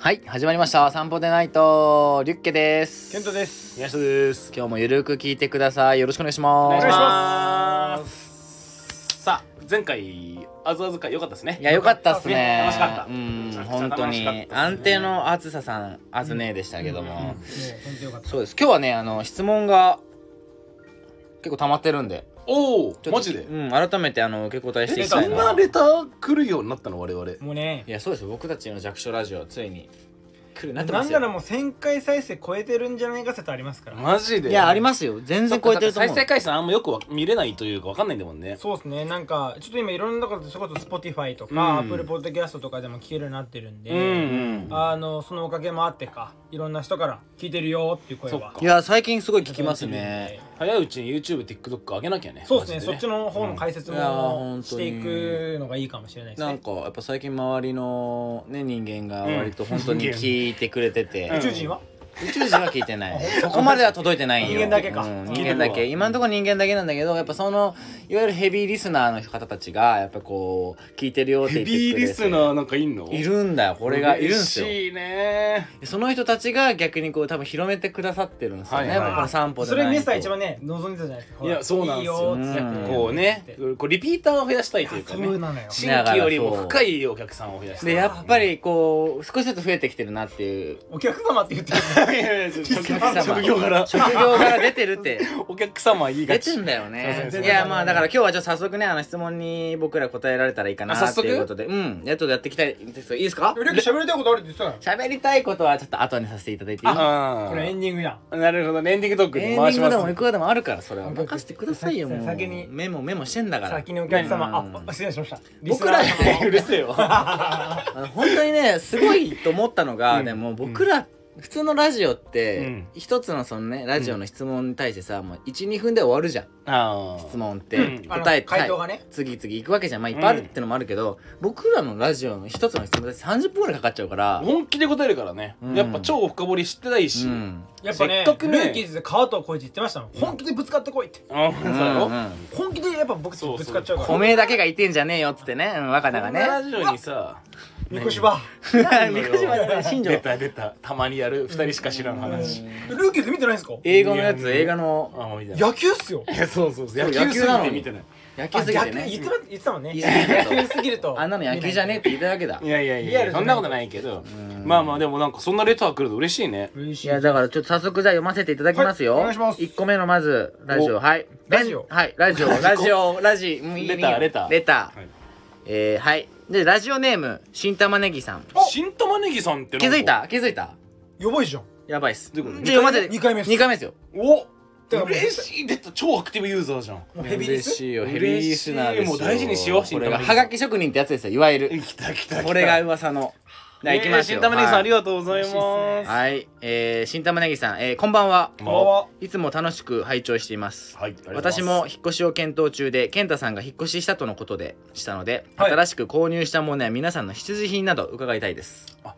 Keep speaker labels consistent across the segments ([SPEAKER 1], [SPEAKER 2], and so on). [SPEAKER 1] はい始まりました散歩でないとリュッケです
[SPEAKER 2] ケントです。
[SPEAKER 3] 宮下です。
[SPEAKER 1] 今日もゆるく聞いてくださいよろしくお願いしま
[SPEAKER 2] お願い
[SPEAKER 1] す
[SPEAKER 2] します
[SPEAKER 3] す。さあ、前回、あずあずか良かったですね。
[SPEAKER 1] いや良かったっすね
[SPEAKER 3] 楽しかった
[SPEAKER 1] うん
[SPEAKER 3] めちゃくちゃ
[SPEAKER 1] 本当
[SPEAKER 3] 楽しかったっ
[SPEAKER 1] に
[SPEAKER 3] すね
[SPEAKER 1] 安定の暑ささん暑ねでしたけども、
[SPEAKER 2] ね、本当よかった。
[SPEAKER 1] そうです今日はねあの質問が結構溜まってるんで
[SPEAKER 3] おお、
[SPEAKER 1] ちょっと
[SPEAKER 3] マジで。
[SPEAKER 1] うん改めてあの受け答えしてい
[SPEAKER 3] え、
[SPEAKER 1] きた
[SPEAKER 3] そ
[SPEAKER 1] い
[SPEAKER 3] ん
[SPEAKER 1] な
[SPEAKER 3] なレター来るようになったの、我々。
[SPEAKER 2] もうね
[SPEAKER 1] い、やそうですよ僕たちの弱小ラジオついに来るな
[SPEAKER 2] な
[SPEAKER 1] ってま
[SPEAKER 2] ん
[SPEAKER 1] す
[SPEAKER 2] な
[SPEAKER 1] よ
[SPEAKER 2] らもう1000回再生超えてるんじゃないか説ありますから。
[SPEAKER 3] マジで。
[SPEAKER 1] いやあり
[SPEAKER 3] す。
[SPEAKER 1] ますよ全然超えてると思う
[SPEAKER 3] 再生回数あんまよくわ見れないというか、わかんないんだもんね。
[SPEAKER 2] そうですね、なんかちょっと今いろんなところでそれこそ Spotify と
[SPEAKER 3] うん
[SPEAKER 2] か Apple Podcast とかでも聞けるようになってるんで、
[SPEAKER 3] うん。
[SPEAKER 2] あのそのおかげもあってかいろんな人から聞いてるよっていう声
[SPEAKER 3] そっ
[SPEAKER 2] が
[SPEAKER 3] か
[SPEAKER 1] いや最近すごい聞きますね
[SPEAKER 3] 早いうちに YouTube、TikTok 上げなきゃね。
[SPEAKER 2] そうですね
[SPEAKER 3] マジ
[SPEAKER 2] そっちの方の解説
[SPEAKER 1] うんいやー本当
[SPEAKER 2] も
[SPEAKER 1] に
[SPEAKER 2] していくのがいいかもしれないです
[SPEAKER 1] な
[SPEAKER 2] ね
[SPEAKER 1] んかやっぱ最近周りのね人間が割と本当に聞いてくれてて、
[SPEAKER 2] 宇宙人は
[SPEAKER 1] 宇宙人は聞いてないそこまでは届いてないよ
[SPEAKER 2] 人間だけか
[SPEAKER 1] うん
[SPEAKER 2] 聞
[SPEAKER 1] 人
[SPEAKER 2] い
[SPEAKER 1] 間
[SPEAKER 2] てる
[SPEAKER 3] のは
[SPEAKER 1] だけ今のところ人間だけなんだけどやっぱそのいわゆるヘビーリスナーの方たちがやっぱこう聞いてるよって言っ
[SPEAKER 3] ヘ
[SPEAKER 1] てくれて
[SPEAKER 3] ビーリスナーなんかいんの
[SPEAKER 1] い。るんだよこれがいるんすよ
[SPEAKER 3] 嬉しいね。
[SPEAKER 1] その人たちが逆にこう多分広めてくださってるんですよね、
[SPEAKER 3] はいはい
[SPEAKER 1] もうこの散歩で
[SPEAKER 2] それ皆さん
[SPEAKER 1] ん
[SPEAKER 2] 一番ね望んでたじゃないですか
[SPEAKER 3] いやそうなん
[SPEAKER 2] い
[SPEAKER 3] ですよ
[SPEAKER 2] いよーって
[SPEAKER 1] うん
[SPEAKER 3] こうね
[SPEAKER 2] って、
[SPEAKER 3] こうリピーターを増やしたいというか
[SPEAKER 2] そう
[SPEAKER 3] ね。
[SPEAKER 2] なのよ
[SPEAKER 3] 新規よりも深いお客さんを増やしたい。
[SPEAKER 1] でやっぱりこう少しずつ増えてきてるなっていう
[SPEAKER 2] お客様って言ってる
[SPEAKER 3] いやいや職
[SPEAKER 1] 様
[SPEAKER 3] 職業柄
[SPEAKER 1] 職業から出てる って
[SPEAKER 3] お客様は言いが
[SPEAKER 1] 出
[SPEAKER 3] ち
[SPEAKER 1] てんだよね
[SPEAKER 3] そうそうそう
[SPEAKER 1] いやまあだから今日はじゃあ早速ねあの質問に僕ら答えられたらいいかな
[SPEAKER 3] あ早
[SPEAKER 1] って
[SPEAKER 3] 速
[SPEAKER 1] いうことでうんやっとやっていきたいんですよいいですか
[SPEAKER 2] 俺喋りたいことあるって言ってたよ
[SPEAKER 1] 喋りたいことはちょっと後にさせていただいていい
[SPEAKER 3] あ
[SPEAKER 2] これエンディングや
[SPEAKER 3] あなるほどねエンディングトーク
[SPEAKER 1] エンデ
[SPEAKER 3] に
[SPEAKER 1] ィ
[SPEAKER 3] 回
[SPEAKER 1] ン
[SPEAKER 3] し
[SPEAKER 1] グ
[SPEAKER 3] ま
[SPEAKER 1] ですもいくらでもあるからそれは
[SPEAKER 2] オッケーオッケー
[SPEAKER 1] 任せてくださいよもう
[SPEAKER 2] 先に
[SPEAKER 1] メモメモしてんだから
[SPEAKER 2] 先にお客様
[SPEAKER 1] うん
[SPEAKER 2] ああ失礼しました
[SPEAKER 1] 僕ら
[SPEAKER 2] リスナー様
[SPEAKER 3] うるせえよ
[SPEAKER 1] あの本当にねすごいと思ったのが、
[SPEAKER 3] うん
[SPEAKER 1] でも僕ら、普通のラジオって、
[SPEAKER 3] うん
[SPEAKER 1] 一つのそのねラジオの質問に対してさ、もう12分で終わるじゃん
[SPEAKER 3] あ
[SPEAKER 1] 質問って、
[SPEAKER 3] うん
[SPEAKER 1] 答え
[SPEAKER 2] あの回答がね
[SPEAKER 1] 次々いくわけじゃんまあいっぱいあるってのもあるけど、僕らのラジオの一つの質問で30分ぐらいかかっちゃうから
[SPEAKER 3] あ本気で答えるからね
[SPEAKER 1] うん
[SPEAKER 3] やっぱ超深掘りしてないし
[SPEAKER 1] うん
[SPEAKER 2] やっぱね
[SPEAKER 3] せっかくね
[SPEAKER 2] ルーキーズで川藤浩一言ってましたもん本気でぶつかってこいって
[SPEAKER 3] あ
[SPEAKER 1] う
[SPEAKER 3] そ
[SPEAKER 1] ん
[SPEAKER 3] う
[SPEAKER 1] う
[SPEAKER 3] だろ
[SPEAKER 1] ん
[SPEAKER 2] 本気でやっぱ僕たちぶつかっちゃうから
[SPEAKER 1] 米だけがいてんじゃねえよっつってね、うん、若菜
[SPEAKER 3] こ
[SPEAKER 1] が
[SPEAKER 3] ん
[SPEAKER 1] ね
[SPEAKER 3] なラジオにさ
[SPEAKER 2] みこしば
[SPEAKER 1] み こしばじゃない新庄
[SPEAKER 3] 出た出たたまにやる二人しか知らん話
[SPEAKER 2] ルーキーズ見てないんですか
[SPEAKER 1] 映画のやつ
[SPEAKER 3] うん
[SPEAKER 1] 映画の
[SPEAKER 3] あもういいじゃん
[SPEAKER 2] 野球っすよ
[SPEAKER 3] いやそうそうそう
[SPEAKER 1] そう
[SPEAKER 3] 野球すぎ
[SPEAKER 1] 野球なの
[SPEAKER 3] て
[SPEAKER 1] に
[SPEAKER 3] 見てない
[SPEAKER 1] 野球
[SPEAKER 2] あ
[SPEAKER 1] すぎて
[SPEAKER 2] 逆言っ
[SPEAKER 1] ね
[SPEAKER 2] てま言ってたもんね
[SPEAKER 1] 言ってた
[SPEAKER 2] 野球すぎると
[SPEAKER 1] あんなの野球じゃねえって言っただけだ
[SPEAKER 3] いやいやい
[SPEAKER 2] リアル
[SPEAKER 3] や
[SPEAKER 2] じゃな
[SPEAKER 3] そ
[SPEAKER 2] い
[SPEAKER 3] んなことないけどまあまあでもなんかそんなレター来ると嬉しいね
[SPEAKER 2] 嬉し
[SPEAKER 1] い
[SPEAKER 2] い
[SPEAKER 1] やだからちょっと早速じゃあ読ませていただきますよ、
[SPEAKER 2] はいお願いします
[SPEAKER 1] 1個目のまずラジオはい
[SPEAKER 2] ラジオ
[SPEAKER 1] はいラジオラジオラジもういい
[SPEAKER 3] レターレター
[SPEAKER 1] レター
[SPEAKER 3] はい
[SPEAKER 1] えー、はいでラジオネーム新玉ねぎさん
[SPEAKER 2] お
[SPEAKER 3] 新玉ねぎさんって
[SPEAKER 1] 気
[SPEAKER 3] なんか
[SPEAKER 1] づいた気づいた
[SPEAKER 2] やばいじゃん
[SPEAKER 1] やばいっす
[SPEAKER 3] どういうこと
[SPEAKER 1] じゃあ読ませて
[SPEAKER 2] 二回目っす
[SPEAKER 1] 2回目ですよ
[SPEAKER 3] お
[SPEAKER 2] からもう
[SPEAKER 3] 嬉しい出た超アクティブユーザーじゃん
[SPEAKER 2] もうヘビーリス
[SPEAKER 1] いよ
[SPEAKER 3] ヘビーリスナーですよ
[SPEAKER 1] もうこ
[SPEAKER 3] こ
[SPEAKER 1] れ
[SPEAKER 3] れ
[SPEAKER 1] が
[SPEAKER 3] が
[SPEAKER 1] ハガキ職人ってやつですよいわゆる
[SPEAKER 3] 来た来た来た
[SPEAKER 1] これが噂のじゃあ行きますよ
[SPEAKER 3] えー新玉ねぎさん、あり
[SPEAKER 1] が
[SPEAKER 3] がとうございます。
[SPEAKER 1] はいえー、新玉ねぎさん、えー、こんばんは
[SPEAKER 3] こんばんは
[SPEAKER 2] あ
[SPEAKER 1] いつも楽しく拝聴しています
[SPEAKER 3] はい、ありがとうございます
[SPEAKER 1] 私も。引っ越しを検討中で健太さんが引っ越ししたとのことでしたので、
[SPEAKER 2] はい
[SPEAKER 1] 新しく購入したものや皆さんの必需品など伺いたいです
[SPEAKER 3] 引っ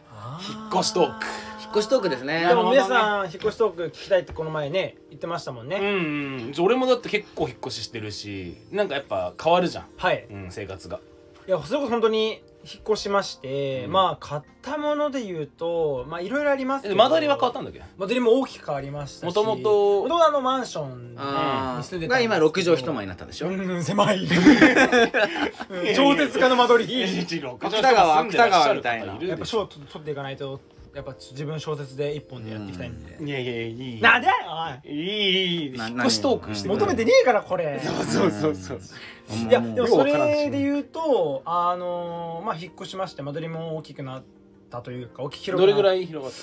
[SPEAKER 3] 越しトーク。
[SPEAKER 1] 引っ越しトークですね
[SPEAKER 2] でも皆さん引っ越しトーク聞きたいってこの前ね言ってましたもんね、
[SPEAKER 3] うん、うん、俺もだって結構引っ越ししてるし、なんかやっぱ変わるじゃん。
[SPEAKER 2] はい
[SPEAKER 3] うん、生活が。
[SPEAKER 2] いやそれこそ本当に引っ越しまして、
[SPEAKER 3] うん
[SPEAKER 2] まあ買ったもので言うとまあいろいろありますけ
[SPEAKER 3] え
[SPEAKER 2] ど
[SPEAKER 3] 間取りは変わったんだっけ。
[SPEAKER 2] 間取りも大きく変わりましたし
[SPEAKER 3] もとも
[SPEAKER 2] 元
[SPEAKER 3] と。
[SPEAKER 2] 々あのマンションで
[SPEAKER 1] あ
[SPEAKER 2] に住ん
[SPEAKER 1] ーが
[SPEAKER 2] でたんですけど
[SPEAKER 1] 今6畳一間になったんでしょ、
[SPEAKER 2] うん狭いうん超絶家の間取り
[SPEAKER 3] 芥
[SPEAKER 1] 芥川みたいな
[SPEAKER 2] やっぱ賞取っていかないとやっぱ自分小説で一本でやっていきたいんで、
[SPEAKER 3] いやいや、いい。
[SPEAKER 2] なんで
[SPEAKER 3] いい、いい、いい。
[SPEAKER 1] な
[SPEAKER 3] 引っ越しトークして
[SPEAKER 2] おい
[SPEAKER 3] くれ
[SPEAKER 2] 求めてねえからこれ
[SPEAKER 3] そうそうそうそう。
[SPEAKER 2] いやでも
[SPEAKER 3] よう
[SPEAKER 2] そ
[SPEAKER 3] わからんし
[SPEAKER 2] れで言うとあのーまあ引っ越しまして間取りも大きくなったというか大きく広
[SPEAKER 3] どれぐ
[SPEAKER 2] い
[SPEAKER 3] らい広がっ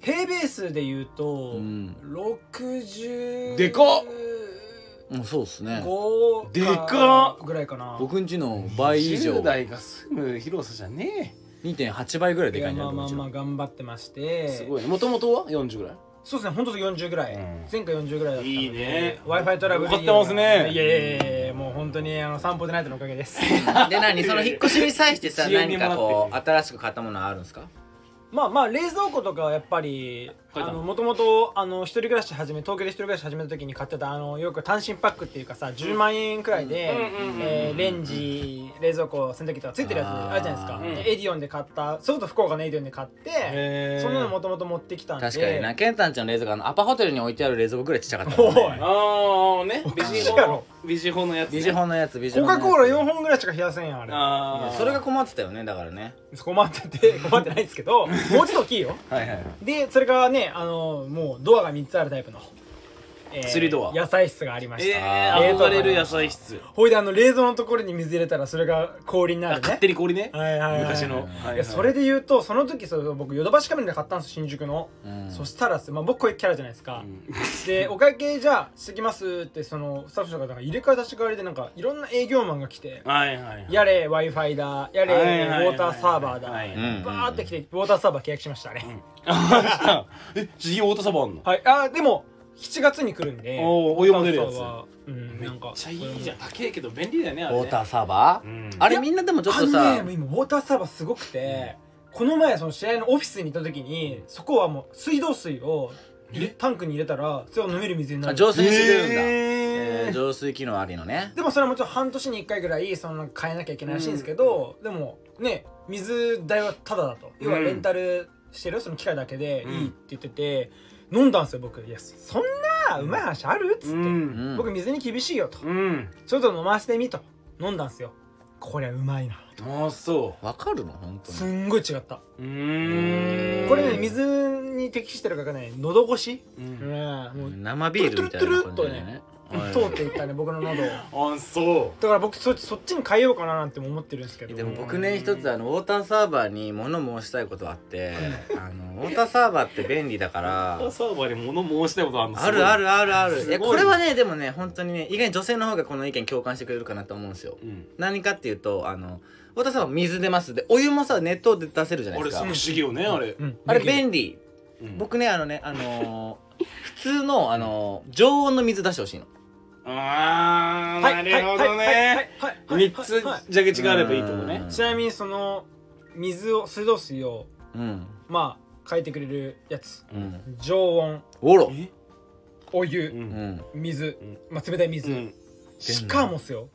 [SPEAKER 2] 平米数で言うと、
[SPEAKER 1] うん
[SPEAKER 2] 60
[SPEAKER 3] でかっ
[SPEAKER 1] うんそうですね
[SPEAKER 2] 5
[SPEAKER 3] でか
[SPEAKER 2] ぐらいかな
[SPEAKER 1] 僕んちの
[SPEAKER 3] た。
[SPEAKER 1] 倍以上
[SPEAKER 3] 10代が住む広さじゃね
[SPEAKER 1] 2.8倍ぐらいでかいん
[SPEAKER 2] い
[SPEAKER 1] じ
[SPEAKER 2] や
[SPEAKER 1] ゃ
[SPEAKER 2] まあまあま
[SPEAKER 1] な
[SPEAKER 2] あ
[SPEAKER 1] い
[SPEAKER 2] 頑張ってまして
[SPEAKER 3] え。すごいね。もともとは四十ぐらい。
[SPEAKER 2] そうですね本当と40ぐらい、
[SPEAKER 3] うん
[SPEAKER 2] 前回40ぐらいだったので
[SPEAKER 3] いいね
[SPEAKER 2] w i f i トラブル
[SPEAKER 3] 怒ってますね
[SPEAKER 2] いやいやいやいやもう本当にあの散歩でないとのおかげです
[SPEAKER 1] で何その引っ越しに際してさ
[SPEAKER 3] 自由に
[SPEAKER 1] 何か
[SPEAKER 3] もらっ
[SPEAKER 1] こ
[SPEAKER 3] て
[SPEAKER 1] う新しく買ったものはあるんですか
[SPEAKER 2] まあまあ冷蔵庫とかはやっぱり
[SPEAKER 3] 書いたの
[SPEAKER 2] もともと一人暮らし始め東京で一人暮らし始めた時に買ってたあのよく単身パックっていうかさ10万円くらいで、
[SPEAKER 3] うんうんうん
[SPEAKER 2] えーレンジ冷蔵庫洗濯機とかついてるやつあるじゃないですか、
[SPEAKER 3] うん
[SPEAKER 2] でエディオンで買ったそれこそ福岡のエディオンで買って
[SPEAKER 3] へ
[SPEAKER 2] そんなのもともと持ってきたんで
[SPEAKER 1] 確かになケンタンちゃんの冷蔵庫あのアパホテルに置いてある冷蔵庫ぐらいちっちゃかったもん
[SPEAKER 2] おい
[SPEAKER 1] ね
[SPEAKER 3] ああね
[SPEAKER 2] お
[SPEAKER 3] ビ
[SPEAKER 2] かしい
[SPEAKER 3] ジ
[SPEAKER 2] や
[SPEAKER 3] ホ
[SPEAKER 2] ろ
[SPEAKER 3] のビジホのやつ、ね、
[SPEAKER 1] ビジホンのやつビジ
[SPEAKER 2] コ
[SPEAKER 1] ホンの
[SPEAKER 2] カ・
[SPEAKER 1] やつ
[SPEAKER 2] コーラ4本ぐらいしか冷やせんやんあれ
[SPEAKER 3] ああ
[SPEAKER 1] それが困ってたよねだからね
[SPEAKER 2] 困ってて 困ってないですけどもうちょっと大きいよ
[SPEAKER 1] はいはいはい
[SPEAKER 2] でそれがねあのもうドアが3つあるタイプの、えー
[SPEAKER 3] スリードア
[SPEAKER 2] 野菜室がありました、
[SPEAKER 3] え
[SPEAKER 1] あ
[SPEAKER 3] え
[SPEAKER 1] ー
[SPEAKER 3] ー、憧れる野菜室
[SPEAKER 2] ほいであの冷蔵のところに水入れたらそれが氷に
[SPEAKER 3] あ
[SPEAKER 2] なるね
[SPEAKER 3] 勝手に氷ね
[SPEAKER 2] はいはいはい
[SPEAKER 3] 昔の、
[SPEAKER 1] はい
[SPEAKER 2] いやそれで言うとその時そう僕ヨドバシカメラで買ったんです新宿の、
[SPEAKER 1] うん
[SPEAKER 2] そしたらっす、まあ、僕こういうキャラじゃないですか、
[SPEAKER 3] うん
[SPEAKER 2] でお会計じゃあしてきますってそのスタッフの方が入れ替え立ち替わりでなんかいろんな営業マンが来て
[SPEAKER 3] はいはい はい
[SPEAKER 2] やれ w i f i だやれ
[SPEAKER 3] はいはいはいはい
[SPEAKER 2] ウォーターサーバーだ
[SPEAKER 3] はいうん
[SPEAKER 1] うん
[SPEAKER 2] バーって来てウォーターサーバー契約しましたね、
[SPEAKER 3] あえ次太田サバあんの
[SPEAKER 2] はいあでも7月に来るんで
[SPEAKER 3] おーお湯も出るやつ
[SPEAKER 2] ウォーターサーバーうんなんか
[SPEAKER 3] めっちゃいいじゃん高えけど便利だよね
[SPEAKER 1] ウ
[SPEAKER 3] あれね
[SPEAKER 1] ォーターサーバー、
[SPEAKER 3] うん
[SPEAKER 1] あれみんなでもちょっと
[SPEAKER 2] あ
[SPEAKER 1] さ、
[SPEAKER 2] のねもう今ウォーターサーバーすごくて、この前その試合のオフィスに行った時にそこはもう水道水を入れタンクに入れたらそれを飲める水にな
[SPEAKER 1] あ
[SPEAKER 2] る
[SPEAKER 1] 浄水してくれるんだ、
[SPEAKER 3] え
[SPEAKER 1] え
[SPEAKER 3] ー
[SPEAKER 1] ー浄水機能ありのね
[SPEAKER 2] でもそれはもちろん半年に1回ぐらいその変えなきゃいけないらしいんですけど、でもね水代はタダだと
[SPEAKER 3] うん
[SPEAKER 2] 要はレンタルしてるその機械だけでい
[SPEAKER 3] うん
[SPEAKER 2] いって言ってて、飲んだんですよ僕「いやそんなうまい話ある?」っつって、
[SPEAKER 3] うん
[SPEAKER 2] 僕水に厳しいよ」と
[SPEAKER 3] うん
[SPEAKER 2] 「ちょっと飲ませてみ」と飲んだんですよこりゃうまいな
[SPEAKER 3] ああそ
[SPEAKER 1] わかるの本当
[SPEAKER 2] す
[SPEAKER 1] に
[SPEAKER 2] んごい違った
[SPEAKER 3] ううーん
[SPEAKER 2] これね水に適してるかがね喉越し、
[SPEAKER 3] う
[SPEAKER 2] うん、
[SPEAKER 3] ん
[SPEAKER 2] もう
[SPEAKER 1] 生ビールみたいな感じだよね
[SPEAKER 2] 通っていったね僕の喉をだ
[SPEAKER 3] あそ
[SPEAKER 2] から僕そそっちに変えようかななんても思ってるんですけど
[SPEAKER 1] でも僕ね一つあのウォーターサーバーに物申したいことあってあのウォーターサーバーって便利だか
[SPEAKER 3] うウォ ーター
[SPEAKER 1] ら
[SPEAKER 3] サーバーで物申したいことあんの
[SPEAKER 1] あるあ
[SPEAKER 3] る
[SPEAKER 1] るあるある
[SPEAKER 3] す
[SPEAKER 1] い
[SPEAKER 3] ごい
[SPEAKER 1] やこれはねでもね本当にね意外に女性の方がこの意見共感してくれるかなと思うんですよ
[SPEAKER 3] うん
[SPEAKER 1] 何かっていうとあのウォーターサーバー水出ますでお湯もさ熱湯で出せるじゃない
[SPEAKER 3] あ
[SPEAKER 1] で
[SPEAKER 3] れ
[SPEAKER 1] す
[SPEAKER 3] さ
[SPEAKER 1] か
[SPEAKER 3] 不思議よねあれ
[SPEAKER 2] うん
[SPEAKER 1] あれ便利
[SPEAKER 3] うん
[SPEAKER 1] 僕ねあのねあのー普通のあのー常温の水出してほしいの
[SPEAKER 2] は
[SPEAKER 3] ああないるほどね
[SPEAKER 2] はいはいはいはいはいはい
[SPEAKER 3] 三つ蛇口があればいいってことね
[SPEAKER 1] うん
[SPEAKER 2] ちなみにその水を水道水を
[SPEAKER 1] うん
[SPEAKER 2] まあ変えてくれるやつ
[SPEAKER 1] うん
[SPEAKER 2] 常温
[SPEAKER 1] おろ
[SPEAKER 3] え
[SPEAKER 2] お
[SPEAKER 3] う
[SPEAKER 2] 湯
[SPEAKER 1] うんん
[SPEAKER 2] 水
[SPEAKER 3] ん、
[SPEAKER 2] まあ、冷たい水、
[SPEAKER 3] うん
[SPEAKER 2] しかもっすよ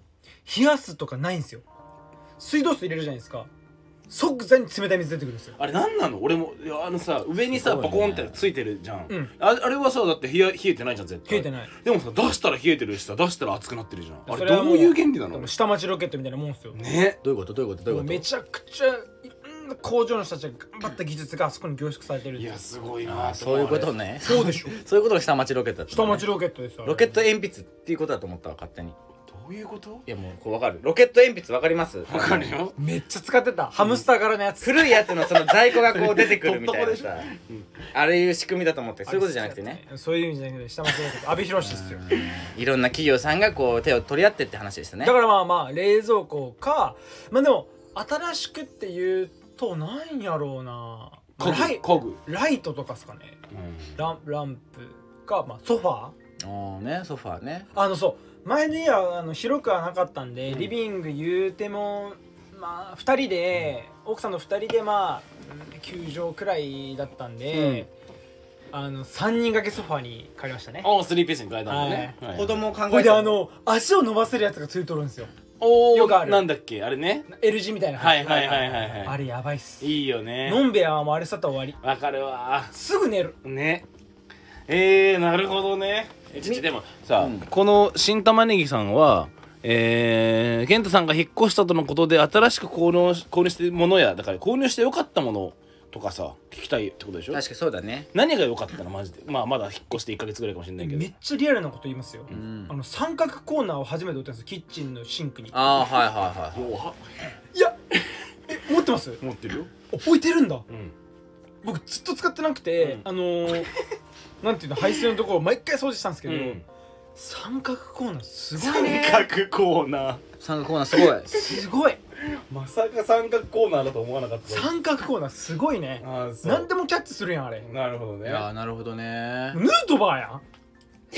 [SPEAKER 2] 冷やすとかないんですよ水道水入れるじゃないですか即座に冷たい水出てくるんですよ
[SPEAKER 3] あれなんなの俺もいやあのさ上にさ
[SPEAKER 1] すごい
[SPEAKER 3] バ
[SPEAKER 1] ね
[SPEAKER 3] コンってついてるじゃん、
[SPEAKER 2] うん
[SPEAKER 3] ああれはさだって冷や冷えてないじゃん絶対
[SPEAKER 2] 冷えてない
[SPEAKER 3] でもさ出したら冷えてるしさ出したら熱くなってるじゃんあ
[SPEAKER 2] そ
[SPEAKER 3] れ
[SPEAKER 2] れは
[SPEAKER 3] ど
[SPEAKER 2] も
[SPEAKER 3] ういう原理な
[SPEAKER 2] 多
[SPEAKER 3] の
[SPEAKER 2] 分下町ロケットみたいなもんですよ
[SPEAKER 3] ね
[SPEAKER 1] どういうことどういうことどういう
[SPEAKER 2] もう
[SPEAKER 1] こと
[SPEAKER 2] めちゃくちゃいろんな工場の人たちが頑張った技術があそこに凝縮されてるん
[SPEAKER 3] い
[SPEAKER 2] で
[SPEAKER 3] や
[SPEAKER 2] す
[SPEAKER 3] すごいなと
[SPEAKER 1] そ
[SPEAKER 3] 思
[SPEAKER 1] ういうこと
[SPEAKER 3] あれ
[SPEAKER 1] ね
[SPEAKER 2] そうでしょ
[SPEAKER 1] そういうことが下町ロケットだった
[SPEAKER 2] 下
[SPEAKER 1] のね
[SPEAKER 2] 町ロケットですよあれ
[SPEAKER 1] ロケット鉛筆っていうことだと思ったわ勝手にい
[SPEAKER 3] どういうこと
[SPEAKER 1] やもうこうわかるロケット鉛筆わかります
[SPEAKER 3] わかるよ
[SPEAKER 2] めっちゃ使ってたハムスター柄のやつ
[SPEAKER 1] 古いやつのその在庫がこう出てくるみたいな
[SPEAKER 3] 取っ
[SPEAKER 1] さあれいう仕組みだと思ってそういうことじゃなくてね
[SPEAKER 2] そういう意味じゃなくて下町ロケット阿部寛ですよ
[SPEAKER 1] いろんな企業さんがこう手を取り合ってって話でしたね
[SPEAKER 2] だからまあまあ冷蔵庫かまあでも新しくって言うとなんやろうな
[SPEAKER 3] 家
[SPEAKER 2] ライ
[SPEAKER 3] 具家具、
[SPEAKER 2] ライトとかっすかねランランプか、まあ、ソファー
[SPEAKER 1] ああねソファーね
[SPEAKER 2] あのそう前の家はあの広くはなかったんで、リビング言うてもまあ2人で、奥さんの2人でまあ9畳くらいだったんで、あの3人掛けソファーに借りましたね
[SPEAKER 3] おースリーピースに変えたんだね、
[SPEAKER 2] は
[SPEAKER 3] はい
[SPEAKER 1] 子供を考え
[SPEAKER 2] これ
[SPEAKER 1] て
[SPEAKER 2] であの足を伸ばせるやつがついとるんですよ
[SPEAKER 3] お
[SPEAKER 2] よくあ
[SPEAKER 3] お
[SPEAKER 2] る
[SPEAKER 3] なんだっけあれね
[SPEAKER 2] L 字みたいな
[SPEAKER 3] はいはいはいはいはい
[SPEAKER 2] あれやばいっす
[SPEAKER 3] いいよね
[SPEAKER 2] のんべえはもうあれさったら終わ
[SPEAKER 3] わかるわ
[SPEAKER 2] りすぐ寝る
[SPEAKER 3] ねえー、なるほどねえちょちょでもさ、
[SPEAKER 1] うん
[SPEAKER 3] この新玉ねぎさんはえー、健太さんが引っ越したとのことで新しく購入し購入してるものやだから購入してよかったものとかさ聞きたいってことでしょ
[SPEAKER 1] 確かにそうだね
[SPEAKER 3] 何が良かったのマジでまあまだ引っ越して1か月ぐらいかもしれないけど
[SPEAKER 2] めっちゃリアルなこと言いますよ、
[SPEAKER 1] うん
[SPEAKER 2] あの三角コーナーを初めて置いたんですよキッチンのシンクに
[SPEAKER 1] ああはいはいはいはい
[SPEAKER 3] お
[SPEAKER 2] いやえ持ってます
[SPEAKER 3] 持ってるよ、
[SPEAKER 2] あ置いてるんだ
[SPEAKER 3] うん、
[SPEAKER 2] 僕ずっと使ってなくて、
[SPEAKER 3] うん
[SPEAKER 2] あの ー、なんていうの排水のところを毎回掃除したんですけど、
[SPEAKER 3] うん
[SPEAKER 2] 三角コーナーすごいね
[SPEAKER 3] 三角コーナー
[SPEAKER 1] 三角コーナーすごい
[SPEAKER 2] すごい
[SPEAKER 3] まさか三角コーナーだと思わなかっ
[SPEAKER 2] 三角コーナーすごいね
[SPEAKER 3] ああそう
[SPEAKER 2] 何でもキャッチするやんあれヌ
[SPEAKER 3] なるほど
[SPEAKER 1] い
[SPEAKER 3] ね
[SPEAKER 1] やーなるほどね
[SPEAKER 2] ートバーや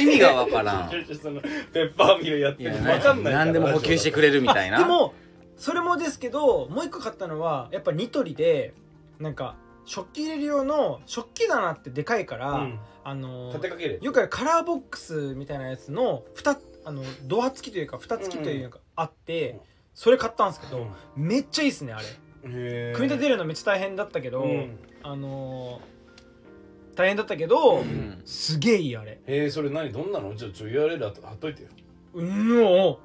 [SPEAKER 2] ん
[SPEAKER 1] 意味がわからん
[SPEAKER 3] ちょちょそのペッパーミルやって
[SPEAKER 1] い
[SPEAKER 3] る
[SPEAKER 1] や
[SPEAKER 3] のわかんないから
[SPEAKER 1] 何でも補給してくれるみたいな
[SPEAKER 2] あでもそれもですけどもう一個買ったのはやっぱニトリでなんか食器入れる用の食器棚ってでかいから、
[SPEAKER 3] うん
[SPEAKER 2] あの
[SPEAKER 3] 立てかける
[SPEAKER 2] よくあるカラーボックスみたいなやつの蓋あのドア付きというか蓋付きというかあって、
[SPEAKER 3] うん
[SPEAKER 2] それ買ったんですけど、めっちゃいいですねあれ
[SPEAKER 3] へー
[SPEAKER 2] 組み立てるのめっちゃ大変だったけど、
[SPEAKER 3] うん
[SPEAKER 2] あのー大変だったけど、
[SPEAKER 1] うん
[SPEAKER 2] すげえいいあれ
[SPEAKER 3] えー、それ何どんなのちょっと URL 貼っと貼っといてよ
[SPEAKER 2] うんおう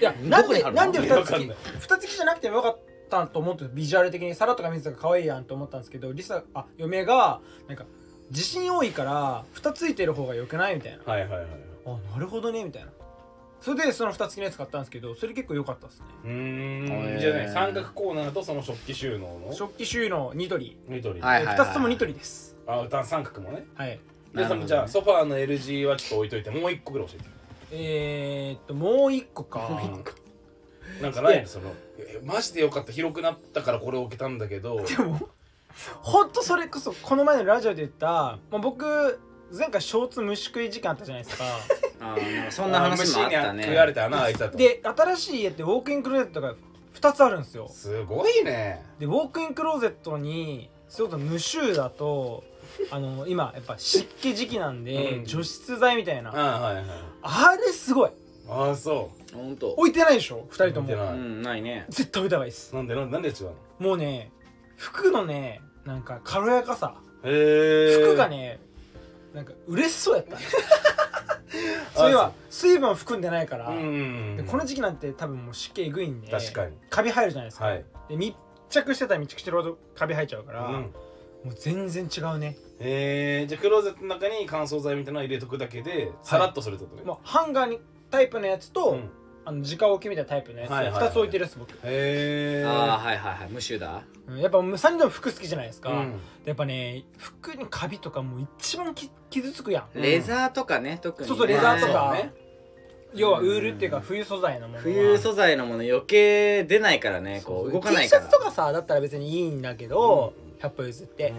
[SPEAKER 2] いや な
[SPEAKER 1] ど
[SPEAKER 2] ん
[SPEAKER 1] こに
[SPEAKER 2] で
[SPEAKER 1] 貼るの
[SPEAKER 2] なんで
[SPEAKER 3] わ
[SPEAKER 2] 二つ
[SPEAKER 3] か
[SPEAKER 2] 付
[SPEAKER 3] ん
[SPEAKER 2] き
[SPEAKER 3] ない
[SPEAKER 2] 二つ付きじゃなくてもよかったと思ってたビジュアル的に皿とか水とか可愛いやんと思ったんですけどリサあ嫁がなんか自信多いから蓋ついてる方が良くないみたいな
[SPEAKER 3] はいはいはい
[SPEAKER 2] あなるほどねみたいなそれでその蓋付きのやつ買ったんですけどそれ結構良かったですね
[SPEAKER 3] うー
[SPEAKER 1] へ
[SPEAKER 3] ん
[SPEAKER 1] ー
[SPEAKER 3] じゃあね三角コーナーとその食器収納の
[SPEAKER 2] 食器収納ニトリ
[SPEAKER 3] 緑
[SPEAKER 1] はいはいはい
[SPEAKER 2] 2つともニトリです
[SPEAKER 3] あだ三角もね
[SPEAKER 2] はい
[SPEAKER 1] な
[SPEAKER 3] で
[SPEAKER 1] るほ
[SPEAKER 3] そ
[SPEAKER 1] ど
[SPEAKER 3] の
[SPEAKER 1] ね
[SPEAKER 3] じゃあソファーの L g はちょっと置いといてもう一個ぐらい教えて
[SPEAKER 2] えー、っともう一個か
[SPEAKER 3] もう一なんかないのそのえマジでよかった広くなったからこれ置けたんだけど
[SPEAKER 2] でもほんとそれこそこの前のラジオで言った、まあ、僕前回ショーツ虫食い事件あったじゃない ですか
[SPEAKER 1] あーなんかそんな話もあった
[SPEAKER 3] 虫に
[SPEAKER 1] ね
[SPEAKER 3] 食われたなあいつだと
[SPEAKER 2] で新しい家ってウォークインクローゼットが2つあるんですよ
[SPEAKER 3] すごいね
[SPEAKER 2] でウォークインクローゼットにそれこそ無臭だとあの今やっぱ湿気時期なんで、
[SPEAKER 3] うん
[SPEAKER 2] 除湿剤みたいな、
[SPEAKER 3] あはいはい
[SPEAKER 2] あれすごい
[SPEAKER 3] ああそ
[SPEAKER 1] 本当
[SPEAKER 2] 置いてないでしょ2人と
[SPEAKER 3] 置いて
[SPEAKER 2] も
[SPEAKER 3] な
[SPEAKER 1] う
[SPEAKER 3] い
[SPEAKER 1] んないね
[SPEAKER 2] 絶対置いた方がいいです
[SPEAKER 3] うなんでなんでなんで違うの
[SPEAKER 2] もうね服のねなんか軽やかさ
[SPEAKER 3] へえ
[SPEAKER 2] 服がねなんか嬉しそうや ったそういえば水分を含んでないから、
[SPEAKER 3] うんうんう
[SPEAKER 2] で
[SPEAKER 3] ん
[SPEAKER 2] この時期なんて多分もう湿気えぐいんで
[SPEAKER 3] 確かに
[SPEAKER 2] カビ生えるじゃないですか、
[SPEAKER 3] はい
[SPEAKER 2] で密着してたら密着してるほどカビ生えちゃうから、
[SPEAKER 3] うん
[SPEAKER 2] もう全然違うね
[SPEAKER 3] えー、じゃあクローゼットの中に乾燥剤みたいなのを入れとくだけでさらっとするってことね、
[SPEAKER 2] もうハンガーにタイプのやつと、
[SPEAKER 3] うん
[SPEAKER 2] あの直置きみたいなタイプのやつ、
[SPEAKER 3] はいはいはい
[SPEAKER 2] 2つ置いてるやつ僕、
[SPEAKER 3] へー
[SPEAKER 1] ああはいはいはい無臭だ
[SPEAKER 2] うんやっぱ3人とも服好きじゃないですか、
[SPEAKER 3] うん
[SPEAKER 2] やっぱね服にカビとかもう一番き傷つくやん
[SPEAKER 3] うん
[SPEAKER 1] レザーとかね特にね
[SPEAKER 2] そうそうレザーとか、
[SPEAKER 3] ね
[SPEAKER 2] 要はウールっていうか冬素材のものは
[SPEAKER 1] 冬素材のもの余計出ないからねこう動かないから
[SPEAKER 2] T シャツとかさだったら別にいいんだけど、100歩譲って、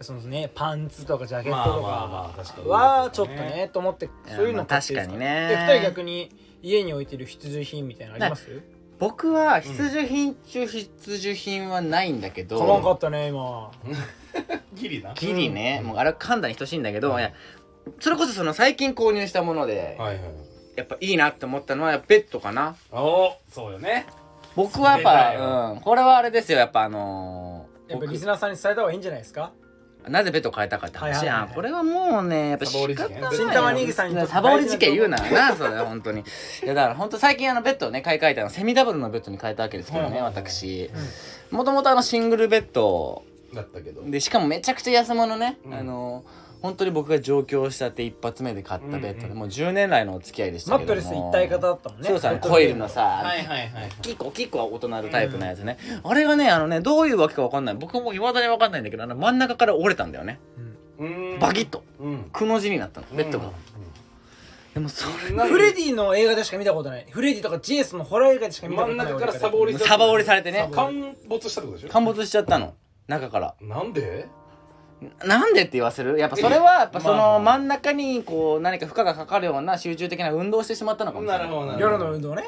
[SPEAKER 3] う
[SPEAKER 2] そのねパンツとかジャケ
[SPEAKER 3] ん、
[SPEAKER 2] ッ
[SPEAKER 3] まあ
[SPEAKER 2] ト
[SPEAKER 3] ま
[SPEAKER 2] と
[SPEAKER 3] あ
[SPEAKER 2] か
[SPEAKER 3] まあ確かに
[SPEAKER 2] はちょっとね,、と思って
[SPEAKER 1] いや
[SPEAKER 2] そういうの
[SPEAKER 1] まあ確かにね
[SPEAKER 2] 買ってるんですかで2人逆に家に置いてる必需品みたいなのあります
[SPEAKER 1] 僕は必需品中必需品はないんだけど
[SPEAKER 2] 買わんかったね今
[SPEAKER 3] ギリな
[SPEAKER 1] ギリね、
[SPEAKER 3] うん
[SPEAKER 1] もうあれは簡単に等しいんだけど、
[SPEAKER 3] うん
[SPEAKER 1] いやそれこそその最近購入したもので、
[SPEAKER 3] はいはい
[SPEAKER 1] やっぱいいなって思ったのはベッドかな
[SPEAKER 3] あおそうよね
[SPEAKER 1] 僕はやっ
[SPEAKER 3] それだ
[SPEAKER 1] ぱ、
[SPEAKER 3] よ
[SPEAKER 1] うん、これはあれですよやっぱあのー
[SPEAKER 2] やっぱリス
[SPEAKER 1] 僕
[SPEAKER 2] ナーさんに伝えた方がいいんじゃないですか
[SPEAKER 1] なぜベッドを変えたかって話やん、
[SPEAKER 2] はいはいはいはい
[SPEAKER 1] これはもうねやっぱ
[SPEAKER 3] サボり
[SPEAKER 1] 仕
[SPEAKER 3] 事
[SPEAKER 1] 方
[SPEAKER 3] 件
[SPEAKER 1] ない
[SPEAKER 3] 新
[SPEAKER 2] 玉ねぎさんにとって
[SPEAKER 1] サボり事件言うなよなそれ本当にいやだから本当最近あのベッドをね買い替えたのセミダブルのベッドに変えたわけですけどね、
[SPEAKER 3] はいはいはい
[SPEAKER 1] 私もともとあのシングルベッド
[SPEAKER 3] だったけど
[SPEAKER 1] でしかもめちゃくちゃ安物ね、
[SPEAKER 3] うん
[SPEAKER 1] あの本当に僕が上京したって一発目で買ったベッドで、
[SPEAKER 3] うんうん
[SPEAKER 1] もう10年来のお付き合いでした
[SPEAKER 2] マ
[SPEAKER 1] けど
[SPEAKER 2] ット
[SPEAKER 1] も
[SPEAKER 2] レス一体型だったもんね
[SPEAKER 1] そうさ
[SPEAKER 2] ベッド
[SPEAKER 1] コイルのさ、
[SPEAKER 3] はいはいはい
[SPEAKER 1] キッコキッコは大人のタイプのやつね、あれがねあのねどういうわけかわかんない僕もいまだにわかんないんだけどあの真ん中から折れたんだよね
[SPEAKER 2] うん
[SPEAKER 3] うーん
[SPEAKER 1] バキッと
[SPEAKER 3] うん
[SPEAKER 1] くの字になったのベッドが、
[SPEAKER 3] う
[SPEAKER 1] でもそれ
[SPEAKER 3] んなん
[SPEAKER 2] フレディの映画でしか見たことないフレディとかジェイソンのホラー映画でしか見たこと
[SPEAKER 3] 真ん
[SPEAKER 2] ない
[SPEAKER 3] 中からサボり
[SPEAKER 1] サボりされてね
[SPEAKER 3] 陥没したってことでしょ
[SPEAKER 1] 陥没しちゃったの中から
[SPEAKER 3] なんで
[SPEAKER 1] なんでって言わせるやっぱそれはやっぱそ
[SPEAKER 3] まあ
[SPEAKER 1] の真ん中にこう何か負荷がかかるような集中的な運動をしてしまったのかもしれない
[SPEAKER 3] なるほどなるほど
[SPEAKER 2] 夜の運動ね、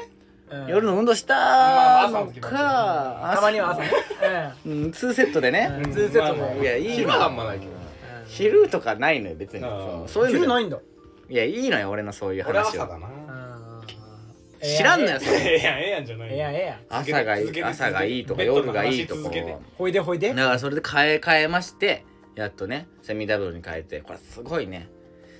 [SPEAKER 2] うん
[SPEAKER 1] 夜の運動
[SPEAKER 3] ま
[SPEAKER 1] した
[SPEAKER 3] あまあ朝の
[SPEAKER 1] の
[SPEAKER 3] 時も
[SPEAKER 1] か
[SPEAKER 2] たまには朝、
[SPEAKER 1] 朝
[SPEAKER 2] うん
[SPEAKER 1] うん2セットでね
[SPEAKER 2] うん
[SPEAKER 1] 2セット
[SPEAKER 3] まあまあ
[SPEAKER 1] もいやいい
[SPEAKER 3] 昼
[SPEAKER 1] の
[SPEAKER 3] はあんまないけど
[SPEAKER 1] 昼とかないのよ別に
[SPEAKER 3] あー
[SPEAKER 1] そうそういう
[SPEAKER 2] 昼
[SPEAKER 1] の
[SPEAKER 2] な
[SPEAKER 1] で
[SPEAKER 2] いんだ、
[SPEAKER 1] いやいいのよ俺のそういう
[SPEAKER 3] 俺は
[SPEAKER 1] 話
[SPEAKER 3] 朝
[SPEAKER 1] は
[SPEAKER 3] だな
[SPEAKER 1] 知らんの
[SPEAKER 2] や
[SPEAKER 1] よそれ
[SPEAKER 3] ええやんええやんじゃ ない
[SPEAKER 2] ええやんええやん
[SPEAKER 1] 朝がい
[SPEAKER 3] 続け
[SPEAKER 1] い
[SPEAKER 3] て
[SPEAKER 1] 朝がいいとか
[SPEAKER 3] ベッド
[SPEAKER 1] 夜
[SPEAKER 3] の
[SPEAKER 1] が
[SPEAKER 3] 話
[SPEAKER 1] いいとか
[SPEAKER 3] 続けて
[SPEAKER 2] ほいでほいで
[SPEAKER 1] だからそれで変え変えましてやっとねセミダブルに変えてこれすごいね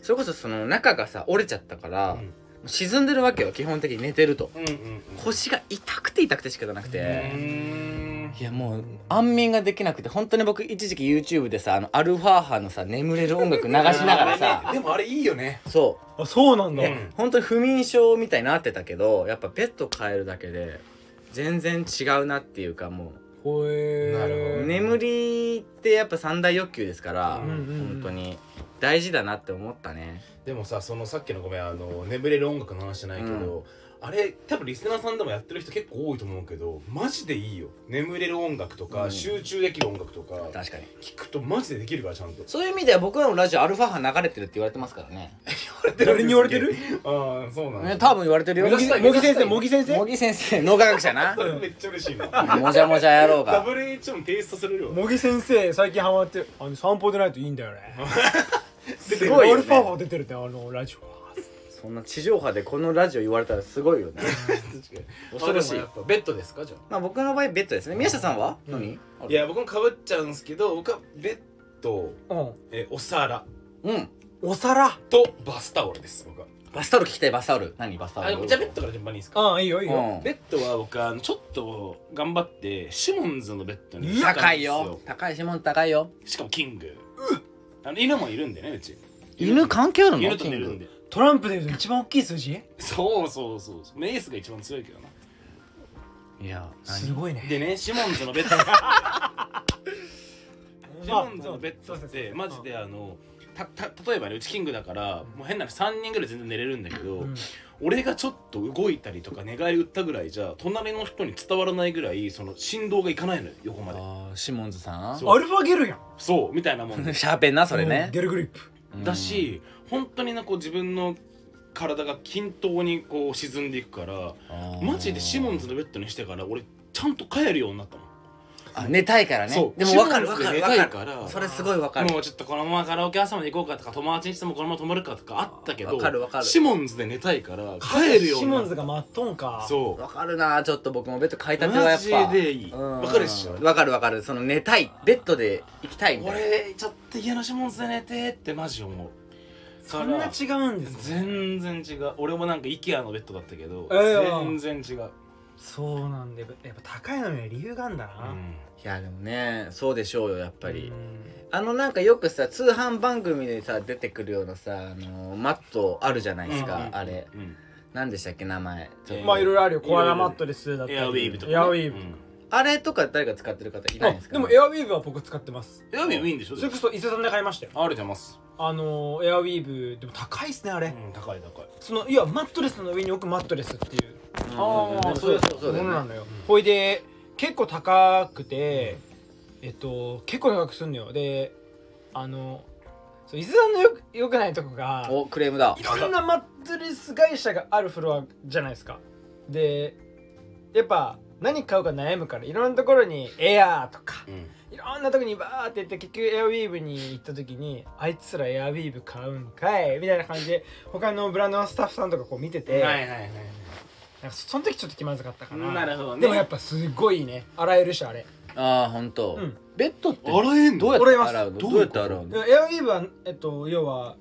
[SPEAKER 1] それこそその中がさ折れちゃったから、
[SPEAKER 3] うん
[SPEAKER 1] 沈んでるわけよ基本的に寝てると
[SPEAKER 3] うんうん
[SPEAKER 1] 腰が痛くて痛くて仕方なく
[SPEAKER 3] う
[SPEAKER 1] て、
[SPEAKER 3] ん
[SPEAKER 1] いやもう安眠ができなくて本当に僕一時期 YouTube でさあのアルファ波のさ眠れる音楽流しながら
[SPEAKER 3] あれね
[SPEAKER 1] さ
[SPEAKER 3] でもあれいいよね
[SPEAKER 1] そ
[SPEAKER 2] あそうなん
[SPEAKER 1] う
[SPEAKER 2] だ、
[SPEAKER 1] ね、
[SPEAKER 3] うん
[SPEAKER 1] 本当に不眠症みたいになってたけどやっぱベッド変えるだけで全然違うなっていうかもう
[SPEAKER 2] ほえ
[SPEAKER 3] なるほどね
[SPEAKER 1] 眠りってやっぱ三大欲求ですから、
[SPEAKER 3] うん
[SPEAKER 2] うんうん
[SPEAKER 1] 本当に大事だなって思ったね
[SPEAKER 3] でもさそのさっきのごめんあの眠れる音楽の話じゃないけど、あれ多分リスナーさんでもやってる人結構多いと思うけどマジでいいよ眠れる音楽とか、
[SPEAKER 1] うん
[SPEAKER 3] 集中できる音楽とか
[SPEAKER 1] 確かに
[SPEAKER 3] 聞くとマジでできるからちゃんと
[SPEAKER 1] そういう意味では僕らのラジオアルファ波流れてるって言われてますからね
[SPEAKER 2] 誰に言われてる
[SPEAKER 3] ああそうなんだ
[SPEAKER 1] ね多分言われてるよ
[SPEAKER 2] 茂木茂木先生茂木先生
[SPEAKER 1] 茂木先生脳科学者な
[SPEAKER 3] それめっちゃ嬉しい な
[SPEAKER 1] もじゃもじゃ野郎が
[SPEAKER 3] WHO も提出させれるわ
[SPEAKER 2] 茂木先生最近ハマってるあの散歩でないといいんだよね
[SPEAKER 1] すごいよ
[SPEAKER 2] アルファ
[SPEAKER 1] ね
[SPEAKER 2] 波出てるってあのラジオは
[SPEAKER 1] そんな地上波でこのラジオ言われたらすごいよね
[SPEAKER 3] 確かに
[SPEAKER 1] 恐ろしい
[SPEAKER 3] あでもやっぱベッドですかじゃ
[SPEAKER 1] まあ僕の場合ベッドですね宮下さんは何
[SPEAKER 3] あいや僕もかぶっちゃうんですけど僕はベッド
[SPEAKER 2] う
[SPEAKER 3] えお皿
[SPEAKER 1] うん
[SPEAKER 2] んお皿
[SPEAKER 3] とバスタオルです僕は
[SPEAKER 1] バスタオル聞きたいバスタオル何バスタオ
[SPEAKER 3] あ
[SPEAKER 1] ル
[SPEAKER 3] でもじゃあベッドから順番にいいですか
[SPEAKER 2] ああいいよいいよ
[SPEAKER 1] うん
[SPEAKER 3] ベッドは僕あのちょっと頑張ってシモンズのベッドにしたんです
[SPEAKER 1] 高いよ高いシモン高いよ
[SPEAKER 3] しかもキングあの犬もいるんでねうち
[SPEAKER 1] 犬関係あるの
[SPEAKER 3] 犬と寝るんで
[SPEAKER 2] トランプでいうと一番大きい数字
[SPEAKER 3] そうそうそうそうメイスが一番強いけどない
[SPEAKER 1] や
[SPEAKER 2] すごいね
[SPEAKER 3] でねシモンズのベッド シモンズのベッドってマジであのたた例えばねうちキングだからもう変な話3人ぐらい全然寝れるんだけど、
[SPEAKER 2] うん
[SPEAKER 3] 俺がちょっと動いたりとか寝返り打ったぐらいじゃ隣の人に伝わらないぐらいその振動がいかないのよ横まで
[SPEAKER 1] あーシモンズさん
[SPEAKER 3] そ
[SPEAKER 2] アルファゲルやん
[SPEAKER 3] そうみたいなもんで
[SPEAKER 1] シャーペンなそれね
[SPEAKER 2] うんゲルグリップ
[SPEAKER 1] うん
[SPEAKER 3] だし本当になこう自分の体が均等にこう沈んでいくから
[SPEAKER 1] あー
[SPEAKER 3] マジでシモンズのベッドにしてから俺ちゃんと帰るようになったもん
[SPEAKER 1] あ寝たいからね
[SPEAKER 3] そう
[SPEAKER 1] でもわかるわ
[SPEAKER 3] シモンズ
[SPEAKER 1] か
[SPEAKER 3] で
[SPEAKER 1] る
[SPEAKER 3] 寝
[SPEAKER 1] わ
[SPEAKER 3] た
[SPEAKER 1] か
[SPEAKER 3] い
[SPEAKER 1] る
[SPEAKER 3] から
[SPEAKER 1] それすごいわかる
[SPEAKER 3] もうちょっとこのままカラオケ朝まで行こうかとか友達にしてもこのまま泊まるかとかあったけ
[SPEAKER 1] あー
[SPEAKER 3] ど
[SPEAKER 1] わかるわかる
[SPEAKER 3] シモンズで寝たいから帰るよう
[SPEAKER 2] シ
[SPEAKER 3] にな
[SPEAKER 2] モ
[SPEAKER 3] っ
[SPEAKER 2] ンズ
[SPEAKER 3] た
[SPEAKER 2] がマットンか
[SPEAKER 3] そう
[SPEAKER 1] わかるなちょっと僕もベッド買いたてはやっぱ
[SPEAKER 3] マジでいい
[SPEAKER 1] うん
[SPEAKER 3] わかるっしょ
[SPEAKER 1] わかるわかるその寝たいベッドで行きたいみたいな
[SPEAKER 3] 俺ちょっと家の指紋連れてってマジ思う
[SPEAKER 2] そんな
[SPEAKER 3] から
[SPEAKER 2] 違うんですね
[SPEAKER 3] 全然違う俺もなんか IKEA のベッドだったけど、
[SPEAKER 2] ええ
[SPEAKER 3] 全然違う、
[SPEAKER 2] そうなんでやっぱ高いのには理由があんだな、
[SPEAKER 3] うん
[SPEAKER 1] いやでもねそうでしょうよやっぱり
[SPEAKER 2] うん
[SPEAKER 1] あのなんかよくさ通販番組でさ出てくるようなさあのマットあるじゃないです
[SPEAKER 3] うん
[SPEAKER 1] か
[SPEAKER 3] うん
[SPEAKER 1] あれ
[SPEAKER 3] うん
[SPEAKER 1] 何でしたっけ名前ちょっと
[SPEAKER 3] えー
[SPEAKER 2] まあいろいろあるよコアラマットレスだったり
[SPEAKER 3] エアウィーブとかね、
[SPEAKER 2] エアウィーブ
[SPEAKER 3] うん
[SPEAKER 1] あれとか誰か使ってる方いないんです
[SPEAKER 2] あ
[SPEAKER 1] か
[SPEAKER 2] でもエアウィーブは僕使ってます
[SPEAKER 3] エアウィーブいいんでしょ
[SPEAKER 2] それこそ伊勢さんで買いましたよ
[SPEAKER 3] ありがとうございます、
[SPEAKER 2] あのーエアウィーブでも高いっすねあれ、
[SPEAKER 3] うん、高い高い
[SPEAKER 2] そのいやマットレスの上に置くマットレスっていう
[SPEAKER 1] うん
[SPEAKER 2] ああ
[SPEAKER 1] そうそうそうだ
[SPEAKER 2] ものな
[SPEAKER 1] よね
[SPEAKER 2] のよ
[SPEAKER 3] ん
[SPEAKER 2] ほいで結構高くて、えっと結構高くすんのよであのそう伊豆さんのよくよくないとこが
[SPEAKER 1] おクレームだ
[SPEAKER 2] いろんなマットレス会社があるフロアじゃないですかでやっぱ何買うか悩むからいろんなところにエアーとか
[SPEAKER 3] うん
[SPEAKER 2] いろんなとこにバーって行って結局エアウィーブに行った時にあいつらエアウィーブ買うんかいみたいな感じで他のブランドのスタッフさんとかこう見てて、
[SPEAKER 3] はいはいはい
[SPEAKER 2] なんかその時ちょっと気まずかったかな
[SPEAKER 3] なるほどね
[SPEAKER 2] でもやっぱすごいね洗えるしあれ
[SPEAKER 1] ああ本当
[SPEAKER 2] うん
[SPEAKER 1] ベッドって
[SPEAKER 3] 洗えんの
[SPEAKER 1] どうやって洗うの
[SPEAKER 3] ど
[SPEAKER 1] どう
[SPEAKER 3] うい
[SPEAKER 1] や
[SPEAKER 3] う
[SPEAKER 1] っ
[SPEAKER 3] こと
[SPEAKER 1] て洗う
[SPEAKER 2] で
[SPEAKER 1] の
[SPEAKER 2] エアウィーブはえっと要は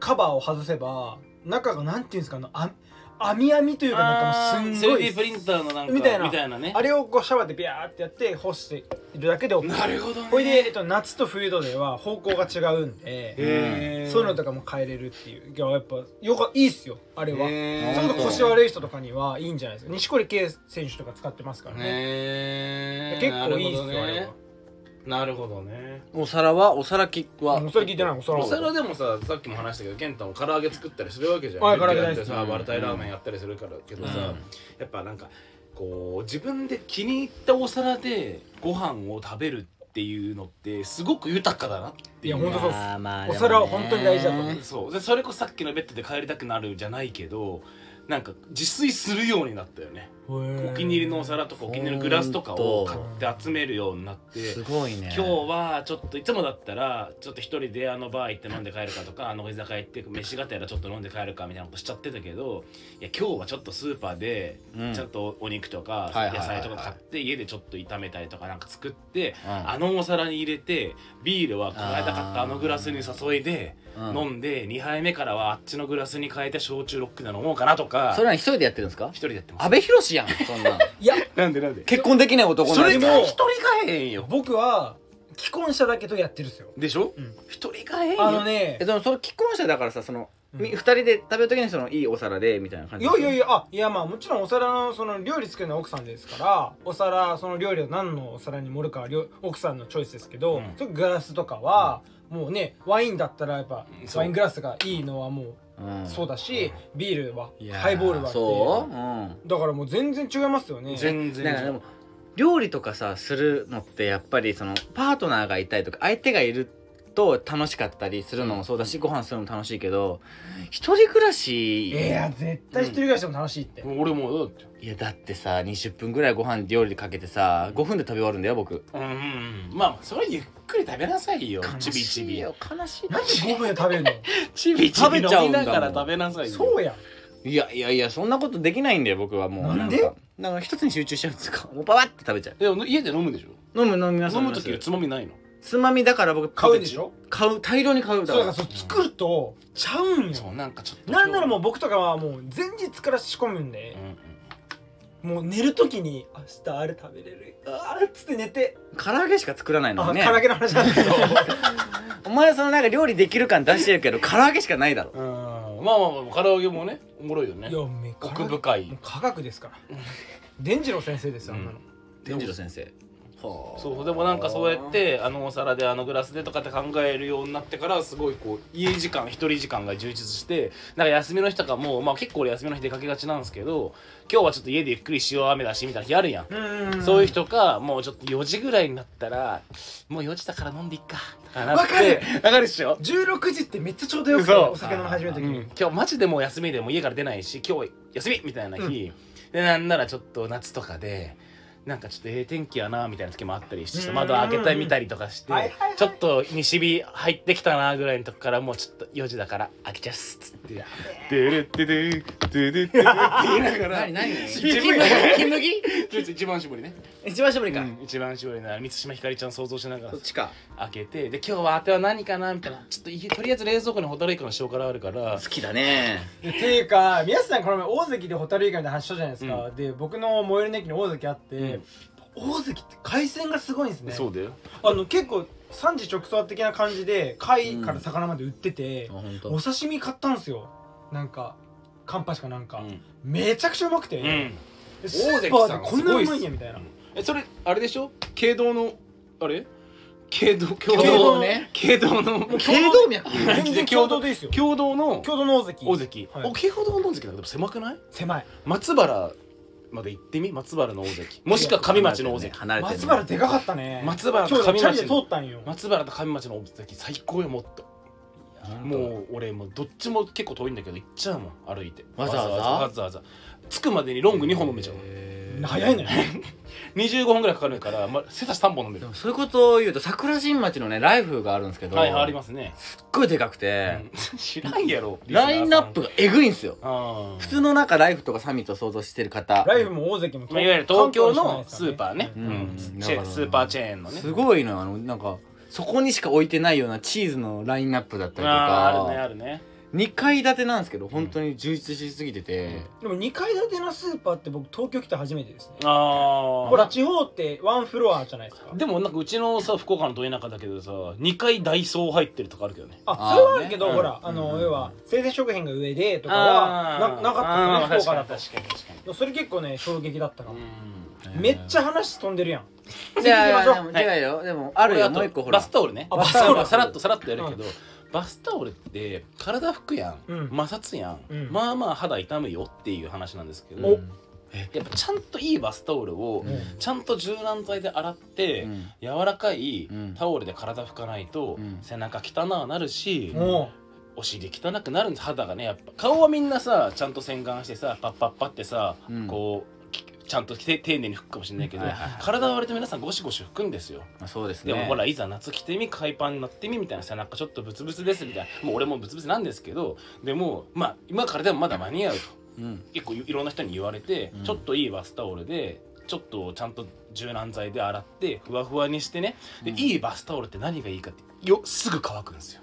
[SPEAKER 2] カバーを外せば中がなんていうんですかあのあ網網というかなんかもうすんごい
[SPEAKER 3] 3D プリンターのなんか
[SPEAKER 2] みたいな
[SPEAKER 3] ね
[SPEAKER 2] あれをこうシャワーでビャーってやって干しているだけで OK
[SPEAKER 3] なるほどね
[SPEAKER 2] これで、えっと、夏と冬とでは方向が違うんで
[SPEAKER 3] へえ
[SPEAKER 2] そういうのとかも変えれるっていういややっぱよかいいっすよあれは
[SPEAKER 3] へ
[SPEAKER 2] それこそ腰悪い人とかにはいいんじゃないですか錦織圭選手とか使ってますからね
[SPEAKER 3] へえ
[SPEAKER 2] 結構いいっすよ、あれは
[SPEAKER 3] なるほどね
[SPEAKER 1] お皿はお皿キックは
[SPEAKER 2] もうそれ聞いてないお皿
[SPEAKER 3] お
[SPEAKER 2] は
[SPEAKER 3] 皿でもささっきも話したけど健太も唐揚げ作ったりするわけじゃん
[SPEAKER 2] はい唐揚げ
[SPEAKER 3] だっ
[SPEAKER 2] 大好
[SPEAKER 3] て
[SPEAKER 2] き
[SPEAKER 3] さバルタイラーメンやったりするからけどさ、
[SPEAKER 1] うん
[SPEAKER 3] やっぱなんかこう自分で気に入ったお皿でご飯を食べるっていうのってすごく豊かだなって
[SPEAKER 2] い
[SPEAKER 3] い
[SPEAKER 2] やほんとそうっす
[SPEAKER 1] まあまあ
[SPEAKER 2] お皿は本当に大事だと思う
[SPEAKER 1] でもね
[SPEAKER 3] そうでそれこそさっきのベッドで帰りたくなるじゃないけどなんか自炊するようになったよね
[SPEAKER 2] お
[SPEAKER 3] お気に入りのお皿とかお気に入りのグラスとかを買って集めるようになって
[SPEAKER 1] すごいね
[SPEAKER 3] 今日はちょっといつもだったらちょっと一人であのバー行って飲んで帰るかとかあの居酒屋行って飯がてらちょっと飲んで帰るかみたいなことしちゃってたけどいや今日はちょっとスーパーで
[SPEAKER 1] うん
[SPEAKER 3] ちゃんとお肉とか
[SPEAKER 1] はいはい
[SPEAKER 3] 野
[SPEAKER 1] はいはい
[SPEAKER 3] 菜とか買って家でちょっと炒めたりとかなんか作って
[SPEAKER 1] うん
[SPEAKER 3] あのお皿に入れてビールはこの間買ったあのグラスに注いで
[SPEAKER 1] うん
[SPEAKER 3] 飲んで2杯目からはあっちのグラスに変えて焼酎ロックで飲もうかなとか
[SPEAKER 1] それは一人でやってるんですか
[SPEAKER 3] 一人でやってます
[SPEAKER 1] 安倍博士やんそん なん
[SPEAKER 2] いや
[SPEAKER 3] なんでなんで
[SPEAKER 1] 結婚できない男
[SPEAKER 3] そ
[SPEAKER 1] の
[SPEAKER 3] れ
[SPEAKER 1] で
[SPEAKER 3] も
[SPEAKER 1] も
[SPEAKER 3] 一人がええんよ
[SPEAKER 2] 僕は既婚者だけどやってるっすよ
[SPEAKER 3] でしょ
[SPEAKER 2] うん
[SPEAKER 3] 一人がええんよ
[SPEAKER 2] あのね
[SPEAKER 1] えでもそれ既婚者だからさそのみ二人で食べる時にそのいいお皿でみたいな感
[SPEAKER 2] い
[SPEAKER 1] じ
[SPEAKER 2] やいやい
[SPEAKER 1] や
[SPEAKER 2] やあいやまあもちろんお皿のその料理作るのは奥さんですからお皿その料理を何のお皿に盛るかはりょ奥さんのチョイスですけど、
[SPEAKER 3] うん
[SPEAKER 2] ちょっとグラスとかは、もうねワインだったらやっぱ
[SPEAKER 3] うんそう
[SPEAKER 2] ワイングラスがいいのはもうそうだし、ビールはい
[SPEAKER 1] や
[SPEAKER 2] ハイボールはっていう
[SPEAKER 1] そううん
[SPEAKER 2] だからもう全然違いますよね
[SPEAKER 3] 全然
[SPEAKER 1] だからでも料理とかさするのってやっぱりそのパートナーがいたりとか相手がいると楽しかったりするのもそうだしご飯するのも楽しいけど一人暮らし
[SPEAKER 2] いや絶対一人暮らしでも楽しいって、
[SPEAKER 3] 俺もだって
[SPEAKER 1] いやだってさ20分ぐらいご飯料理かけてさ5分で食べ終わるんだよ僕
[SPEAKER 3] うんうんうんまあそれはゆっくり食べなさいよちびち
[SPEAKER 1] 悲しい
[SPEAKER 3] び
[SPEAKER 1] よ悲しい
[SPEAKER 2] なんで5分で食べるの
[SPEAKER 3] ちびちび
[SPEAKER 1] 食べ
[SPEAKER 3] 飲
[SPEAKER 1] ちゃう
[SPEAKER 3] み
[SPEAKER 1] んだも
[SPEAKER 3] なんがら食べなさいよ
[SPEAKER 2] そうや
[SPEAKER 1] いやいやいやそんなことできないんだよ僕はもう
[SPEAKER 2] なんで
[SPEAKER 1] かなんか一つに集中しちゃうんですかもうパワって食べちゃ
[SPEAKER 3] でも家で飲むでしょ
[SPEAKER 1] う飲む飲みます
[SPEAKER 3] 飲む
[SPEAKER 1] 飲
[SPEAKER 3] 時
[SPEAKER 1] み
[SPEAKER 3] は
[SPEAKER 1] ます
[SPEAKER 3] つまみないの
[SPEAKER 1] つまみだから僕
[SPEAKER 2] 買うんでしょ
[SPEAKER 1] 買う大量に買うだ
[SPEAKER 2] そう
[SPEAKER 1] か
[SPEAKER 2] だかららそう作るとちゃうん
[SPEAKER 3] そう
[SPEAKER 2] よ
[SPEAKER 3] なんかちょっと
[SPEAKER 2] なんならもう僕とかはもう前日から仕込むんで
[SPEAKER 3] う、んうん
[SPEAKER 2] もう寝るときに明日あれ食べれるあれっつって寝て、
[SPEAKER 1] 唐揚げしか作らないの
[SPEAKER 2] あ
[SPEAKER 1] にね
[SPEAKER 2] 唐揚げの話 なんだけど
[SPEAKER 1] お前そのなんか料理できる感出してるけ ど唐揚げしかないだろ
[SPEAKER 3] うんまあまあまあ唐揚げもねおもろいよね
[SPEAKER 2] いやめか
[SPEAKER 3] 奥深い
[SPEAKER 2] 科学です から伝次郎先生ですよあんなの、
[SPEAKER 1] 天次郎先生はあ
[SPEAKER 3] そうでもなんかそうやってあのお皿であのグラスでとかって考えるようになってからすごいこう家時間一人時間が充実してなんか休みの日とかもまあ結構俺休みの日出かけがちなんですけど今日はちょっと家でゆっくりしよう雨だしみたいな日あるやん、
[SPEAKER 2] うん
[SPEAKER 3] そういう人かもうちょっと4時ぐらいになったらもう4時だから飲んでいっかとかなって
[SPEAKER 2] わかる
[SPEAKER 3] わかるっしょ
[SPEAKER 2] 16時ってめっちゃちょうどよくて
[SPEAKER 3] そう
[SPEAKER 2] お酒飲み始めた時に、
[SPEAKER 3] うん今日マジでもう休みでもう家から出ないし今日休みみたいな日、でなんならちょっと夏とかでなんかちょっとええ天気やなみたいな時もあったりしてちょっと窓開けたり見たりとかして、
[SPEAKER 2] うんはいはいはい
[SPEAKER 3] ちょっと西日入ってきたなぐらいのとこからもうちょっと4時だから開けちゃうっすっつって「ドゥルッドゥドゥドゥルッドゥルッドゥルッ」って言いながら
[SPEAKER 1] 何何
[SPEAKER 3] 自分
[SPEAKER 1] 金麦
[SPEAKER 3] ちょちょ一番絞りね、
[SPEAKER 1] 一番絞りか、
[SPEAKER 3] 一番絞りな満島ひかりちゃん想像しながら
[SPEAKER 1] そっちか
[SPEAKER 3] 開けてで今日はあては何かなみたいなちょっといとりあえず冷蔵庫にホタルイカの塩辛あるから
[SPEAKER 1] 好きだね
[SPEAKER 2] っていうか宮下さんこの前大関でホタルイカみたいな話したじゃないですか、で僕の最寄りの駅に大関あって、
[SPEAKER 3] うん
[SPEAKER 2] 大関って海鮮がすごいんですね
[SPEAKER 3] そうだよ
[SPEAKER 2] あの結構産地直送的な感じで貝から魚まで売ってて、
[SPEAKER 1] 本
[SPEAKER 2] お刺身買ったんですよなんかカンパチかなんか、
[SPEAKER 3] うん
[SPEAKER 2] めちゃくちゃうまくて、
[SPEAKER 3] うん
[SPEAKER 2] スーパーでこんなう
[SPEAKER 3] 大関さんすご
[SPEAKER 2] ま
[SPEAKER 3] いっ
[SPEAKER 2] いん
[SPEAKER 3] す
[SPEAKER 2] やみたいな、
[SPEAKER 3] えそれあれでしょ慶道のあれ慶道
[SPEAKER 1] 共同ね
[SPEAKER 3] 慶道の
[SPEAKER 1] 頸動脈
[SPEAKER 2] 全然共 同でいいっすよ
[SPEAKER 3] 共同の
[SPEAKER 2] 共同の大関
[SPEAKER 3] 大関
[SPEAKER 2] はい
[SPEAKER 3] お慶道の大関なんかでも狭くない
[SPEAKER 2] 狭い
[SPEAKER 3] 松原まで行ってみ松原の大関もしくは上町の大関
[SPEAKER 1] 離れてるね
[SPEAKER 2] 松原でかかったね
[SPEAKER 3] 松原
[SPEAKER 2] 今
[SPEAKER 3] と
[SPEAKER 2] 日
[SPEAKER 3] 上
[SPEAKER 2] ねチャリで
[SPEAKER 3] 町
[SPEAKER 2] 通
[SPEAKER 3] の
[SPEAKER 2] ったんよ
[SPEAKER 3] 松原と上町の大関最高よもっとも
[SPEAKER 1] もう
[SPEAKER 3] う俺もうどっちも結構遠いんだけど行っちゃうもん歩いて
[SPEAKER 1] わざわざ
[SPEAKER 3] わざわざ着くまでにロング2本飲めちゃう
[SPEAKER 2] 早い ね
[SPEAKER 3] 25分ぐらいかかるから、まあ、背差3本飲め
[SPEAKER 1] で
[SPEAKER 3] る
[SPEAKER 1] もそういうことを言うと桜新町のねライフがあるんですけど、
[SPEAKER 3] はいはいありますね
[SPEAKER 1] すっごいでかくて、
[SPEAKER 3] 知らんやろ
[SPEAKER 1] ラインナップがえぐいんすよ
[SPEAKER 3] あ
[SPEAKER 1] 普
[SPEAKER 3] ー
[SPEAKER 1] 通の中ライフとかサミット想像してる方
[SPEAKER 2] ライフも大関も
[SPEAKER 3] まあ、いわゆる東京の
[SPEAKER 2] 関東し
[SPEAKER 3] ス
[SPEAKER 2] かないですから
[SPEAKER 3] ーパーね、
[SPEAKER 2] う
[SPEAKER 3] うんん
[SPEAKER 1] うん
[SPEAKER 3] チェ
[SPEAKER 1] だから
[SPEAKER 3] スーパーチェーンのね
[SPEAKER 1] すごいのよあのなんかそこにしか置いてないようなチーズのラインナップだったりと
[SPEAKER 3] あーあるね
[SPEAKER 1] か
[SPEAKER 3] あるね
[SPEAKER 1] 2階建てなんですけど本当に充実しすぎてて、
[SPEAKER 2] でも2階建てのスーパーって僕東京来て初めてですね
[SPEAKER 3] ああ
[SPEAKER 2] ほら地方ってワンフロアじゃないですか
[SPEAKER 3] でもなんかうちのさ福岡のど田舎だけどさ2階ダイソー入ってるとかあるけどね
[SPEAKER 2] あそれはあるけ
[SPEAKER 1] あー
[SPEAKER 2] ど
[SPEAKER 1] ね
[SPEAKER 2] ほら
[SPEAKER 1] うん
[SPEAKER 2] あ
[SPEAKER 1] う
[SPEAKER 2] の
[SPEAKER 1] ん
[SPEAKER 2] 要は生鮮食品が上でとかはななかった
[SPEAKER 3] で
[SPEAKER 2] ですすね福岡だと
[SPEAKER 3] 確かに確かに
[SPEAKER 2] それ結構ね衝撃だったか
[SPEAKER 3] う
[SPEAKER 2] ら
[SPEAKER 3] ん
[SPEAKER 2] めっち
[SPEAKER 1] ゃ
[SPEAKER 2] ゃ話飛んでるやん
[SPEAKER 1] じゃあ
[SPEAKER 2] 次行きましょう
[SPEAKER 1] でも違うよ、でもあるよ
[SPEAKER 3] 俺
[SPEAKER 1] も
[SPEAKER 3] と
[SPEAKER 1] う一個ほら
[SPEAKER 3] バスタオルね
[SPEAKER 2] あ
[SPEAKER 3] バ
[SPEAKER 2] バ
[SPEAKER 3] ス
[SPEAKER 2] ス
[SPEAKER 3] タ
[SPEAKER 2] タ
[SPEAKER 3] オ
[SPEAKER 2] オ
[SPEAKER 3] ル
[SPEAKER 2] ル
[SPEAKER 3] さらっとさらっとやるけど、バスタオルって体拭くやん、
[SPEAKER 2] うん
[SPEAKER 3] 摩擦やん、
[SPEAKER 2] うん
[SPEAKER 3] まあまあ肌痛むよっていう話なんですけど、
[SPEAKER 1] お、
[SPEAKER 3] やっぱちゃんといいバスタオルを
[SPEAKER 2] うん
[SPEAKER 3] ちゃんと柔軟剤で洗って、
[SPEAKER 1] うん
[SPEAKER 3] 柔らかい
[SPEAKER 1] うん
[SPEAKER 3] タオルで体拭かないと
[SPEAKER 1] うん
[SPEAKER 3] 背中汚くなるし、
[SPEAKER 2] も
[SPEAKER 3] お尻汚くなるんです肌がねやっぱ顔はみんなさちゃんと洗顔してさパッパッパってさ、
[SPEAKER 1] うん
[SPEAKER 3] こうきちゃんとて丁寧に拭くかもしれないけど、
[SPEAKER 1] はいはいはい
[SPEAKER 3] 体は割と皆さんゴシゴシ拭くんですよ。
[SPEAKER 1] まあ、そうですね
[SPEAKER 3] でもほらいざ夏着てみ海パンになってみみたいな背中ちょっとブツブツですみたいなもう俺もブツブツなんですけどでもまあ今からでもまだ間に合うと
[SPEAKER 1] うん
[SPEAKER 3] 結構いいろんな人に言われて、
[SPEAKER 1] うん
[SPEAKER 3] ちょっといいバスタオルでちょっとちゃんと柔軟剤で洗ってふわふわにしてねで、
[SPEAKER 1] うん
[SPEAKER 3] いいバスタオルって何がいいかってよすぐ乾くんですよ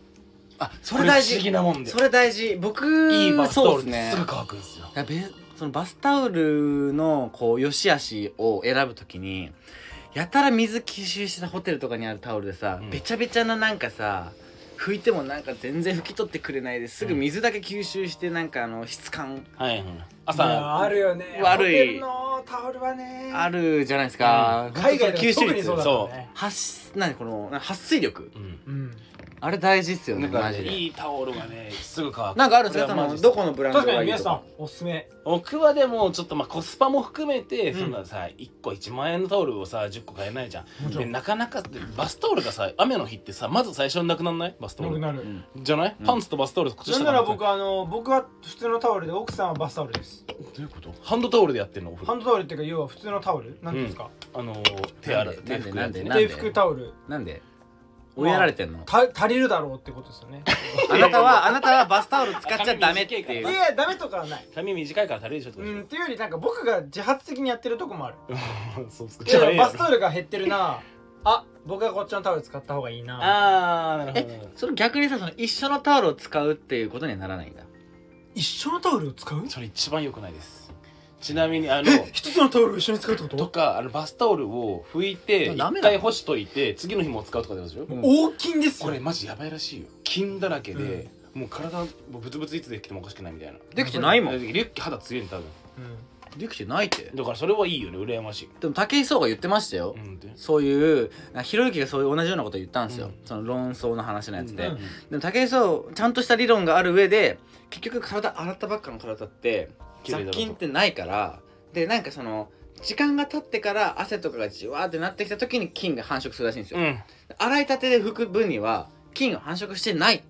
[SPEAKER 1] あそれ大
[SPEAKER 3] これ不
[SPEAKER 1] 事
[SPEAKER 3] 思議なもんで
[SPEAKER 1] それ大事僕
[SPEAKER 3] いいバスタオル
[SPEAKER 1] そう
[SPEAKER 3] っ
[SPEAKER 1] で
[SPEAKER 3] て
[SPEAKER 1] す
[SPEAKER 3] す
[SPEAKER 1] ね
[SPEAKER 3] ぐ乾くんですよ
[SPEAKER 1] いやべそのバスタオルのこう良し悪しを選ぶときにやたら水吸収したホテルとかにあるタオルでさ、
[SPEAKER 3] うん
[SPEAKER 1] べちゃべちゃななんかさ拭いてもなんか全然拭き取ってくれないですぐ水だけ吸収してなんかあの質感
[SPEAKER 3] はいはい
[SPEAKER 2] いや
[SPEAKER 3] 朝
[SPEAKER 2] あるよね
[SPEAKER 1] 悪い
[SPEAKER 2] ホテルのタオルはね
[SPEAKER 1] あるじゃないですか、
[SPEAKER 3] う
[SPEAKER 2] 海外でも特にそうだ
[SPEAKER 1] だ
[SPEAKER 2] ったね
[SPEAKER 1] 発なんかこのなんか撥水力
[SPEAKER 3] うん
[SPEAKER 2] うん
[SPEAKER 1] あれ大事っすよね
[SPEAKER 3] なんか
[SPEAKER 1] マジ
[SPEAKER 3] ね
[SPEAKER 1] で
[SPEAKER 3] いいタオルがねすぐ乾く
[SPEAKER 1] なんかあるんですか
[SPEAKER 3] こ
[SPEAKER 1] そ
[SPEAKER 3] れはマ
[SPEAKER 1] の
[SPEAKER 3] ジ
[SPEAKER 1] どこのブランド
[SPEAKER 2] 確か
[SPEAKER 1] が
[SPEAKER 2] に
[SPEAKER 1] いい
[SPEAKER 2] 皆
[SPEAKER 1] と
[SPEAKER 2] さん
[SPEAKER 1] か
[SPEAKER 2] おすすめ
[SPEAKER 3] 僕はでもちょっとまあコスパも含めて、
[SPEAKER 2] うん
[SPEAKER 3] そんなさ1個1万円のタオルをさ10個買えないじゃん
[SPEAKER 2] もちろ
[SPEAKER 3] で
[SPEAKER 2] ん
[SPEAKER 3] なかなかでバスタオルがさ雨の日ってさまず最初になくなんないバスタ
[SPEAKER 2] な
[SPEAKER 3] オ
[SPEAKER 2] く
[SPEAKER 3] ル
[SPEAKER 2] なる
[SPEAKER 1] ん
[SPEAKER 3] じゃない、
[SPEAKER 1] うん
[SPEAKER 3] パンツとバスタオルと靴
[SPEAKER 2] な
[SPEAKER 3] 下
[SPEAKER 2] んなら僕あの僕は普通のタオルで奥さんはバスタオルです
[SPEAKER 3] どういうことハンドタオルでやってんのお風
[SPEAKER 2] ハ
[SPEAKER 3] 呂
[SPEAKER 2] ンドタオルっていうか要は普通のタオルなんていうんですか
[SPEAKER 3] あのー手洗い
[SPEAKER 1] なんで
[SPEAKER 3] 手拭くやつね
[SPEAKER 1] なんで
[SPEAKER 2] 制服タオル
[SPEAKER 1] なんで追いやられてんの
[SPEAKER 2] た足りるだろうってことです よね
[SPEAKER 1] あなたはあなたはバスタオル使っちゃダメってい
[SPEAKER 2] いうやいやダメとかはない
[SPEAKER 3] 髪短いから足りるでしょっ
[SPEAKER 2] う
[SPEAKER 3] てことで
[SPEAKER 2] ん
[SPEAKER 3] し
[SPEAKER 2] っていうよりなんか僕が自発的にやってるとこもある
[SPEAKER 3] ょそうっすか
[SPEAKER 2] いや バス
[SPEAKER 3] ル
[SPEAKER 2] タオルが減ってるなあ僕はこっちのタオル使った方がいいな
[SPEAKER 3] あーなるほどなるほ
[SPEAKER 1] えその逆にさその一緒のタオルを使うっていうことにはならないんだ
[SPEAKER 2] 一緒のタオルを使う
[SPEAKER 3] どそれ一番良くないですちなみにあ の
[SPEAKER 2] え一つのタオルを一緒に使うってこと
[SPEAKER 3] とかあのバスタオルを拭いて
[SPEAKER 1] ダメ
[SPEAKER 3] 一
[SPEAKER 1] なの
[SPEAKER 3] 回干しといて次の日も使うとかってことでしょ、
[SPEAKER 1] うん
[SPEAKER 2] 大金です
[SPEAKER 3] こ
[SPEAKER 2] よ
[SPEAKER 3] れマジやばいらしいよ菌だらけで、もう体もうブツブツいつできてもおかしくないみたいな
[SPEAKER 1] できてないもん
[SPEAKER 3] リュッキ肌強いんだ多分
[SPEAKER 2] うん
[SPEAKER 1] できてないって
[SPEAKER 3] だからそれはいいよね羨ましい
[SPEAKER 1] でも武井壮が言ってましたよ、
[SPEAKER 3] うんで
[SPEAKER 1] そういうなんかひろゆきがそういう同じようなこと言ったんですよ、
[SPEAKER 3] う
[SPEAKER 1] その論争の話のやつで、
[SPEAKER 2] うん
[SPEAKER 1] でも武井壮ちゃんとした理論がある上で結局体洗ったばっかの体って
[SPEAKER 3] 綺麗
[SPEAKER 1] 雑
[SPEAKER 3] だろ
[SPEAKER 1] 菌ってないからでなんかその時間が経ってから汗とかがじわーってなってきた時に菌が繁殖するらしいんですよ、
[SPEAKER 3] うん
[SPEAKER 1] 洗いたてで拭く分には菌が繁殖してないって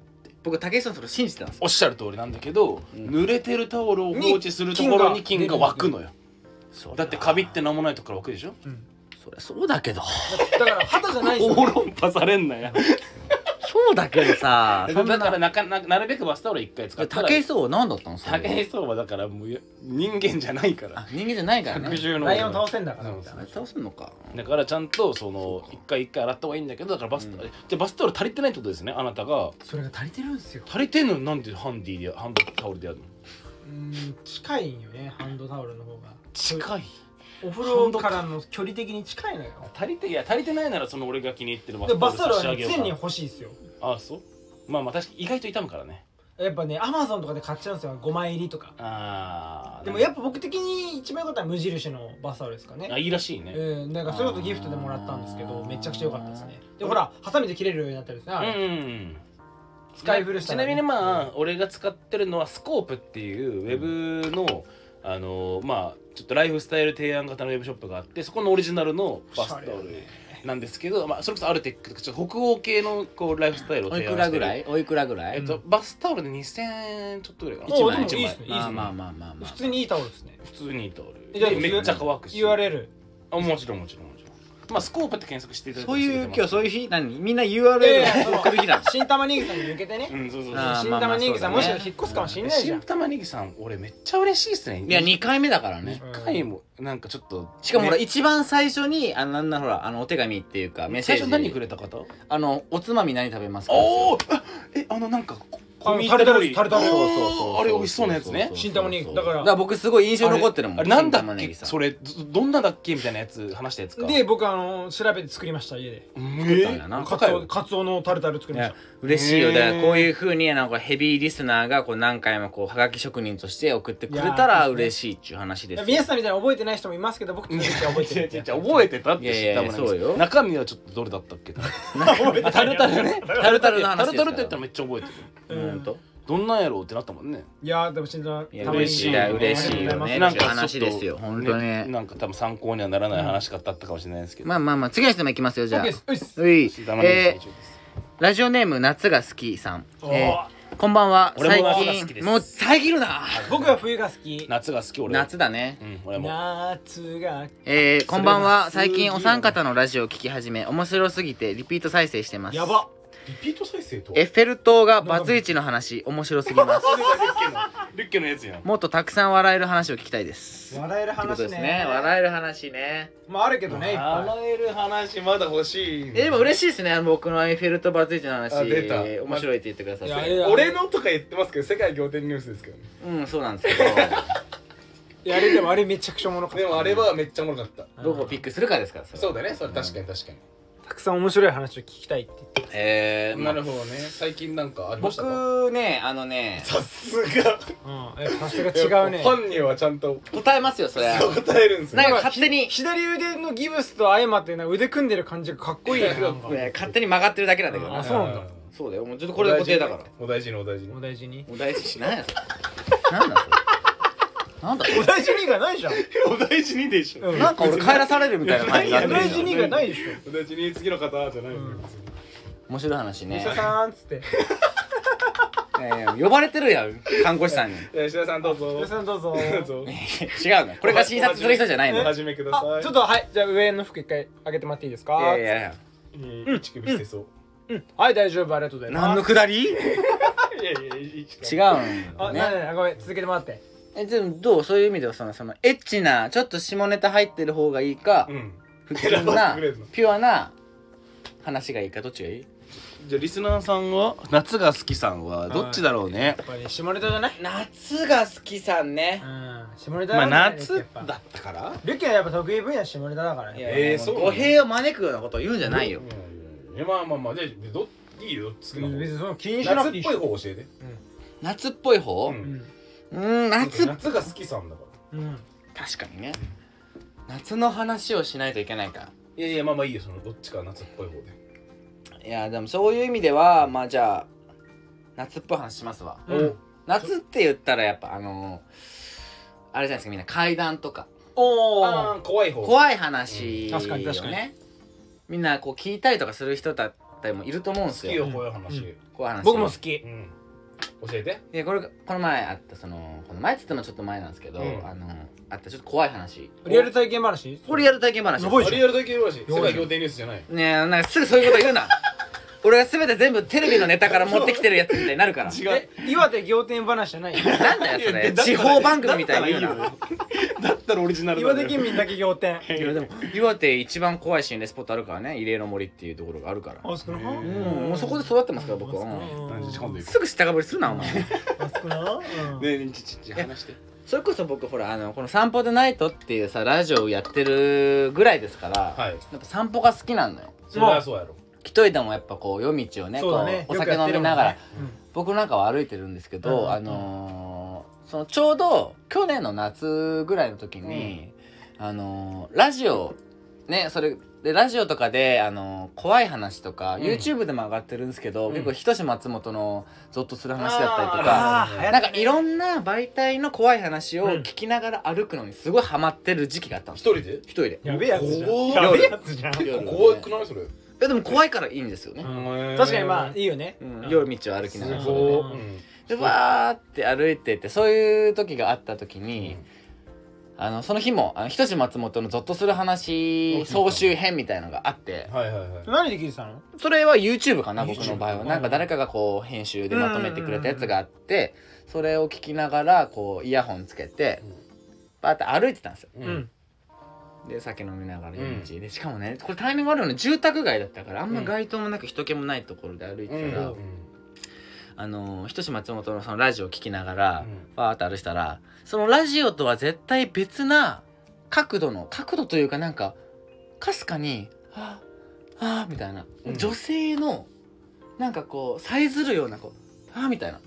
[SPEAKER 1] 僕武井壮のそれを信じてたんですよ
[SPEAKER 3] おっしゃる通りなんだけど、
[SPEAKER 1] うん
[SPEAKER 3] 濡れてるタオルを放置するところに
[SPEAKER 2] に菌
[SPEAKER 3] 菌
[SPEAKER 2] が
[SPEAKER 3] が湧くのよ
[SPEAKER 1] そりゃ
[SPEAKER 3] だってカビって何もないところから湧くでしょ
[SPEAKER 2] うん
[SPEAKER 1] そりゃそうだけど
[SPEAKER 2] だから肌じゃないですよ
[SPEAKER 3] オーロンパされんなよ
[SPEAKER 1] そうだけど さ
[SPEAKER 3] だ
[SPEAKER 1] そんな
[SPEAKER 3] からなかななるべくバスタオル一回使ったら
[SPEAKER 1] 武井壮は何だったのそれ
[SPEAKER 3] 武井壮はだからもうや人間じゃないから
[SPEAKER 1] あ人間じゃないからね
[SPEAKER 3] 百獣の王
[SPEAKER 2] ライオン倒せんだから
[SPEAKER 3] そう
[SPEAKER 2] み
[SPEAKER 3] そ
[SPEAKER 2] た
[SPEAKER 3] う
[SPEAKER 2] いな
[SPEAKER 1] 倒すのか
[SPEAKER 3] だからちゃんとその
[SPEAKER 1] そうか
[SPEAKER 3] 一回一回洗った方がいいんだけどだからバスタオル、
[SPEAKER 1] う
[SPEAKER 3] じゃあバスタオル足りてないってことですねあなたが
[SPEAKER 2] それが足りてるんですよ
[SPEAKER 3] 足りてんのになんでハンディでハンドタオルでやるの
[SPEAKER 2] うん近いんよねハンドタオルの方が
[SPEAKER 3] 近い
[SPEAKER 2] お風呂からの距離的に近いのよ
[SPEAKER 3] 足りていや足りてないならその俺が気に入ってるバ
[SPEAKER 2] でバス
[SPEAKER 3] ス
[SPEAKER 2] タ
[SPEAKER 3] タ
[SPEAKER 2] オ
[SPEAKER 3] オ
[SPEAKER 2] ル
[SPEAKER 3] ル
[SPEAKER 2] は
[SPEAKER 3] 差し上
[SPEAKER 2] ね常
[SPEAKER 3] げようかな
[SPEAKER 2] に欲しいですよ
[SPEAKER 3] ああそうまあまあ確かに意外と痛むからね
[SPEAKER 2] やっぱねアマゾンとかで買っちゃうんですよ5枚入りとか
[SPEAKER 3] ああ
[SPEAKER 2] でもや
[SPEAKER 3] っ
[SPEAKER 2] っぱ僕的に一番良かったのは無印のバスタオルですかね
[SPEAKER 3] あいいらしいね、
[SPEAKER 2] うん、なんかそれこそギフトでもらったんですけどめちゃくちゃ良かったですねでほらハサミで切れるようになってるんですねあ
[SPEAKER 3] う
[SPEAKER 2] れ、
[SPEAKER 3] んうんうん
[SPEAKER 2] 使い古した
[SPEAKER 3] ち
[SPEAKER 2] ら
[SPEAKER 3] な
[SPEAKER 2] ね
[SPEAKER 3] みにまあ俺が使ってるのはスコープっていうウェブのあのーまあちょっとライフスタイル提案型のウェブショップがあってそこのオリジナルのバスタオ
[SPEAKER 2] おしゃれ
[SPEAKER 3] ルなんですけどまあそれこそアルテックとかちょっと北欧系のこうライフスタイルを
[SPEAKER 1] おい
[SPEAKER 3] 提案
[SPEAKER 1] くら
[SPEAKER 3] してる
[SPEAKER 1] ぐらいおいくらぐら
[SPEAKER 3] え
[SPEAKER 1] い
[SPEAKER 3] っとバスタオルで2000円ちょっとぐらいかな
[SPEAKER 2] 一枚
[SPEAKER 3] おでも
[SPEAKER 2] 一枚
[SPEAKER 3] いいっすね
[SPEAKER 2] いいっ
[SPEAKER 1] まあ
[SPEAKER 2] すね
[SPEAKER 1] まあまあまあまあ
[SPEAKER 2] 普通にいいタオルですね
[SPEAKER 3] 普通にいいタオル
[SPEAKER 2] えじゃあ
[SPEAKER 3] でめっちゃ乾くし
[SPEAKER 2] URL
[SPEAKER 3] あもちろんもちろんもちろんまあスコープって検索していただ
[SPEAKER 1] そういう今日そういうう日何みんな
[SPEAKER 2] え
[SPEAKER 1] URL を
[SPEAKER 2] え
[SPEAKER 1] 送る日なの
[SPEAKER 2] 新玉ねぎさんに向けてね
[SPEAKER 3] うんそうそうそう
[SPEAKER 1] あー
[SPEAKER 2] 新玉ねぎさん、
[SPEAKER 1] まあまあ
[SPEAKER 2] もし
[SPEAKER 1] そうだね
[SPEAKER 2] かして引っ越すかもしれないじゃ
[SPEAKER 3] 新
[SPEAKER 2] ん
[SPEAKER 3] 玉ねぎさん俺めっちゃ嬉しいっすね
[SPEAKER 1] いや2回目だからね
[SPEAKER 3] 一回もなんかちょっと
[SPEAKER 1] しかもほら
[SPEAKER 3] ね
[SPEAKER 1] 一番最初にあのなんだほらあのお手紙っていうかメッセー
[SPEAKER 3] 最
[SPEAKER 1] ジ
[SPEAKER 3] 初何くれた方
[SPEAKER 1] あのおつまみ何食べますか
[SPEAKER 3] おおえあのなんかこ
[SPEAKER 2] あの
[SPEAKER 3] 込み入った料理
[SPEAKER 2] タルタルタルタ
[SPEAKER 1] そ
[SPEAKER 2] ル
[SPEAKER 1] うそう
[SPEAKER 3] あーあれ美味しそうなやつね
[SPEAKER 2] 新玉ねぎだから
[SPEAKER 1] だから僕すごい印象に残ってるもん
[SPEAKER 3] あれなんだ
[SPEAKER 1] 新
[SPEAKER 3] っ
[SPEAKER 1] 玉ね
[SPEAKER 3] け
[SPEAKER 1] ぎさん
[SPEAKER 3] それどどんなだっけみたいなやつ話したやつか
[SPEAKER 2] で僕あの調べて作りました家で
[SPEAKER 3] うん
[SPEAKER 1] たん
[SPEAKER 3] え
[SPEAKER 1] だな
[SPEAKER 2] カ
[SPEAKER 3] 高
[SPEAKER 2] ツ
[SPEAKER 3] い
[SPEAKER 2] オカツオのタルタル作り
[SPEAKER 1] い
[SPEAKER 2] まし
[SPEAKER 1] や
[SPEAKER 2] た
[SPEAKER 1] 嬉しいよ
[SPEAKER 3] へー
[SPEAKER 1] だからこういうふうになんかヘビーリスナーがこう何回もこうはがき職人として送ってくれた
[SPEAKER 2] いや
[SPEAKER 1] ら
[SPEAKER 2] ー
[SPEAKER 1] 嬉しいっていう話ですよ
[SPEAKER 2] 皆さんみたいに覚えてない人もいますけど僕たちは覚えて
[SPEAKER 3] 違う
[SPEAKER 2] る
[SPEAKER 3] 違う違う覚えてたって知ったも
[SPEAKER 1] いやい
[SPEAKER 3] ん
[SPEAKER 1] やそうよ
[SPEAKER 3] 中身はちょっとどれだったっけあタルタルね
[SPEAKER 1] タルタルの
[SPEAKER 3] タ
[SPEAKER 1] 話
[SPEAKER 3] ル
[SPEAKER 1] です
[SPEAKER 3] タ
[SPEAKER 1] から
[SPEAKER 3] ルって言ったらめっちゃ覚えてる
[SPEAKER 2] うん
[SPEAKER 1] うんと
[SPEAKER 3] どんなんやろうってなったもんね
[SPEAKER 2] いやーでも新玉
[SPEAKER 1] いや
[SPEAKER 2] 玉ねぎ
[SPEAKER 3] 嬉しいな嬉しいよ
[SPEAKER 1] ね
[SPEAKER 3] なんかちょっと
[SPEAKER 1] 話ですよ本当に
[SPEAKER 3] ねなんか多分参考にはならない話だったかもしれないですけど
[SPEAKER 1] まあまあまあ次の質問いきますよじゃあ
[SPEAKER 2] OK ですうっす
[SPEAKER 1] うい
[SPEAKER 3] 新玉ね
[SPEAKER 1] え
[SPEAKER 3] ぎ最初です
[SPEAKER 1] ーラジオネーム夏が好きさん、
[SPEAKER 2] おー
[SPEAKER 1] えーこんばんは
[SPEAKER 3] 俺も夏が
[SPEAKER 1] 最
[SPEAKER 3] 好きで
[SPEAKER 1] 近
[SPEAKER 3] す
[SPEAKER 1] もう遮るな
[SPEAKER 2] 僕は冬が好き
[SPEAKER 3] 夏が好き俺は
[SPEAKER 1] 夏だね
[SPEAKER 3] うん俺も
[SPEAKER 2] 夏が
[SPEAKER 1] えー、こんばんは
[SPEAKER 2] それ
[SPEAKER 1] 最
[SPEAKER 2] はすげえ
[SPEAKER 1] 近お三方のラジオを聞き始め面白すぎてリピート再生してます
[SPEAKER 2] やば
[SPEAKER 3] リピート再生と
[SPEAKER 1] エッフェル塔がバツイチの話面白すぎ ます
[SPEAKER 3] リュッケのやつやん
[SPEAKER 1] もっとたくさん笑える話を聞きたいです
[SPEAKER 2] 笑え
[SPEAKER 1] っ
[SPEAKER 2] る
[SPEAKER 1] てこ
[SPEAKER 2] 話
[SPEAKER 1] と
[SPEAKER 2] ね
[SPEAKER 1] ですね笑える話ね
[SPEAKER 2] まああるけどねいっぱ
[SPEAKER 3] 笑える話まだ欲しい
[SPEAKER 1] えでも嬉しいですね僕のエッフェル塔バツイチの話
[SPEAKER 3] あ出た
[SPEAKER 1] 面白いって言ってくださっ
[SPEAKER 2] いや
[SPEAKER 1] て
[SPEAKER 2] いや
[SPEAKER 3] 俺のとか言ってますけど世界仰天ニュースですけどね
[SPEAKER 1] うんそうなんですけ
[SPEAKER 2] いいやあれでもあれめちゃくちゃおもろかっ
[SPEAKER 3] で
[SPEAKER 2] た
[SPEAKER 3] もあれはめっちゃおもろかった
[SPEAKER 1] どどこをピックするかですからそれは
[SPEAKER 3] そうだねそれ確かに確かに
[SPEAKER 2] たくさん面白い話を聞きたいって言って
[SPEAKER 1] えー、ま
[SPEAKER 3] な
[SPEAKER 1] あ
[SPEAKER 3] るほどね最近なんかありましたか
[SPEAKER 1] 僕ねあのね
[SPEAKER 3] さすが
[SPEAKER 2] うん、えさすが違うね
[SPEAKER 3] 本人はちゃんと
[SPEAKER 1] 答えますよそれは
[SPEAKER 3] 答えるんです
[SPEAKER 1] なんか
[SPEAKER 3] ね
[SPEAKER 1] 勝手に
[SPEAKER 2] 左腕のギブスと相まってなんか腕組んでる感じがかっこいいねなんか
[SPEAKER 1] いや勝手に曲がってるだけなんだけど
[SPEAKER 2] あ
[SPEAKER 1] な
[SPEAKER 2] そうなんだ
[SPEAKER 1] そうだよもうちょっとこれで固定だから
[SPEAKER 3] お大事にお大事に
[SPEAKER 2] お大事に
[SPEAKER 1] お大事しないやそれなんだそれなんだそ
[SPEAKER 2] お大事にがないじゃん、
[SPEAKER 3] お大事にでしょ
[SPEAKER 2] う
[SPEAKER 1] れ
[SPEAKER 2] ん、
[SPEAKER 1] なんか俺帰らされるみたいな感じになっ
[SPEAKER 2] お
[SPEAKER 1] て
[SPEAKER 2] 大
[SPEAKER 1] る
[SPEAKER 2] 事
[SPEAKER 1] じ
[SPEAKER 2] にがないでしょ
[SPEAKER 3] お大事に次の方じゃないのよ
[SPEAKER 1] ゃん面白い話
[SPEAKER 2] お医
[SPEAKER 1] ね
[SPEAKER 2] 者さんっつって
[SPEAKER 1] えー呼ばれてるやん看護師さんに
[SPEAKER 3] えー石田さんどうぞ
[SPEAKER 2] お医者さんどうぞ
[SPEAKER 3] どう
[SPEAKER 1] 違
[SPEAKER 3] ぞ
[SPEAKER 1] うのこれが診察する人じゃないの
[SPEAKER 3] お
[SPEAKER 1] い
[SPEAKER 3] 始めくださ
[SPEAKER 2] あ
[SPEAKER 3] い
[SPEAKER 2] ちょっとはいじゃあ上の服一回上げてもらっていいですか
[SPEAKER 1] やいやいや
[SPEAKER 3] うん乳首捨てそう
[SPEAKER 2] うんはい大丈夫ありがとうございます
[SPEAKER 1] 何のくだり違
[SPEAKER 3] いやいやいい
[SPEAKER 1] うん
[SPEAKER 3] う
[SPEAKER 1] だ
[SPEAKER 2] あ、
[SPEAKER 1] ね
[SPEAKER 2] なになにごめん続けてもらって
[SPEAKER 1] えでもどうそういう意味ではそのそのエッチなちょっと下ネタ入ってる方がいいか、
[SPEAKER 3] うん
[SPEAKER 1] 普通な
[SPEAKER 3] 選ばせてくれるの
[SPEAKER 1] ピュアな話がいいかどっちがいい
[SPEAKER 3] じゃあリスナーさんは夏が好きさんはどっちだろうね
[SPEAKER 2] やっぱり下ネタじゃない
[SPEAKER 1] 夏が好きさんね
[SPEAKER 2] うん下ネタ
[SPEAKER 3] ま
[SPEAKER 2] だか
[SPEAKER 3] あ
[SPEAKER 2] らねや
[SPEAKER 3] 夏
[SPEAKER 2] っぱ
[SPEAKER 3] だったから
[SPEAKER 2] ルッキーはやっぱ得意分野下ネタだから
[SPEAKER 1] い
[SPEAKER 2] ね
[SPEAKER 1] や
[SPEAKER 3] えーそう
[SPEAKER 1] 語弊を招くようなことを言うんじゃないよ
[SPEAKER 3] いやいやいやまあまあまあじゃあどいいよどっち
[SPEAKER 2] 別
[SPEAKER 3] の方
[SPEAKER 2] にその気にしな
[SPEAKER 3] 夏
[SPEAKER 2] く
[SPEAKER 3] って
[SPEAKER 2] い
[SPEAKER 3] ぽ
[SPEAKER 2] い
[SPEAKER 3] い
[SPEAKER 2] し
[SPEAKER 3] 方教えて
[SPEAKER 1] 夏っぽい方う
[SPEAKER 3] う
[SPEAKER 1] ん
[SPEAKER 2] うん
[SPEAKER 1] ーん夏
[SPEAKER 3] 夏が好きさんだから
[SPEAKER 2] うん
[SPEAKER 1] 確かにね夏の話をしないといけないか
[SPEAKER 3] いやいやまあまあいいよそのどっちか夏っぽい方で
[SPEAKER 1] いやでもそういう意味ではまあじゃあ夏っぽい話しますわ
[SPEAKER 2] うん
[SPEAKER 1] 夏って言ったらやっぱあのあれじゃないですかみんな階段とか
[SPEAKER 2] おお
[SPEAKER 3] あー怖い方
[SPEAKER 1] 怖い話、ね
[SPEAKER 2] 確かに確かに
[SPEAKER 1] みんなこう聞いたりとかする人だったりもいると思うんで
[SPEAKER 3] 好
[SPEAKER 1] す
[SPEAKER 3] き
[SPEAKER 1] よ
[SPEAKER 3] よ怖い話
[SPEAKER 1] 怖い話
[SPEAKER 2] 僕も好き
[SPEAKER 3] うん教えて
[SPEAKER 1] でこれこの前あったそのこの前っつってもちょっと前なんですけど、
[SPEAKER 3] うん
[SPEAKER 1] あのあったちょっと怖い話
[SPEAKER 2] リアル体験話
[SPEAKER 1] これやる体験話です
[SPEAKER 2] やばいじ
[SPEAKER 3] あ
[SPEAKER 2] ゃん
[SPEAKER 3] れやるだけよろしい世界仰天ニュースじゃない
[SPEAKER 1] ねえなんかすぐそういうこと言うな 俺が全て全部テレビのネタから持ってきてるやつみたいになるから
[SPEAKER 3] 違
[SPEAKER 2] え岩手仰天話じゃない
[SPEAKER 1] なんだよそ
[SPEAKER 3] いや
[SPEAKER 1] れ
[SPEAKER 3] だった
[SPEAKER 1] 地
[SPEAKER 3] ら
[SPEAKER 1] 方番組みたいに言うな
[SPEAKER 3] だったらいいよだったらオリジナル
[SPEAKER 2] 岩
[SPEAKER 3] だ
[SPEAKER 2] 手
[SPEAKER 3] よ
[SPEAKER 2] 県民だけ仰天
[SPEAKER 1] いやでも岩手一番怖い心霊スポットあるからね慰霊の森っていうところがあるから
[SPEAKER 2] あそこな
[SPEAKER 1] うんもうそこで育ってますから僕は、うん
[SPEAKER 3] 何時今度行
[SPEAKER 1] すぐ下かぶりするなお前
[SPEAKER 2] あそこなうん
[SPEAKER 3] くねえちちち話して
[SPEAKER 1] それこそ僕ほらあのこの「散歩でナイト」っていうさラジオをやってるぐらいですから、
[SPEAKER 3] はい
[SPEAKER 1] やっぱ散歩が好きなんだよ
[SPEAKER 3] それはそうやろ
[SPEAKER 1] 一人でもやっぱこう夜道をね
[SPEAKER 2] そうだね
[SPEAKER 1] こうお
[SPEAKER 2] よく
[SPEAKER 1] 酒
[SPEAKER 2] やっ
[SPEAKER 1] 飲
[SPEAKER 2] てる
[SPEAKER 1] み
[SPEAKER 2] もんね
[SPEAKER 1] ながら、
[SPEAKER 2] うん
[SPEAKER 1] 僕なんかは歩いてるんですけど、
[SPEAKER 2] うん
[SPEAKER 1] あのーそのちょうど去年の夏ぐらいの時に、あのーラジオねそれでラジオとかで、あのー怖い話とか、
[SPEAKER 3] うん
[SPEAKER 1] YouTube でも上がってるんですけど、
[SPEAKER 3] うん
[SPEAKER 1] 結構ひとし松本のゾッとする話だったりとか。
[SPEAKER 2] あー流行
[SPEAKER 1] なん
[SPEAKER 2] っ
[SPEAKER 1] か
[SPEAKER 2] てるね
[SPEAKER 1] いろんな媒体の怖い話を聞きながら歩くのにすごいハマってる時期があったん
[SPEAKER 3] 一
[SPEAKER 1] です
[SPEAKER 3] 人で
[SPEAKER 1] 一人で
[SPEAKER 2] やべえやつじゃん
[SPEAKER 3] おー
[SPEAKER 2] やべえやつじゃん
[SPEAKER 1] いや
[SPEAKER 3] 怖くないそれ
[SPEAKER 1] えでも怖いからいいんですよね、
[SPEAKER 2] 確かにまあいいよね
[SPEAKER 1] うん夜道を歩きながら
[SPEAKER 3] す
[SPEAKER 1] それ
[SPEAKER 3] ご
[SPEAKER 1] で
[SPEAKER 3] い
[SPEAKER 2] うん
[SPEAKER 3] うん
[SPEAKER 1] でわーって歩いててそういう時があった時に、あのその日もあの人志松本のゾッとする話総集編みたいのがあって
[SPEAKER 3] はいはいはい
[SPEAKER 2] 何で聞いてたの
[SPEAKER 1] それは YouTube かな
[SPEAKER 3] YouTube
[SPEAKER 1] 僕の場合
[SPEAKER 3] う
[SPEAKER 1] は
[SPEAKER 3] ん
[SPEAKER 1] なんか誰かがこう編集でまとめてくれたやつがあってそれを聞きながらこうイヤホンつけてバーって歩いてたんですよ
[SPEAKER 3] う
[SPEAKER 2] うん
[SPEAKER 1] で酒飲みながら
[SPEAKER 3] うん
[SPEAKER 1] 夜道でしかもねこれタイミング悪いのに住宅街だったからあんま街灯もなく人気もないところで歩いてたら、あの人志松本のそのラジオを聞きながら、
[SPEAKER 3] うん
[SPEAKER 1] バーって歩いてたらそのラジオとは絶対別な角度の角度というかなんかかすかに「ああ」みたいな、
[SPEAKER 3] うん
[SPEAKER 1] 女性のなんかこうさえずるようなこう「ああ」みたいな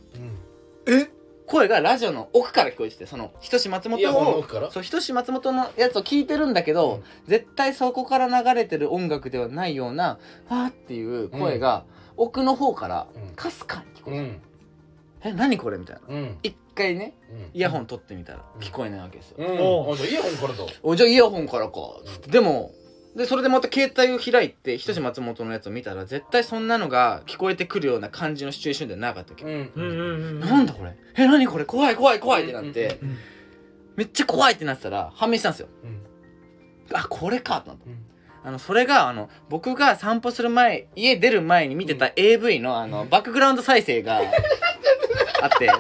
[SPEAKER 1] 声がラジオの奥から聞こえててその人志松
[SPEAKER 3] イヤ
[SPEAKER 1] 本
[SPEAKER 3] ホンの
[SPEAKER 1] を
[SPEAKER 3] 奥から
[SPEAKER 1] そう人志松本のやつを聞いてるんだけど、
[SPEAKER 3] うん
[SPEAKER 1] 絶対そこから流れてる音楽ではないような「あーっていう声が、奥の方から
[SPEAKER 3] うん
[SPEAKER 1] かすかに聞こえ
[SPEAKER 3] う
[SPEAKER 1] て、え
[SPEAKER 3] ん
[SPEAKER 1] 何これ?」みたいな
[SPEAKER 3] うん
[SPEAKER 1] 一回ね
[SPEAKER 3] うん
[SPEAKER 1] イヤホン取ってみたら
[SPEAKER 3] うん
[SPEAKER 1] 聞こえないわけですよ、
[SPEAKER 3] うんあじゃあイヤホンからだ
[SPEAKER 1] おじゃあイヤホンからかつってでもでそれでまた携帯を開いて人志松本のやつを見たら絶対そんなのが聞こえてくるような感じのシチュエーションではなかったわけ、
[SPEAKER 3] ん
[SPEAKER 2] うんうんうん
[SPEAKER 1] なんだこれえ何これ怖い怖い怖いってなって、
[SPEAKER 2] うんうん
[SPEAKER 1] めっちゃ怖いってなってたら判明したんですよ
[SPEAKER 3] うん
[SPEAKER 1] あこれかと思って
[SPEAKER 3] うん
[SPEAKER 1] あのそれがあの僕が散歩する前家出る前に見てた AV のあのバックグラウンド再生があって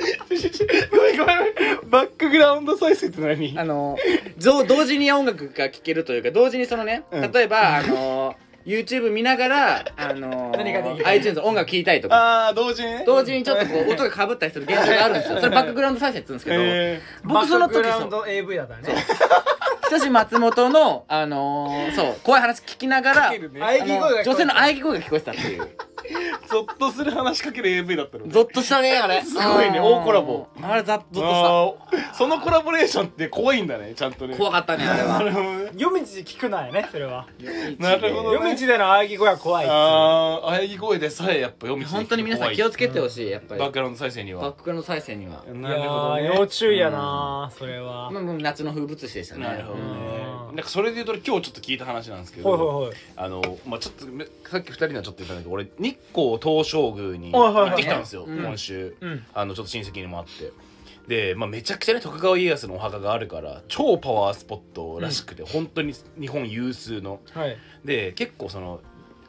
[SPEAKER 3] ごめんごめんごめんバックグラウンド再生って何
[SPEAKER 1] あのぞ同時に音楽が聴けるというか同時にそのね
[SPEAKER 3] うん
[SPEAKER 1] 例えば、あの YouTube 見ながらあの
[SPEAKER 2] 何ができる
[SPEAKER 1] iTunes の音楽聴いたりとか
[SPEAKER 3] ああ同時にね
[SPEAKER 1] 同時にちょっとこう音がかぶったりする 現象があるんですよそれバックグラウンド再生って言うんですけど、
[SPEAKER 3] へ
[SPEAKER 1] 僕その
[SPEAKER 2] バック
[SPEAKER 1] 時
[SPEAKER 2] グラウン
[SPEAKER 1] そ
[SPEAKER 2] ド AV だったね
[SPEAKER 1] 久し松本のあのーそう怖い話聞きながら、
[SPEAKER 3] かけるね
[SPEAKER 2] 喘ぎ声が聞
[SPEAKER 1] あの
[SPEAKER 2] こえた
[SPEAKER 1] 女性の喘ぎ声が聞こえてたっていう
[SPEAKER 3] ゾッとする話しかける AV だったの
[SPEAKER 1] ゾッとしたねあれ
[SPEAKER 3] すごいね
[SPEAKER 1] うん
[SPEAKER 3] 大コラボ
[SPEAKER 1] あれざっとゾッとし
[SPEAKER 3] あーそのコラボレーションって怖いんだねちゃんとね
[SPEAKER 1] た怖かったねあれは
[SPEAKER 3] なるほどね
[SPEAKER 2] 夜道聞くなよねそれは
[SPEAKER 3] なるほど
[SPEAKER 2] 夜
[SPEAKER 3] ね
[SPEAKER 2] 道での喘ぎ声は怖いっつう
[SPEAKER 3] ああ喘ぎ声でさえやっぱ読み
[SPEAKER 1] 本当に皆さん気を
[SPEAKER 3] つ
[SPEAKER 1] つけてほしいやっぱ
[SPEAKER 3] け
[SPEAKER 1] り
[SPEAKER 3] バッ
[SPEAKER 1] バ
[SPEAKER 3] クグラウンド再生に
[SPEAKER 1] ッ
[SPEAKER 3] は
[SPEAKER 1] クグラウンド再生には、
[SPEAKER 3] ない
[SPEAKER 2] や
[SPEAKER 3] るほど
[SPEAKER 2] ー
[SPEAKER 3] ね
[SPEAKER 2] 要注意やなそれは
[SPEAKER 1] まあもう夏の風物詩でしたね
[SPEAKER 3] なるほどね
[SPEAKER 2] う
[SPEAKER 3] なんんかそれで言うと今日ちょっと聞いた話なんですけ
[SPEAKER 2] ほいほい
[SPEAKER 3] ど
[SPEAKER 2] ほい
[SPEAKER 3] あのまあちょっとめさっき二人にはちょっと言ったんだけど俺日光東照宮に
[SPEAKER 2] はいはいはい
[SPEAKER 3] 行ってきたんですよ
[SPEAKER 1] うん
[SPEAKER 3] 今週
[SPEAKER 2] うん
[SPEAKER 3] あのちょっと親戚にもあってで、まあ、めちゃくちゃね徳川家康のお墓があるから超パワースポットらしくて、本当に日本有数の
[SPEAKER 2] はい
[SPEAKER 3] で結構その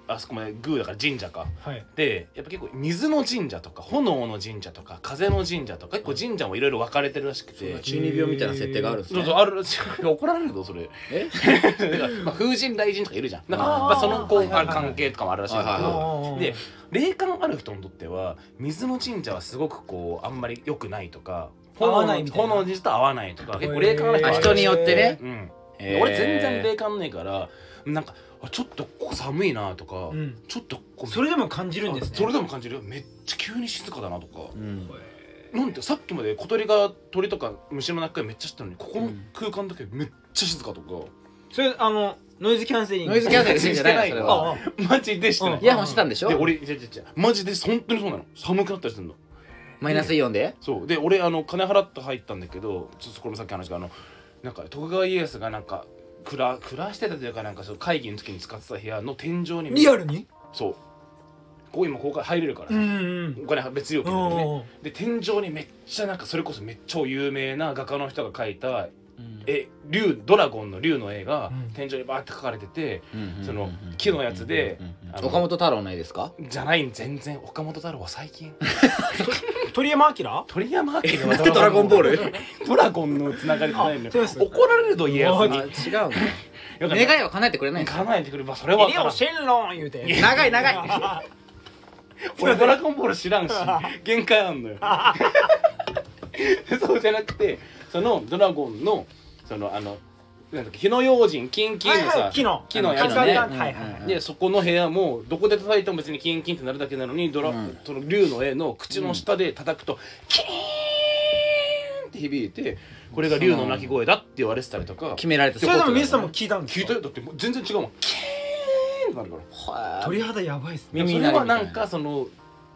[SPEAKER 3] あそこまで宮だから神社か
[SPEAKER 2] はい
[SPEAKER 3] でやっぱ結構水の神社とか炎の神社とか風の神社とか結構神社もいろいろ分かれてるらしくて、
[SPEAKER 1] 中二病みたいな設定があるんです
[SPEAKER 3] そう
[SPEAKER 1] ね
[SPEAKER 3] そうある怒られるぞ それ
[SPEAKER 1] え
[SPEAKER 3] だから、まあ、風神雷神とかいるじゃんなんか
[SPEAKER 1] あー
[SPEAKER 3] まあ、そのこ
[SPEAKER 2] は
[SPEAKER 3] う
[SPEAKER 2] いはいはい
[SPEAKER 3] 関係とかもあるらしいんだ
[SPEAKER 1] はい
[SPEAKER 3] け
[SPEAKER 1] はい
[SPEAKER 3] ど
[SPEAKER 1] は
[SPEAKER 2] で
[SPEAKER 3] で霊感ある人にとっては水の神社はすごくこうあんまり良くないとか
[SPEAKER 2] 合わ
[SPEAKER 3] 炎
[SPEAKER 2] ない
[SPEAKER 3] の
[SPEAKER 2] みたいな
[SPEAKER 3] 炎の神社と合わないとか結構霊感ある人
[SPEAKER 1] あ
[SPEAKER 3] は
[SPEAKER 1] 人によってね
[SPEAKER 3] うん
[SPEAKER 1] えー
[SPEAKER 3] 俺全然霊感ねえからなんかあちょっとここ寒いなとか、
[SPEAKER 2] うん
[SPEAKER 3] ちょっとこう
[SPEAKER 2] それでも感じるんですね
[SPEAKER 3] あそれでも感じるよめっちゃ急に静かだなとか
[SPEAKER 1] うん
[SPEAKER 3] なんてさっきまで小鳥が鳥とか虫の鳴き声めっちゃしてたのにここの空間だけめっちゃ静かとか、
[SPEAKER 2] それあのノイズキャンセリング
[SPEAKER 1] ノイズキャンセルしてんじゃないのそれは
[SPEAKER 2] ああ
[SPEAKER 3] マジでしてない、
[SPEAKER 2] うん
[SPEAKER 1] イヤホンしてたんでしょ
[SPEAKER 3] で俺違う違う違うマジで本当にそうなの寒くなったりするの
[SPEAKER 1] マイナスイオンで
[SPEAKER 3] そうで俺あの金払って入ったんだけどちょっとこれもさっき話したあのなんか徳川家康がなんか暮ら暮らしてたというかなんかその会議の時に使ってた部屋の天井に
[SPEAKER 2] リアルに
[SPEAKER 3] そうここ今ここから入れるからさ、
[SPEAKER 2] うんうん
[SPEAKER 3] お金別料
[SPEAKER 2] う
[SPEAKER 3] 金だよね
[SPEAKER 2] ん
[SPEAKER 3] で天井にめっちゃなんかそれこそめっちゃ有名な画家の人が描いたえ竜ドラゴンの竜の絵が
[SPEAKER 2] うん
[SPEAKER 3] 天井にバーって描かれてて、
[SPEAKER 1] うん
[SPEAKER 3] その木のやつで
[SPEAKER 1] うん
[SPEAKER 3] あの
[SPEAKER 1] 岡本太郎ないですか
[SPEAKER 3] じゃない全然岡本太郎は最近
[SPEAKER 2] 鳥山明
[SPEAKER 3] 鳥山明
[SPEAKER 1] またドラゴンボール
[SPEAKER 3] ドラゴンのつながりじゃないんだ
[SPEAKER 2] あそう
[SPEAKER 3] よ
[SPEAKER 2] です
[SPEAKER 3] 怒られると家康
[SPEAKER 1] あ
[SPEAKER 3] に
[SPEAKER 1] 違うの
[SPEAKER 3] よかった
[SPEAKER 1] 願いは叶えてくれないんですか
[SPEAKER 3] 叶えてくればそれは
[SPEAKER 2] リオシェンロン言うて
[SPEAKER 1] 長い 長い
[SPEAKER 3] 俺ドラゴンボール知らんし限界あんのよそうじゃなくてそのドラゴンのそのあのなんだっけ火の用心キンキンの
[SPEAKER 2] はいは
[SPEAKER 3] さ
[SPEAKER 2] い木の
[SPEAKER 3] 木のやつ
[SPEAKER 1] あの木
[SPEAKER 3] ね
[SPEAKER 1] の
[SPEAKER 2] はいはい
[SPEAKER 3] でそこの部屋もどこで叩いても別にキンキンってなるだけなのにドラ、
[SPEAKER 1] うん
[SPEAKER 3] その竜の絵の口の下で叩くと、キーンって響いてこれが竜の鳴き声だって言われてたりとか
[SPEAKER 1] 決められた
[SPEAKER 2] それでもミスさんも聞いたんです
[SPEAKER 3] 聞い
[SPEAKER 2] か
[SPEAKER 3] たよだってもう全然違うもんキーンってなるから
[SPEAKER 2] 鳥肌やばいっすね
[SPEAKER 1] 耳
[SPEAKER 3] そ
[SPEAKER 1] にな
[SPEAKER 3] れ
[SPEAKER 1] る
[SPEAKER 3] は
[SPEAKER 1] みたいな
[SPEAKER 3] なんかその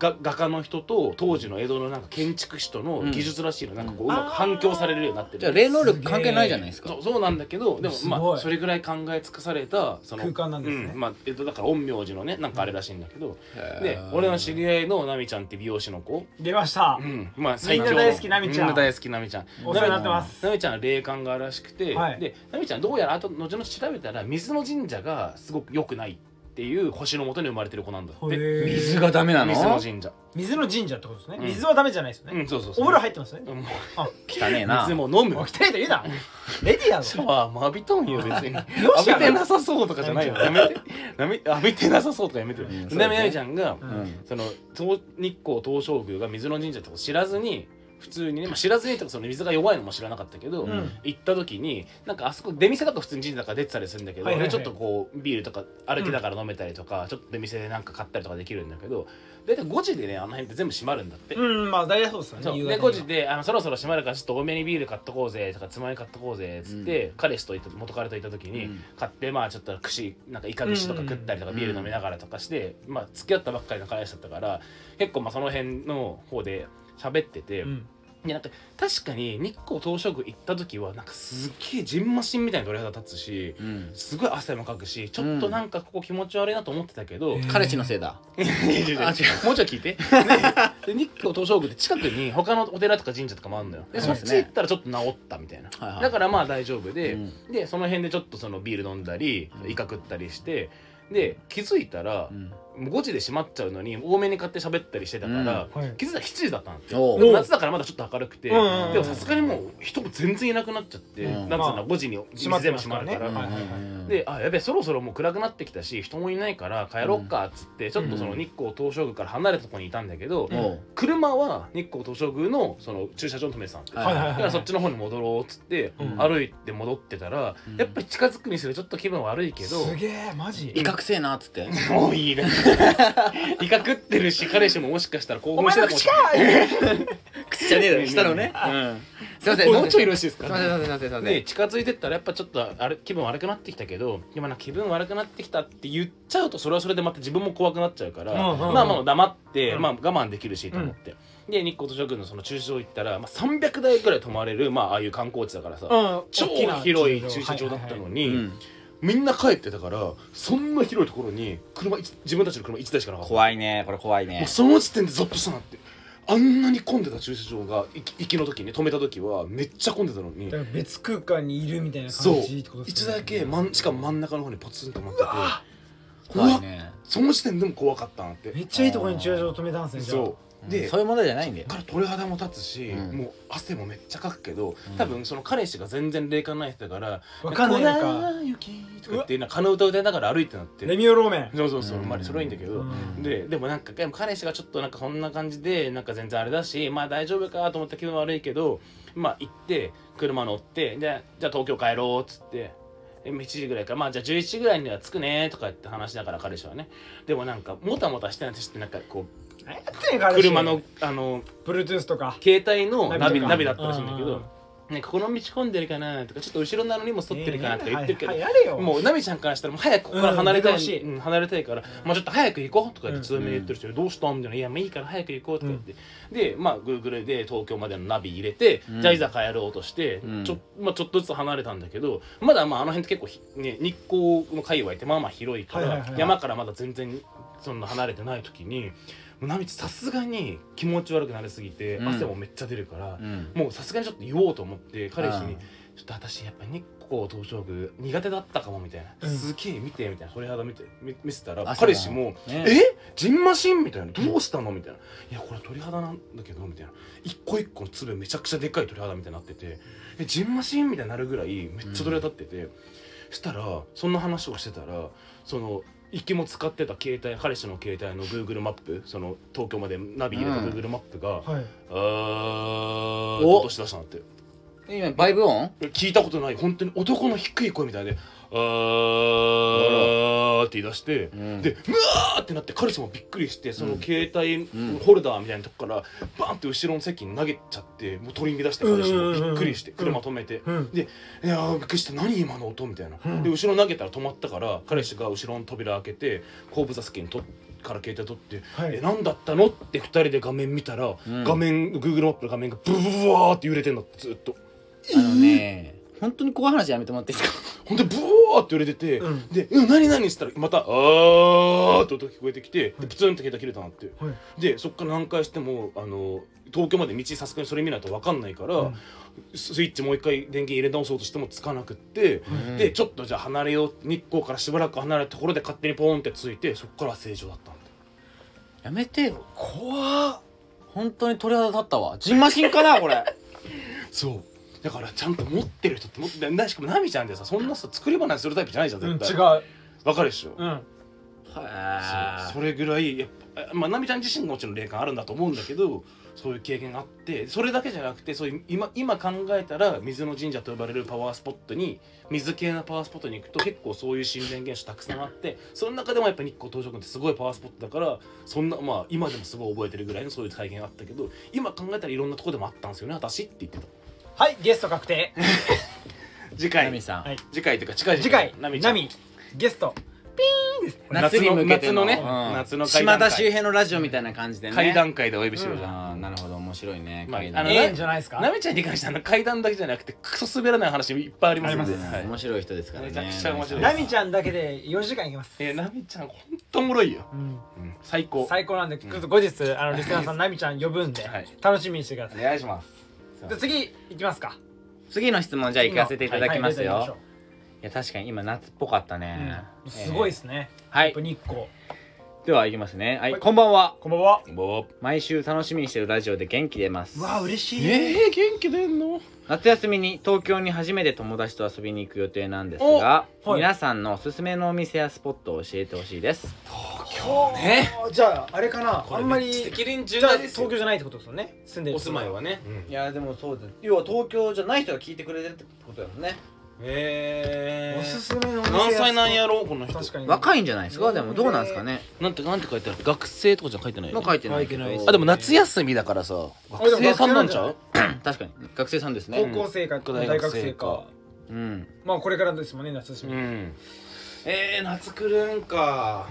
[SPEAKER 3] が画家の人と当時の江戸のなんか建築士との技術らしいの、なんかこううまく反響されるようになってる
[SPEAKER 1] じゃあ霊能力関係ないじゃないですか
[SPEAKER 3] そうそうなんだけどでも
[SPEAKER 2] すごい
[SPEAKER 3] まあそれぐらい考え尽くされたその
[SPEAKER 2] 空間なんですね
[SPEAKER 3] うまあ、江戸だから陰陽師のねなんかあれらしいんだけど、
[SPEAKER 1] へ
[SPEAKER 3] で
[SPEAKER 1] ー
[SPEAKER 3] 俺の知り合いのナミちゃんって美容師の子、
[SPEAKER 2] 出ました
[SPEAKER 3] うんまあ、最強の
[SPEAKER 2] みんな大好きナミちゃん
[SPEAKER 3] みんな大好きナミちゃん
[SPEAKER 2] お世話になってます
[SPEAKER 3] ナミちゃんは霊感があるらしくて、
[SPEAKER 2] はい
[SPEAKER 3] でナミちゃんどうやら後後々調べたら水の神社がすごく良くないっていう星のもとに生まれてる子なんだって
[SPEAKER 2] へー
[SPEAKER 1] 水がダメなの
[SPEAKER 3] 水の神社
[SPEAKER 2] 水の神社ってことですね
[SPEAKER 3] うん
[SPEAKER 2] 水はダメじゃないですよ
[SPEAKER 3] う
[SPEAKER 2] ね
[SPEAKER 3] んそうそう
[SPEAKER 2] お風呂入ってますね
[SPEAKER 3] も
[SPEAKER 1] 汚ねえな
[SPEAKER 3] 水も飲む
[SPEAKER 2] おきたいと言うなレディア
[SPEAKER 3] シ
[SPEAKER 2] ぞ
[SPEAKER 3] ャワーも浴びとんよ別 に
[SPEAKER 2] 容
[SPEAKER 3] 浴
[SPEAKER 2] 赦
[SPEAKER 3] び
[SPEAKER 2] ない
[SPEAKER 3] てなさそうとかじゃないよやめてなめ浴びてなさそうとかやめてよ
[SPEAKER 1] うん
[SPEAKER 3] ちなみにあゆちゃんが
[SPEAKER 2] う
[SPEAKER 1] うん
[SPEAKER 3] その東日光東照宮が水の神社ってこと知らずに普通にね、まあ、知らずにとかその水が弱いのも知らなかったけど、
[SPEAKER 2] うん
[SPEAKER 3] 行った時になんかあそこ出店とか普通に神社とか出てたりするんだけど、
[SPEAKER 2] はいはいはい
[SPEAKER 3] でちょっとこうビールとか歩きながら飲めたりとか、ちょっと出店でなんか買ったりとかできるんだけど大体5時でねあの辺って全部閉まるんだって。
[SPEAKER 2] うんまあ大体そうです
[SPEAKER 3] そ
[SPEAKER 2] よ
[SPEAKER 3] う
[SPEAKER 2] ね
[SPEAKER 3] で
[SPEAKER 2] 夕方
[SPEAKER 3] 5時であの「そろそろ閉まるからちょっと多めにビール買っとこうぜ」とか「つまみ買っとこうぜ」っつって、彼氏と行った元彼と行った時に、
[SPEAKER 1] うん
[SPEAKER 3] 買ってまあちょっと串なんかイカ串とか食ったりとか、
[SPEAKER 1] うん
[SPEAKER 3] ビール飲みながらとかして、まあ付き合ったばっかりの彼氏だったから結構まあその辺の方で喋ってて、
[SPEAKER 2] うん
[SPEAKER 3] でなんか確かに日光東照宮行った時はなんかすっげえじんましんみたいな鳥肌立つし。
[SPEAKER 1] うん
[SPEAKER 3] すごい汗もかくしちょっとなんかここ気持ち悪いなと思ってたけど、
[SPEAKER 2] うん
[SPEAKER 1] 彼氏のせいだ
[SPEAKER 3] いやいやいや
[SPEAKER 1] あ違う
[SPEAKER 3] もうちょい聞いて。ねで日光東照宮って近くに他のお寺とか神社とかもあるのよ。で
[SPEAKER 1] そ
[SPEAKER 3] そうっ
[SPEAKER 1] です
[SPEAKER 3] ち
[SPEAKER 1] ね
[SPEAKER 3] 行ったらちょっと治ったみたいな。
[SPEAKER 1] はいはい
[SPEAKER 3] だからまあ大丈夫で、
[SPEAKER 1] うん
[SPEAKER 3] でその辺でちょっとそのビール飲んだり
[SPEAKER 1] うん
[SPEAKER 3] イカ食ったりして。で気づいたら、
[SPEAKER 1] うん
[SPEAKER 3] 5時で閉まっちゃうのに多めに買って喋ったりしてたから、
[SPEAKER 2] うんはい
[SPEAKER 3] 気づいたら7時だったんですよ
[SPEAKER 1] おう
[SPEAKER 3] でも夏だからまだちょっと明るくて、
[SPEAKER 2] うんうんうん
[SPEAKER 3] でもさすがにもう人も全然いなくなっちゃって、
[SPEAKER 1] うん
[SPEAKER 3] なんつ
[SPEAKER 2] ま
[SPEAKER 3] うの
[SPEAKER 2] あ
[SPEAKER 3] 5時に店全部閉まるから
[SPEAKER 2] 閉まってますからねはいはいはい
[SPEAKER 1] うん
[SPEAKER 3] であやべえそろそろもう暗くなってきたし人もいないから帰ろっかっつって、ちょっとその日光東照宮から離れたところにいたんだけど、
[SPEAKER 2] うん
[SPEAKER 1] おう
[SPEAKER 3] 車は日光東照宮のその駐車場に止めてたんですよ
[SPEAKER 1] はいはいはい
[SPEAKER 3] だからそっちの方に戻ろうっつって、
[SPEAKER 2] うん
[SPEAKER 3] 歩いて戻ってたら、
[SPEAKER 1] うん
[SPEAKER 3] やっぱり近づくにするちょっと気分悪いけど
[SPEAKER 2] すげえマジ
[SPEAKER 1] 威嚇せえなっつって
[SPEAKER 3] も ういいね威嚇ってるし彼氏ももしかしたら興
[SPEAKER 2] お
[SPEAKER 3] 奮し
[SPEAKER 2] 前
[SPEAKER 3] てた
[SPEAKER 2] の
[SPEAKER 3] かも
[SPEAKER 2] 口
[SPEAKER 3] し
[SPEAKER 2] か
[SPEAKER 3] れない
[SPEAKER 1] 口じゃねえだろ下のねうんすいません
[SPEAKER 3] もうちょいよ
[SPEAKER 1] す
[SPEAKER 3] ろしいです
[SPEAKER 1] い
[SPEAKER 3] か
[SPEAKER 1] ませんすいませんすいませんすいませ
[SPEAKER 3] で
[SPEAKER 1] ん
[SPEAKER 3] 近づいてったらやっぱちょっとあれ気分悪くなってきたけど今なんか気分悪くなってきたって言っちゃうとそれはそれでまた自分も怖くなっちゃうから、
[SPEAKER 2] うんうんうん
[SPEAKER 3] まあまあ黙って、
[SPEAKER 2] うん
[SPEAKER 3] まあ、我慢できるしと思って、で日光東照宮のその駐車場行ったら、まあ、300台ぐらい泊まれる、まあ、ああいう観光地だからさ、
[SPEAKER 2] うん
[SPEAKER 3] 超
[SPEAKER 2] 大きな
[SPEAKER 3] 広い駐車場だったのに、
[SPEAKER 1] うん
[SPEAKER 3] みんな帰ってたからそんな広いところに車一自分たちの車1台しかなかった
[SPEAKER 1] 怖いねこれ怖い
[SPEAKER 3] も
[SPEAKER 1] ね
[SPEAKER 3] うその時点でゾッとしたなってあんなに混んでた駐車場がい行きの時に止めた時はめっちゃ混んでたのに
[SPEAKER 2] だから別空間にいるみたいな
[SPEAKER 3] そう
[SPEAKER 2] 感じってことです
[SPEAKER 3] 一
[SPEAKER 2] ね
[SPEAKER 3] 台だけ真んしかも真ん中の方にポツンと待ってて怖
[SPEAKER 1] 怖
[SPEAKER 3] っ
[SPEAKER 1] いね
[SPEAKER 3] その時点でも怖かったなって
[SPEAKER 2] めっちゃいいとこに駐車場止めたんすねじゃあ
[SPEAKER 3] そう
[SPEAKER 1] で
[SPEAKER 3] で
[SPEAKER 1] そういう問題じゃないんだよ
[SPEAKER 3] から鳥肌も立つし、
[SPEAKER 1] うん
[SPEAKER 3] もう汗もめっちゃかくけど
[SPEAKER 1] うん
[SPEAKER 3] 多分その彼氏が全然霊感ない人だから「
[SPEAKER 2] わかんないのか
[SPEAKER 3] 粉雪」とか言ってなんか鼻歌歌いながら歩いてなって
[SPEAKER 2] レミオローメン
[SPEAKER 3] そうそうそう、
[SPEAKER 1] うん
[SPEAKER 3] まあそれはいいんだけど、
[SPEAKER 2] うん
[SPEAKER 3] ででもなんかでも彼氏がちょっとなんかそんな感じでなんか全然あれだしまあ大丈夫かと思った気分悪いけどまあ行って車乗ってでじゃあ東京帰ろうっつってで1時ぐらいからまあじゃあ11時ぐらいには着くねとかって話しながら彼氏はねでもなんかもたもたしてないとしてなんかこう
[SPEAKER 2] 何やってんか
[SPEAKER 3] 車のあの
[SPEAKER 2] Bluetooth とか
[SPEAKER 3] 携帯のナ
[SPEAKER 2] ナ
[SPEAKER 3] ビ
[SPEAKER 2] ビとか
[SPEAKER 3] ナビだったらしいんだ
[SPEAKER 2] うん
[SPEAKER 3] け
[SPEAKER 2] うん
[SPEAKER 3] ど。なんかこの道混んでるかなとかちょっと後ろのあの荷物取ってるかなとか言ってるけど
[SPEAKER 2] えーはいはいやれよ
[SPEAKER 3] もうナミちゃんからしたらもう早くここから離れた
[SPEAKER 2] うん出て
[SPEAKER 3] い、
[SPEAKER 2] ほしい
[SPEAKER 3] うん離れたいから、まあ、ちょっと早く行こうとか言って
[SPEAKER 2] う
[SPEAKER 3] 強めに言ってる人にどうしたみたいな「いやもういいから早く行こう」とか言って、でまあ Google で東京までのナビ入れて、
[SPEAKER 1] うん
[SPEAKER 3] じゃあいざ帰ろうとして、
[SPEAKER 1] うん
[SPEAKER 3] ちょまあ、ちょっとずつ離れたんだけどまだまああの辺って結構ひ、ね、日光の界隈ってまあまあ広いから、
[SPEAKER 2] はいはいはい
[SPEAKER 3] 山からまだ全然そんな離れてない時にもうナミちゃんさすがに気持ち悪くなりすぎて
[SPEAKER 1] うん
[SPEAKER 3] 汗もめっちゃ出るから
[SPEAKER 1] う、ん
[SPEAKER 3] もうさすがにちょっと言おうと思って彼氏に
[SPEAKER 1] うん
[SPEAKER 3] 「ちょっと私やっぱ日光東照宮苦手だったかも」みたいな「
[SPEAKER 2] うん
[SPEAKER 3] すげえ見て」みたいな鳥肌見て見見せたら
[SPEAKER 1] 朝
[SPEAKER 3] 彼氏も「
[SPEAKER 1] ね
[SPEAKER 3] えジンマシン?」みたいな「どうしたの?」みたいな「いやこれ鳥肌なんだけど」みたいな一個一個の粒めちゃくちゃでっかい鳥肌みたいになってて「えジンマシン?」みたいになるぐらいめっちゃ鳥肌立ってて、そしたらそんな話をしてたらその。行きも使ってた携帯彼氏の携帯の Google マップその東京までナビ入れた
[SPEAKER 1] うん
[SPEAKER 3] Google マップが、
[SPEAKER 2] はい
[SPEAKER 3] あーって
[SPEAKER 1] お
[SPEAKER 3] 音しだしたなって
[SPEAKER 1] 今バイブ音
[SPEAKER 3] 聞いたことない本当に男の低い声みたいで「あー」って言い出して、
[SPEAKER 1] うん
[SPEAKER 3] で「うわー!」ってなって彼氏もびっくりしてその携帯
[SPEAKER 1] うん
[SPEAKER 3] ホルダーみたいなとこからバーンって後ろの席に投げちゃってもう取り乱して彼氏もびっくりして
[SPEAKER 2] うん
[SPEAKER 3] 車止めて。
[SPEAKER 2] うん
[SPEAKER 3] で「いやーびっくりした何今の音」みたいな、
[SPEAKER 2] うん
[SPEAKER 3] で後ろ投げたら止まったから彼氏が後ろの扉開けて後部座席にとから携帯取って「
[SPEAKER 2] はい
[SPEAKER 3] え何だったの?」って2人で画面見たら、
[SPEAKER 1] ん
[SPEAKER 3] 画面 Google マップの画面がブワーって揺れてんだってずっと。
[SPEAKER 1] あのね本当に怖い話やめてもらっていい ですか
[SPEAKER 3] ほんでブワーって揺れてて、
[SPEAKER 2] うん
[SPEAKER 3] で「うん何何?」したらまた「あー」って音聞こえてきてでプツンって携帯切れたなって
[SPEAKER 2] はい
[SPEAKER 3] でそっから何回してもあの東京まで道さすがにそれ見ないと分かんないから、
[SPEAKER 2] うん
[SPEAKER 3] ススイッチもう一回電源入れ直そうとしてもつかなくって、
[SPEAKER 1] ん
[SPEAKER 3] でちょっとじゃあ離れよう日光からしばらく離れたところで勝手にポーンってついてそっから正常だったんだ
[SPEAKER 1] やめてよ
[SPEAKER 2] 怖っ
[SPEAKER 1] 本当に鳥肌立ったわジンマシンかな これ
[SPEAKER 3] そうだからちゃんと持ってる人って持ってなしかもナミちゃんってさそんなさ作り話するタイプじゃないじゃん
[SPEAKER 2] うん違
[SPEAKER 3] 絶
[SPEAKER 2] う
[SPEAKER 3] 対、分かるでしょ、
[SPEAKER 2] うん
[SPEAKER 3] そうそれぐらいやっぱあまあ奈美ちゃん自身がもちろん霊感あるんだと思うんだけどそういう経験があってそれだけじゃなくてそういう今今考えたら水の神社と呼ばれるパワースポットに水系のパワースポットに行くと結構そういう神殿現象たくさんあってその中でもやっぱ日光東照宮ってすごいパワースポットだからそんなまあ今でもすごい覚えてるぐらいのそういう体験があったけど今考えたらいろんなとこでもあったんですよね私って言ってた
[SPEAKER 2] はいゲスト確定
[SPEAKER 3] 次
[SPEAKER 1] ナミ
[SPEAKER 3] 回
[SPEAKER 1] さん、
[SPEAKER 2] はい
[SPEAKER 3] 次回というか近い
[SPEAKER 2] 次回ナ
[SPEAKER 3] ナミ
[SPEAKER 2] ミ
[SPEAKER 3] ちゃん
[SPEAKER 2] ゲスト
[SPEAKER 1] 夏に向けての
[SPEAKER 3] 夏のね
[SPEAKER 1] うん
[SPEAKER 3] 夏の階
[SPEAKER 1] 島
[SPEAKER 3] 段階
[SPEAKER 1] 田周平のラジオみたいな感じでね
[SPEAKER 3] 会談会でお呼びしようじゃん
[SPEAKER 1] あーなるほど面白いね
[SPEAKER 3] まあ
[SPEAKER 1] 階
[SPEAKER 3] あ
[SPEAKER 1] 段
[SPEAKER 3] の
[SPEAKER 2] ええんじゃないですか
[SPEAKER 3] なめちゃんに関してはあの階段だけじゃなくてクソ滑らない話もいっぱいありますんで
[SPEAKER 2] ありま
[SPEAKER 3] はい
[SPEAKER 1] 面白い人ですからね
[SPEAKER 3] めちゃくちゃ面白い
[SPEAKER 2] ナミちゃんだけで4時間いきます
[SPEAKER 3] えー、なめちゃんほんとおもろいよ、
[SPEAKER 2] うん
[SPEAKER 3] うん最高
[SPEAKER 2] 最高なんでちょっと後日あのリスナーさんナミちゃん呼ぶんで
[SPEAKER 3] はい
[SPEAKER 2] 楽しみにしてくださ
[SPEAKER 3] お
[SPEAKER 2] い
[SPEAKER 3] 願いします
[SPEAKER 2] じゃあ次いきますか
[SPEAKER 1] 次の質問じゃあ行かせていただきますよ、
[SPEAKER 2] はい
[SPEAKER 1] いや確かに今夏っぽかったね、
[SPEAKER 2] うんすごい
[SPEAKER 1] え
[SPEAKER 2] ですね
[SPEAKER 1] ーは
[SPEAKER 2] やっ
[SPEAKER 1] い
[SPEAKER 2] ぱ日光
[SPEAKER 1] では行きますねはい、
[SPEAKER 2] はい
[SPEAKER 1] こんばんは
[SPEAKER 2] こんばんは
[SPEAKER 1] 毎週楽しみにしてるラジオで元気出ます
[SPEAKER 2] うわ嬉しい、
[SPEAKER 3] えー、元気出んの
[SPEAKER 1] 夏休みに東京に初めて友達と遊びに行く予定なんですが、
[SPEAKER 2] おはい
[SPEAKER 1] 皆さんのおすすめのお店やスポットを教えてほしいです
[SPEAKER 2] 今日
[SPEAKER 3] ね
[SPEAKER 2] じゃああれかなあんまり
[SPEAKER 3] 責任重
[SPEAKER 2] じゃあ
[SPEAKER 3] 大です
[SPEAKER 2] 東京じゃないってことですよね住んでる
[SPEAKER 3] お住まいはね、
[SPEAKER 1] いやでもそうだ要は東京じゃない人が聞いてくれてるってことだもんね
[SPEAKER 3] え
[SPEAKER 2] おすすめのお店
[SPEAKER 3] 何歳なんやろうこの人
[SPEAKER 2] 確かに
[SPEAKER 1] 若
[SPEAKER 2] い
[SPEAKER 1] いんじゃないですかでもどうなんですかね
[SPEAKER 3] なんてなんて書いてある学生とかじゃ書いてないよ
[SPEAKER 1] も
[SPEAKER 3] ね
[SPEAKER 1] う書いてないけど
[SPEAKER 2] 書いてない
[SPEAKER 3] あでも夏休みだからさ学生さんなんちゃう
[SPEAKER 1] 確かに学生さんです
[SPEAKER 2] 高
[SPEAKER 1] ね
[SPEAKER 2] 校生か
[SPEAKER 3] うん
[SPEAKER 2] 大学生
[SPEAKER 3] 大
[SPEAKER 2] か
[SPEAKER 3] 学
[SPEAKER 1] うん
[SPEAKER 2] まあこれからですもんね夏休み、
[SPEAKER 3] んえー、夏来るんか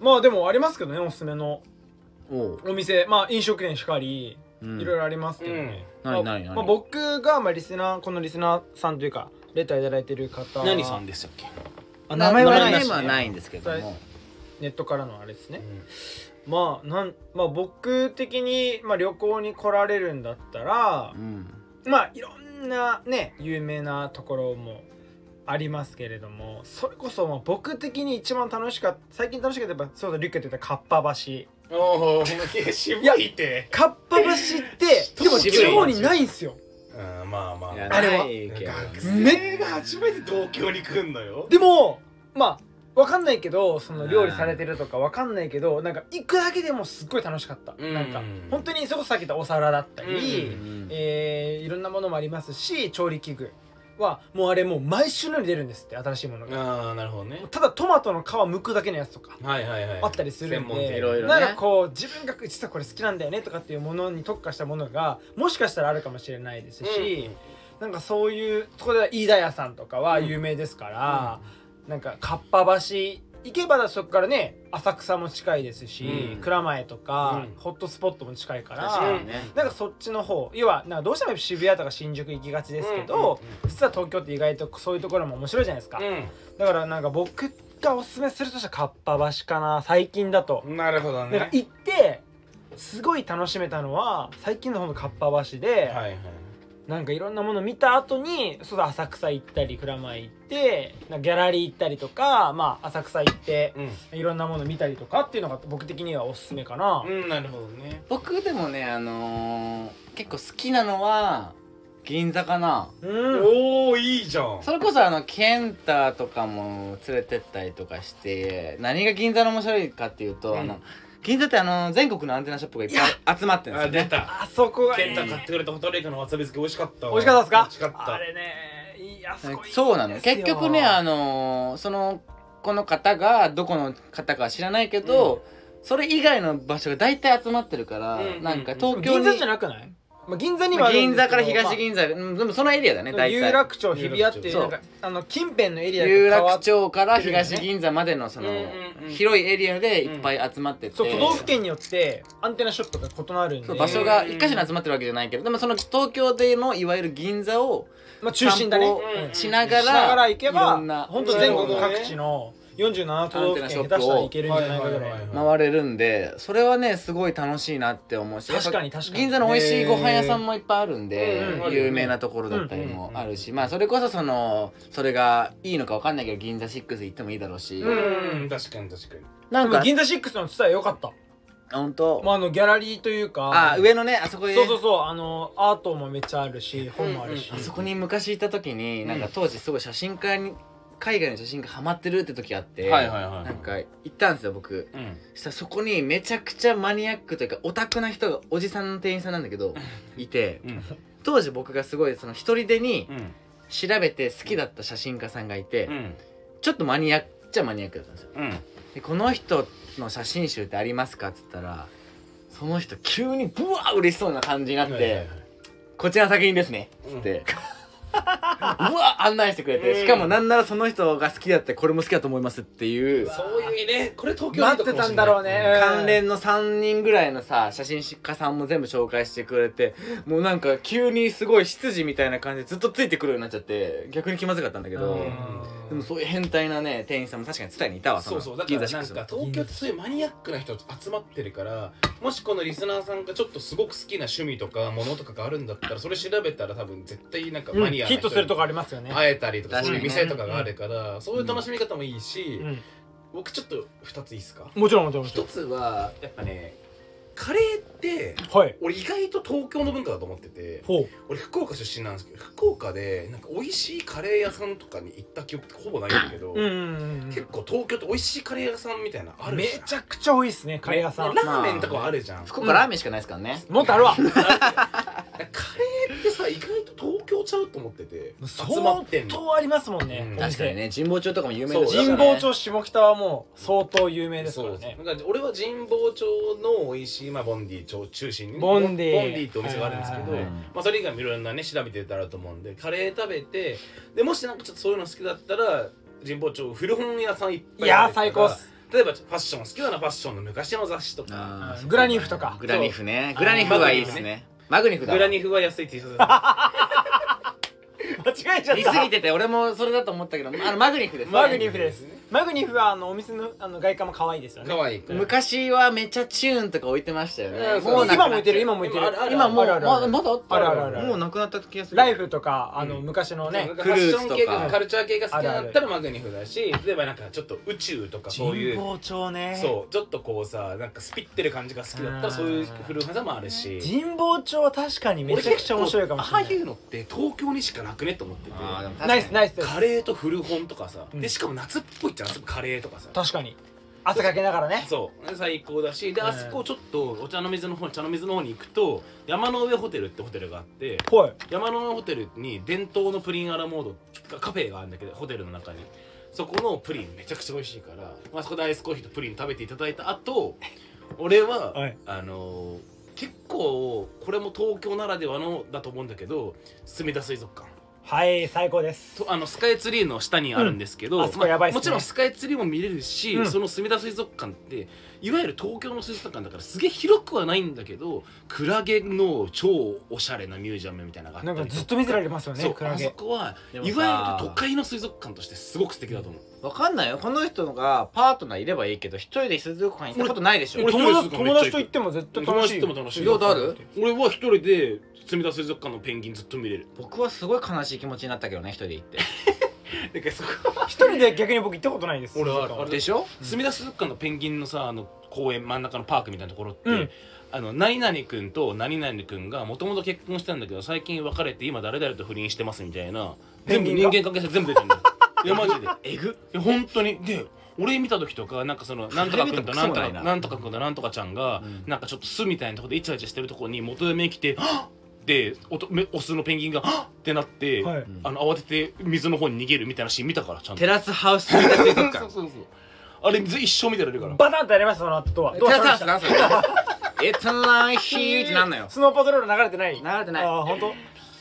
[SPEAKER 2] まあでもありますけどねおすすめの
[SPEAKER 1] おう
[SPEAKER 2] お店まあ飲食店しかり
[SPEAKER 1] うん
[SPEAKER 2] いろいろありますけどね、
[SPEAKER 1] うん
[SPEAKER 2] まあ
[SPEAKER 1] 何何何
[SPEAKER 2] まあ、僕がまあリスナーこのリスナーさんというかレターいただいてる方は
[SPEAKER 3] 何さんでしたっけ、
[SPEAKER 2] あ
[SPEAKER 1] 名
[SPEAKER 2] 名
[SPEAKER 1] 前
[SPEAKER 2] 前
[SPEAKER 1] は
[SPEAKER 2] は
[SPEAKER 1] な
[SPEAKER 2] ない
[SPEAKER 1] ネ
[SPEAKER 2] い
[SPEAKER 1] ー
[SPEAKER 2] です
[SPEAKER 1] ムは
[SPEAKER 2] ね
[SPEAKER 1] ないんですけど
[SPEAKER 2] は
[SPEAKER 1] も
[SPEAKER 2] ネットからのあれですね、まあなんまあ僕的に、まあ、旅行に来られるんだったら
[SPEAKER 1] う、ん
[SPEAKER 2] まあいろんなね有名なところもありますけれどもそれこそまあ僕的に一番楽しかった最近楽しかったやっぱそうだリュックやってたかっぱ橋
[SPEAKER 3] おお渋いって
[SPEAKER 2] かっぱ橋っ てでも
[SPEAKER 3] 渋い
[SPEAKER 2] 地方にないんすよ
[SPEAKER 3] うんまあまあ
[SPEAKER 1] いや
[SPEAKER 2] あれは
[SPEAKER 1] ないけど
[SPEAKER 2] 生
[SPEAKER 3] が初めて東京に来んのよ
[SPEAKER 2] でもまあわかんないけどその料理されてるとかわかんないけどなんか行くだけでもすっごい楽しかった、
[SPEAKER 3] うん
[SPEAKER 2] なんか本当にそこさっき言ったお皿だったり、
[SPEAKER 3] うん
[SPEAKER 2] えーいろんなものもありますし調理器具はもうあれもう毎週のように出るんですって新しいものが、
[SPEAKER 3] ああなるほどね
[SPEAKER 2] ただトマトの皮剥くだけのやつとか
[SPEAKER 3] はいはいはい
[SPEAKER 2] あったりするん
[SPEAKER 3] 専門店
[SPEAKER 2] で
[SPEAKER 1] いろいろね
[SPEAKER 2] なんかこう自分が実はこれ好きなんだよねとかっていうものに特化したものがもしかしたらあるかもしれないですし、なんかそういうところでは飯田屋さんとかは有名ですから、なんかかっぱ橋行けばそこからね浅草も近いですし、
[SPEAKER 3] うん
[SPEAKER 2] 蔵前とか、
[SPEAKER 3] うん
[SPEAKER 2] ホットスポットも近いから
[SPEAKER 1] 確かにね
[SPEAKER 2] なんかそっちの方要はなんかどうしてもやっぱ渋谷とか新宿行きがちですけど、実は東京って意外とそういうところも面白いじゃないですか、だからなんか僕がおすすめするとしたらかっぱ橋かな最近だと、
[SPEAKER 3] なるほど
[SPEAKER 2] なんか行ってすごい楽しめたのは最近のほんとかっぱ橋で、
[SPEAKER 3] はいはい
[SPEAKER 2] なんかいろんなもの見た後にそうだ浅草行ったり蔵前行ってなんかギャラリー行ったりとかまあ浅草行って
[SPEAKER 3] うん
[SPEAKER 2] いろんなもの見たりとかっていうのが僕的にはおすすめかな、
[SPEAKER 3] うんなるほどね
[SPEAKER 1] 僕でもねあのー結構好きなのは銀座かな
[SPEAKER 2] うん
[SPEAKER 3] おおいいじゃん
[SPEAKER 1] それこそあのケンタとかも連れてったりとかして何が銀座の面白いかっていうと、
[SPEAKER 3] うん
[SPEAKER 1] あの銀座ってあの全国のアンテナショップがいっぱい集まってるんです
[SPEAKER 3] あ
[SPEAKER 1] よ
[SPEAKER 3] 出
[SPEAKER 1] ね
[SPEAKER 3] た
[SPEAKER 2] あそこがい
[SPEAKER 3] ケン
[SPEAKER 2] い
[SPEAKER 3] タ買ってくれたホタルイカのわさび漬け美味しかったわ
[SPEAKER 2] 美味しかったですか
[SPEAKER 3] 美味しかった
[SPEAKER 2] あれねいやすごいいいんですよ
[SPEAKER 1] そうなの結局ねあのーそのこの方がどこの方かは知らないけど、それ以外の場所が大体集まってるから、
[SPEAKER 3] うん
[SPEAKER 1] なんか
[SPEAKER 2] でも
[SPEAKER 1] 東京
[SPEAKER 2] 銀
[SPEAKER 1] に
[SPEAKER 2] 座じゃなくない、まあ、銀座には
[SPEAKER 1] まあ
[SPEAKER 2] あるん
[SPEAKER 1] 銀
[SPEAKER 2] で
[SPEAKER 1] 座
[SPEAKER 2] すけ
[SPEAKER 1] か
[SPEAKER 2] ど
[SPEAKER 1] ら東銀座、うんでもそのエリアだね
[SPEAKER 2] まあ
[SPEAKER 1] 大
[SPEAKER 2] 有
[SPEAKER 1] 体
[SPEAKER 2] 楽町日比谷っていう
[SPEAKER 1] そう
[SPEAKER 2] なんかあの近辺のエリア
[SPEAKER 1] 有
[SPEAKER 2] が変わ
[SPEAKER 1] 楽
[SPEAKER 2] って
[SPEAKER 1] 町から東銀座までのその
[SPEAKER 3] うんうんうん
[SPEAKER 1] 広いエリアでいっぱい集まってて、
[SPEAKER 2] そう都道府県によってアンテナショップが異なるん
[SPEAKER 1] そ
[SPEAKER 2] で
[SPEAKER 1] う場所が一箇所に集まってるわけじゃないけどでもその東京でのいわゆる銀座を
[SPEAKER 2] まあ、中心だね、
[SPEAKER 1] 散
[SPEAKER 2] うん
[SPEAKER 1] 歩しながら,、
[SPEAKER 2] しながら行け
[SPEAKER 1] いろ
[SPEAKER 2] ば
[SPEAKER 1] んな
[SPEAKER 2] 本当全国各地の47都道府県下手したらいけるんじゃないかぐらい
[SPEAKER 3] はいはいはい
[SPEAKER 1] 回れるんでそれはねすごい楽しいなって思うし
[SPEAKER 2] 確かに
[SPEAKER 1] やっぱ
[SPEAKER 2] 確かに
[SPEAKER 1] 銀座の美味しいご飯屋さんもいっぱいあるんで、
[SPEAKER 3] うんうん
[SPEAKER 1] 有名なところだったりもあるし、まあそれこそそのそれがいいのかわかんないけど銀座6行ってもいいだろうし、
[SPEAKER 2] うん
[SPEAKER 3] うん確かに確かに
[SPEAKER 1] なん
[SPEAKER 2] でも
[SPEAKER 1] か
[SPEAKER 2] 銀座6のツタは良かった、
[SPEAKER 1] 本当、
[SPEAKER 2] まあ、あのギャラリーというか
[SPEAKER 1] あ上のねあそこで
[SPEAKER 2] そうそうそうあのアートもめっちゃあるし本もあるし、
[SPEAKER 1] あそこに昔いた時になんか当時すごい写真家に海外の写真家ハマってるって時あって、
[SPEAKER 3] はいはいはい
[SPEAKER 1] なんか行ったんですよ僕
[SPEAKER 3] うん
[SPEAKER 1] そしたらそこにめちゃくちゃマニアックというかオタクな人がおじさんの店員さんなんだけ どいて
[SPEAKER 3] うん
[SPEAKER 1] 当時僕がすごいその一人でに
[SPEAKER 3] うん
[SPEAKER 1] 調べて好きだった写真家さんがいて、
[SPEAKER 3] うん
[SPEAKER 1] ちょっとマニアックっちゃマニアックだったんですよ
[SPEAKER 3] うん
[SPEAKER 1] でこの人の写真集ってありますかっつったらその人急にブワー嬉しそうな感じになって、こちらの作品ですね」っつって、うわ案内してくれて、
[SPEAKER 3] うん
[SPEAKER 1] しかもなんならその人が好きだってこれも好きだと思いますっていう
[SPEAKER 3] そういうねこれ東京
[SPEAKER 2] 待ってたんだろうね
[SPEAKER 1] 関連の3人ぐらいのさ写真家さんも全部紹介してくれてもうなんか急にすごい執事みたいな感じでずっとついてくるようになっちゃって逆に気まずかったんだけど、
[SPEAKER 2] うん
[SPEAKER 1] でもそういう変態なね店員さんも確かに伝えにいたわ
[SPEAKER 3] そうそう
[SPEAKER 1] の
[SPEAKER 3] だか
[SPEAKER 1] 銀
[SPEAKER 3] らな
[SPEAKER 1] 座
[SPEAKER 3] ん
[SPEAKER 1] シックス
[SPEAKER 3] か東京ってそういうマニアックな人集まってるからもしこのリスナーさんがちょっとすごく好きな趣味とかものとかがあるんだったらそれ調べたら多分絶対なんか
[SPEAKER 2] うん
[SPEAKER 3] マニアな
[SPEAKER 2] ヒットするとこ
[SPEAKER 3] か
[SPEAKER 2] ありますよね、
[SPEAKER 3] 会えたりとかそういう
[SPEAKER 1] 確かにね
[SPEAKER 3] 店とかがあるからそういう楽しみ方もいいし
[SPEAKER 2] うん
[SPEAKER 3] 僕ちょっと2ついいですか
[SPEAKER 2] もちろんもちろんもちろ
[SPEAKER 3] 一
[SPEAKER 2] ん
[SPEAKER 3] つはやっぱねカレーって
[SPEAKER 2] はい
[SPEAKER 3] 俺意外と東京の文化だと思ってて
[SPEAKER 2] ほう
[SPEAKER 3] 俺福岡出身なんですけど福岡でなんか美味しいカレー屋さんとかに行った記憶ってほぼないんだけ
[SPEAKER 2] う
[SPEAKER 3] ど、
[SPEAKER 2] んうんうん
[SPEAKER 3] 結構東京って美味しいカレー屋さんみたいなのある
[SPEAKER 2] め
[SPEAKER 3] じゃん
[SPEAKER 2] ちゃくちゃ多いですねカレー屋さん
[SPEAKER 3] ねラーメンとかはあるじゃん、
[SPEAKER 1] 福岡ラーメンしかないですからね、
[SPEAKER 2] もっとあるわ
[SPEAKER 3] カレーってさ意外と東京ちゃうと思ってて集ま
[SPEAKER 2] 相
[SPEAKER 3] ってんの
[SPEAKER 2] 当ありますもんね、
[SPEAKER 3] うん
[SPEAKER 2] お店
[SPEAKER 1] 確かにね神保町とかも有名です
[SPEAKER 3] そう
[SPEAKER 1] から
[SPEAKER 2] 神
[SPEAKER 1] ね
[SPEAKER 2] 保町下北はもう相当有名です
[SPEAKER 3] そ
[SPEAKER 2] か
[SPEAKER 3] う
[SPEAKER 2] ら
[SPEAKER 3] ですね
[SPEAKER 2] ね。
[SPEAKER 3] なんか俺は神保町の美味しい、まあ、ボンディ町中心に
[SPEAKER 2] ボンディ
[SPEAKER 3] ボンディってお店があるんですけど、
[SPEAKER 1] はいはいはい
[SPEAKER 3] まあ、それ以外もいろんなね調べてたらと思うんでカレー食べてでもしなんかちょっとそういうの好きだったら神保町古本屋さんいっぱいあるから
[SPEAKER 2] いやー最高っす
[SPEAKER 3] 例えばファッション好きならファッションの昔の雑誌とか
[SPEAKER 1] あー
[SPEAKER 2] グラニフとか
[SPEAKER 1] グラニフね
[SPEAKER 3] そう
[SPEAKER 1] グラニフはいいですねマグニフだ
[SPEAKER 3] グラニフは安い T シャツだ
[SPEAKER 2] 間違えちゃ
[SPEAKER 1] 言い過ぎてて俺もそれだと思ったけどあのマグニフです、ね、
[SPEAKER 2] マグニフです。マグニフはあのお店のあの外観も可愛いですよ ね。
[SPEAKER 3] 可愛いから
[SPEAKER 1] 昔はめちゃチューンとか置いてましたよね、
[SPEAKER 3] うん
[SPEAKER 1] もうなくな
[SPEAKER 2] 今
[SPEAKER 1] っ
[SPEAKER 2] もいてる今もいてる
[SPEAKER 3] 今あるある
[SPEAKER 1] 今もう
[SPEAKER 2] あるあるある
[SPEAKER 1] ままだあった
[SPEAKER 2] あるあるある
[SPEAKER 1] もうなくなった気がする
[SPEAKER 2] ライフとかあの
[SPEAKER 3] うん
[SPEAKER 2] 昔のね
[SPEAKER 3] フ
[SPEAKER 1] フ
[SPEAKER 3] ァ
[SPEAKER 1] ル
[SPEAKER 3] ッ
[SPEAKER 1] ー
[SPEAKER 3] シ
[SPEAKER 1] ツ
[SPEAKER 3] ョン系と
[SPEAKER 1] と
[SPEAKER 3] か
[SPEAKER 1] か
[SPEAKER 3] カルチャー系が好きだった
[SPEAKER 2] ある
[SPEAKER 3] らマグニフだし例えばなんかちょっと宇宙とかそういう
[SPEAKER 2] 神保町ね。
[SPEAKER 3] そうちょっとこうさなんかスピってる感じが好きだったらそういう古本屋さんもあるし
[SPEAKER 2] 神保町は確かにめちゃくちゃ面白いかもしれ
[SPEAKER 3] 俺結構ああい
[SPEAKER 2] な
[SPEAKER 3] うのって東京にしかなくねと思ってて
[SPEAKER 1] あーでも確か
[SPEAKER 2] い。
[SPEAKER 1] に
[SPEAKER 2] ナイスナイスです。
[SPEAKER 3] カレーと古本とかさ、
[SPEAKER 2] うん
[SPEAKER 3] でしかも夏っぽいじゃん夏っぽいカレーとかさ
[SPEAKER 2] 確かに汗かけながらね。
[SPEAKER 3] そう最高だしで
[SPEAKER 2] うん
[SPEAKER 3] あそこちょっとお茶の水の方茶の水の方に行くと山の上ホテルってホテルがあって
[SPEAKER 2] ほい。
[SPEAKER 3] 山の上ホテルに伝統のプリンアラモードカフェがあるんだけどホテルの中にそこのプリンめちゃくちゃ美味しいから、まあ、そこでアイスコーヒーとプリン食べていただいた後俺は、
[SPEAKER 2] はい
[SPEAKER 3] あのー結構これも東京ならではのだと思うんだけど墨田水族館
[SPEAKER 2] はい最高です。
[SPEAKER 3] とあのスカイツリーの下にあるんですけど、
[SPEAKER 2] うんあそこやばいっすね
[SPEAKER 3] もちろんスカイツリーも見れるし、
[SPEAKER 2] うん
[SPEAKER 3] その墨田水族館っていわゆる東京の水族館だからすげえ広くはないんだけどクラゲの超おしゃれなミュージアムみたいなのがあった
[SPEAKER 2] なん
[SPEAKER 3] りと
[SPEAKER 2] かずっと見せられますよ
[SPEAKER 3] そ
[SPEAKER 2] ね
[SPEAKER 3] う
[SPEAKER 2] クラ
[SPEAKER 3] あそ
[SPEAKER 2] ゲ。
[SPEAKER 3] こは
[SPEAKER 1] で
[SPEAKER 3] い
[SPEAKER 1] も
[SPEAKER 3] わ
[SPEAKER 1] さ
[SPEAKER 3] ゆる都会の水族館としてすごく素敵だと思う
[SPEAKER 1] わかんないよこの人がパートナーいればいいけど一人で水族館行ったことないでしょ
[SPEAKER 3] 俺
[SPEAKER 2] 友達
[SPEAKER 3] 一人です
[SPEAKER 2] 友達と行っても絶対
[SPEAKER 3] 友
[SPEAKER 2] 楽し
[SPEAKER 3] 達
[SPEAKER 2] い
[SPEAKER 3] と
[SPEAKER 2] よ。
[SPEAKER 3] も楽しい
[SPEAKER 1] よだある
[SPEAKER 3] 俺は一人で墨田水族館のペンギンずっと見れる
[SPEAKER 1] 僕はすごい悲しい気持ちになったけどね一人で行って
[SPEAKER 3] だからそこは
[SPEAKER 2] 一人で逆に僕行ったことないです。
[SPEAKER 3] 俺はあるある
[SPEAKER 1] でしょ
[SPEAKER 3] 墨田水族館のペンギンのさあの公園真ん中のパークみたいなところって、
[SPEAKER 2] うん
[SPEAKER 3] あの何々君と何々君がもともと結婚してたんだけど最近別れて今誰々と不倫してますみたいな
[SPEAKER 2] ペン
[SPEAKER 3] 全部
[SPEAKER 2] ギン
[SPEAKER 3] 人
[SPEAKER 2] が
[SPEAKER 3] 間関係者全部出て るんだよいやマジでえぐいや本当にで俺見た時とかなんかそのなんとか君
[SPEAKER 1] テレビ
[SPEAKER 3] となんとか
[SPEAKER 1] とかそうだよな
[SPEAKER 3] なんとか君となんとかちゃんが、
[SPEAKER 1] うん
[SPEAKER 3] なんかちょっと巣みたいなとこでイチャイチャしてるとこに元嫁来てはっでおとめオスのペンギンがはっってなって、
[SPEAKER 2] はい
[SPEAKER 3] あの慌てて水の方に逃げるみたいなシーン見たからちゃんと
[SPEAKER 1] テラスハウス水族館
[SPEAKER 3] そうそうそうあれ一生見てられるから
[SPEAKER 2] バタンってやりましたその後は。
[SPEAKER 1] テラスハウスなんすよ It's like huge ってなんのよ
[SPEAKER 2] スノーパトロール流れてない
[SPEAKER 1] 流れてない
[SPEAKER 2] ああ本当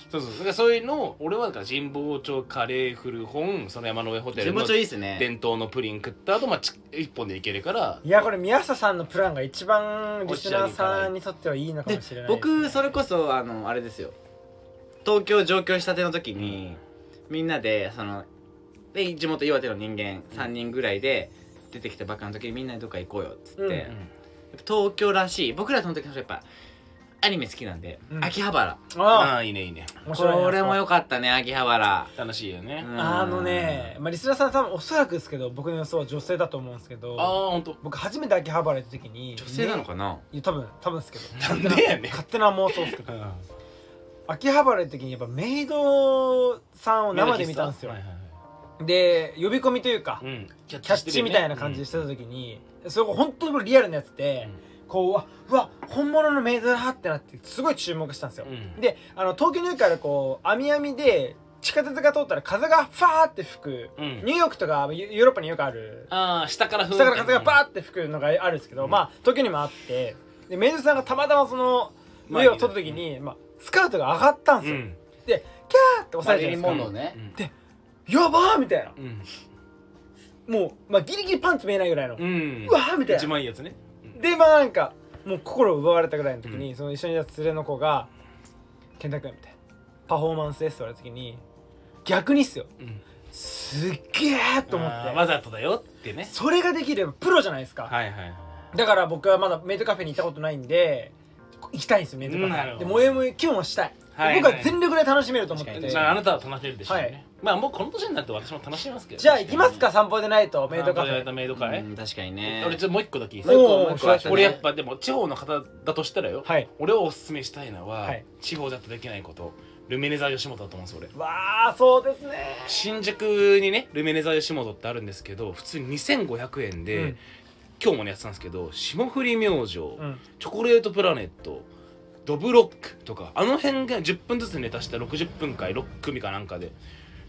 [SPEAKER 3] そうそうだからそういうのを俺はだから神保町カレー古本その山の上ホテ
[SPEAKER 1] 気
[SPEAKER 3] ル
[SPEAKER 1] 持
[SPEAKER 3] の
[SPEAKER 1] ちいいっすね
[SPEAKER 3] 伝統のプリン食った後、まあ、ち一本でいけるから
[SPEAKER 2] いやこれ宮下さんのプランが一番リスナーさんにとってはいいのか
[SPEAKER 1] で
[SPEAKER 2] もしれないですね
[SPEAKER 1] 僕それこそあのあれですよ東京上京したての時に、みんなでそので地元岩手の人間3人ぐらいで出てきたばっかの時にみんなでどっか行こうよっつって、
[SPEAKER 2] うんうん
[SPEAKER 1] やっぱ東京らしい僕らその時の人やっぱアニメ好きなんで、
[SPEAKER 2] うん
[SPEAKER 1] 秋葉原
[SPEAKER 2] あ
[SPEAKER 3] ああいいねいいね
[SPEAKER 2] あ面白いな
[SPEAKER 1] これも良かったね秋葉原
[SPEAKER 3] 楽しいよね、
[SPEAKER 1] うん
[SPEAKER 2] あのね、まあ、リスナーさん多分おそらくですけど僕の予想は女性だと思うんですけ
[SPEAKER 3] ああ
[SPEAKER 2] ど
[SPEAKER 3] ほんと
[SPEAKER 2] 僕初めて秋葉原行った時に
[SPEAKER 1] 女性なの
[SPEAKER 2] ね
[SPEAKER 1] かな、
[SPEAKER 2] いや多分多分ですけど
[SPEAKER 3] なんでやねん
[SPEAKER 2] 勝手な妄想ですけど秋葉原行った時にやっぱメイドさんを生で見たんですよ
[SPEAKER 3] はいはいはい
[SPEAKER 2] で呼び込みというか、
[SPEAKER 3] うん、キャ
[SPEAKER 2] キャッチみたいな感じしてた時に、それが本当にリアルなやつで、こううわうわ本物のメイドだってなってすごい注目したんですよ、
[SPEAKER 3] うん
[SPEAKER 2] であの東京ニューヨークからこう網網で地下鉄が通ったら風がファーって吹く、
[SPEAKER 3] うん、うん
[SPEAKER 2] ニューヨークとかヨヨーロッパによくある
[SPEAKER 3] ああ下から風
[SPEAKER 2] 下から風がバー
[SPEAKER 3] ッ
[SPEAKER 2] って吹くのがあるんですけど、
[SPEAKER 3] うん
[SPEAKER 2] まあ東京にもあってでメイドさんがたまたまその上を取った時に、まあ、スカートが上がったんですよ、
[SPEAKER 3] うん
[SPEAKER 2] パーって押されてるじゃないですか
[SPEAKER 1] のね
[SPEAKER 3] うん
[SPEAKER 2] やばーみたいな
[SPEAKER 3] うん
[SPEAKER 2] もう、まあ、ギリギリパンツ見えないぐらいの、う
[SPEAKER 3] うん
[SPEAKER 2] わーみたいな
[SPEAKER 3] 一番いいやつね
[SPEAKER 2] でまあなんかもう心を奪われたぐらいの時に、その一緒にいた連れの子が「健太君」みたいな「パフォーマンスです」って言われた時に逆にっすよ
[SPEAKER 3] うん
[SPEAKER 2] すっげえと思
[SPEAKER 3] あー
[SPEAKER 2] っ
[SPEAKER 3] わ
[SPEAKER 2] て
[SPEAKER 3] ざとだよってね
[SPEAKER 2] それができればプロじゃないですか、
[SPEAKER 3] はいはいはい
[SPEAKER 2] だから僕はまだメイドカフェに行ったことないんで行きたいんですよねと
[SPEAKER 3] うんなるほ
[SPEAKER 2] か
[SPEAKER 3] ど
[SPEAKER 2] でもえもえキュンをしたい、
[SPEAKER 3] はい
[SPEAKER 2] 僕は全力で楽しめると思ってて
[SPEAKER 3] じゃああなたは楽しめるでしょうね、
[SPEAKER 2] はい
[SPEAKER 3] まあもうこの年になって私も楽しみますけど
[SPEAKER 2] じゃあ行きますか散歩でないとメイドカフ
[SPEAKER 3] メイ
[SPEAKER 2] ェ
[SPEAKER 3] ドメイドカフェ
[SPEAKER 1] うん確かにね
[SPEAKER 3] 俺ちょっともう一個だけいいです
[SPEAKER 2] お
[SPEAKER 3] か
[SPEAKER 2] う
[SPEAKER 1] もう一個もう一個あたね
[SPEAKER 3] 俺やっぱでも地方の方だとしたらよ、
[SPEAKER 2] はい
[SPEAKER 3] 俺をおすすめしたいのは、
[SPEAKER 2] はい
[SPEAKER 3] 地方だとできないことルミネ座吉本だと思うんですよ俺
[SPEAKER 2] わあそうですね
[SPEAKER 3] 新宿にねルミネ座吉本ってあるんですけど普通に2500円で、
[SPEAKER 2] うん
[SPEAKER 3] 今日もねやってたんですけど霜降り明星、
[SPEAKER 2] うん
[SPEAKER 3] チョコレートプラネットドブロックとかあの辺が10分ずつネタした60分回6組かなんかで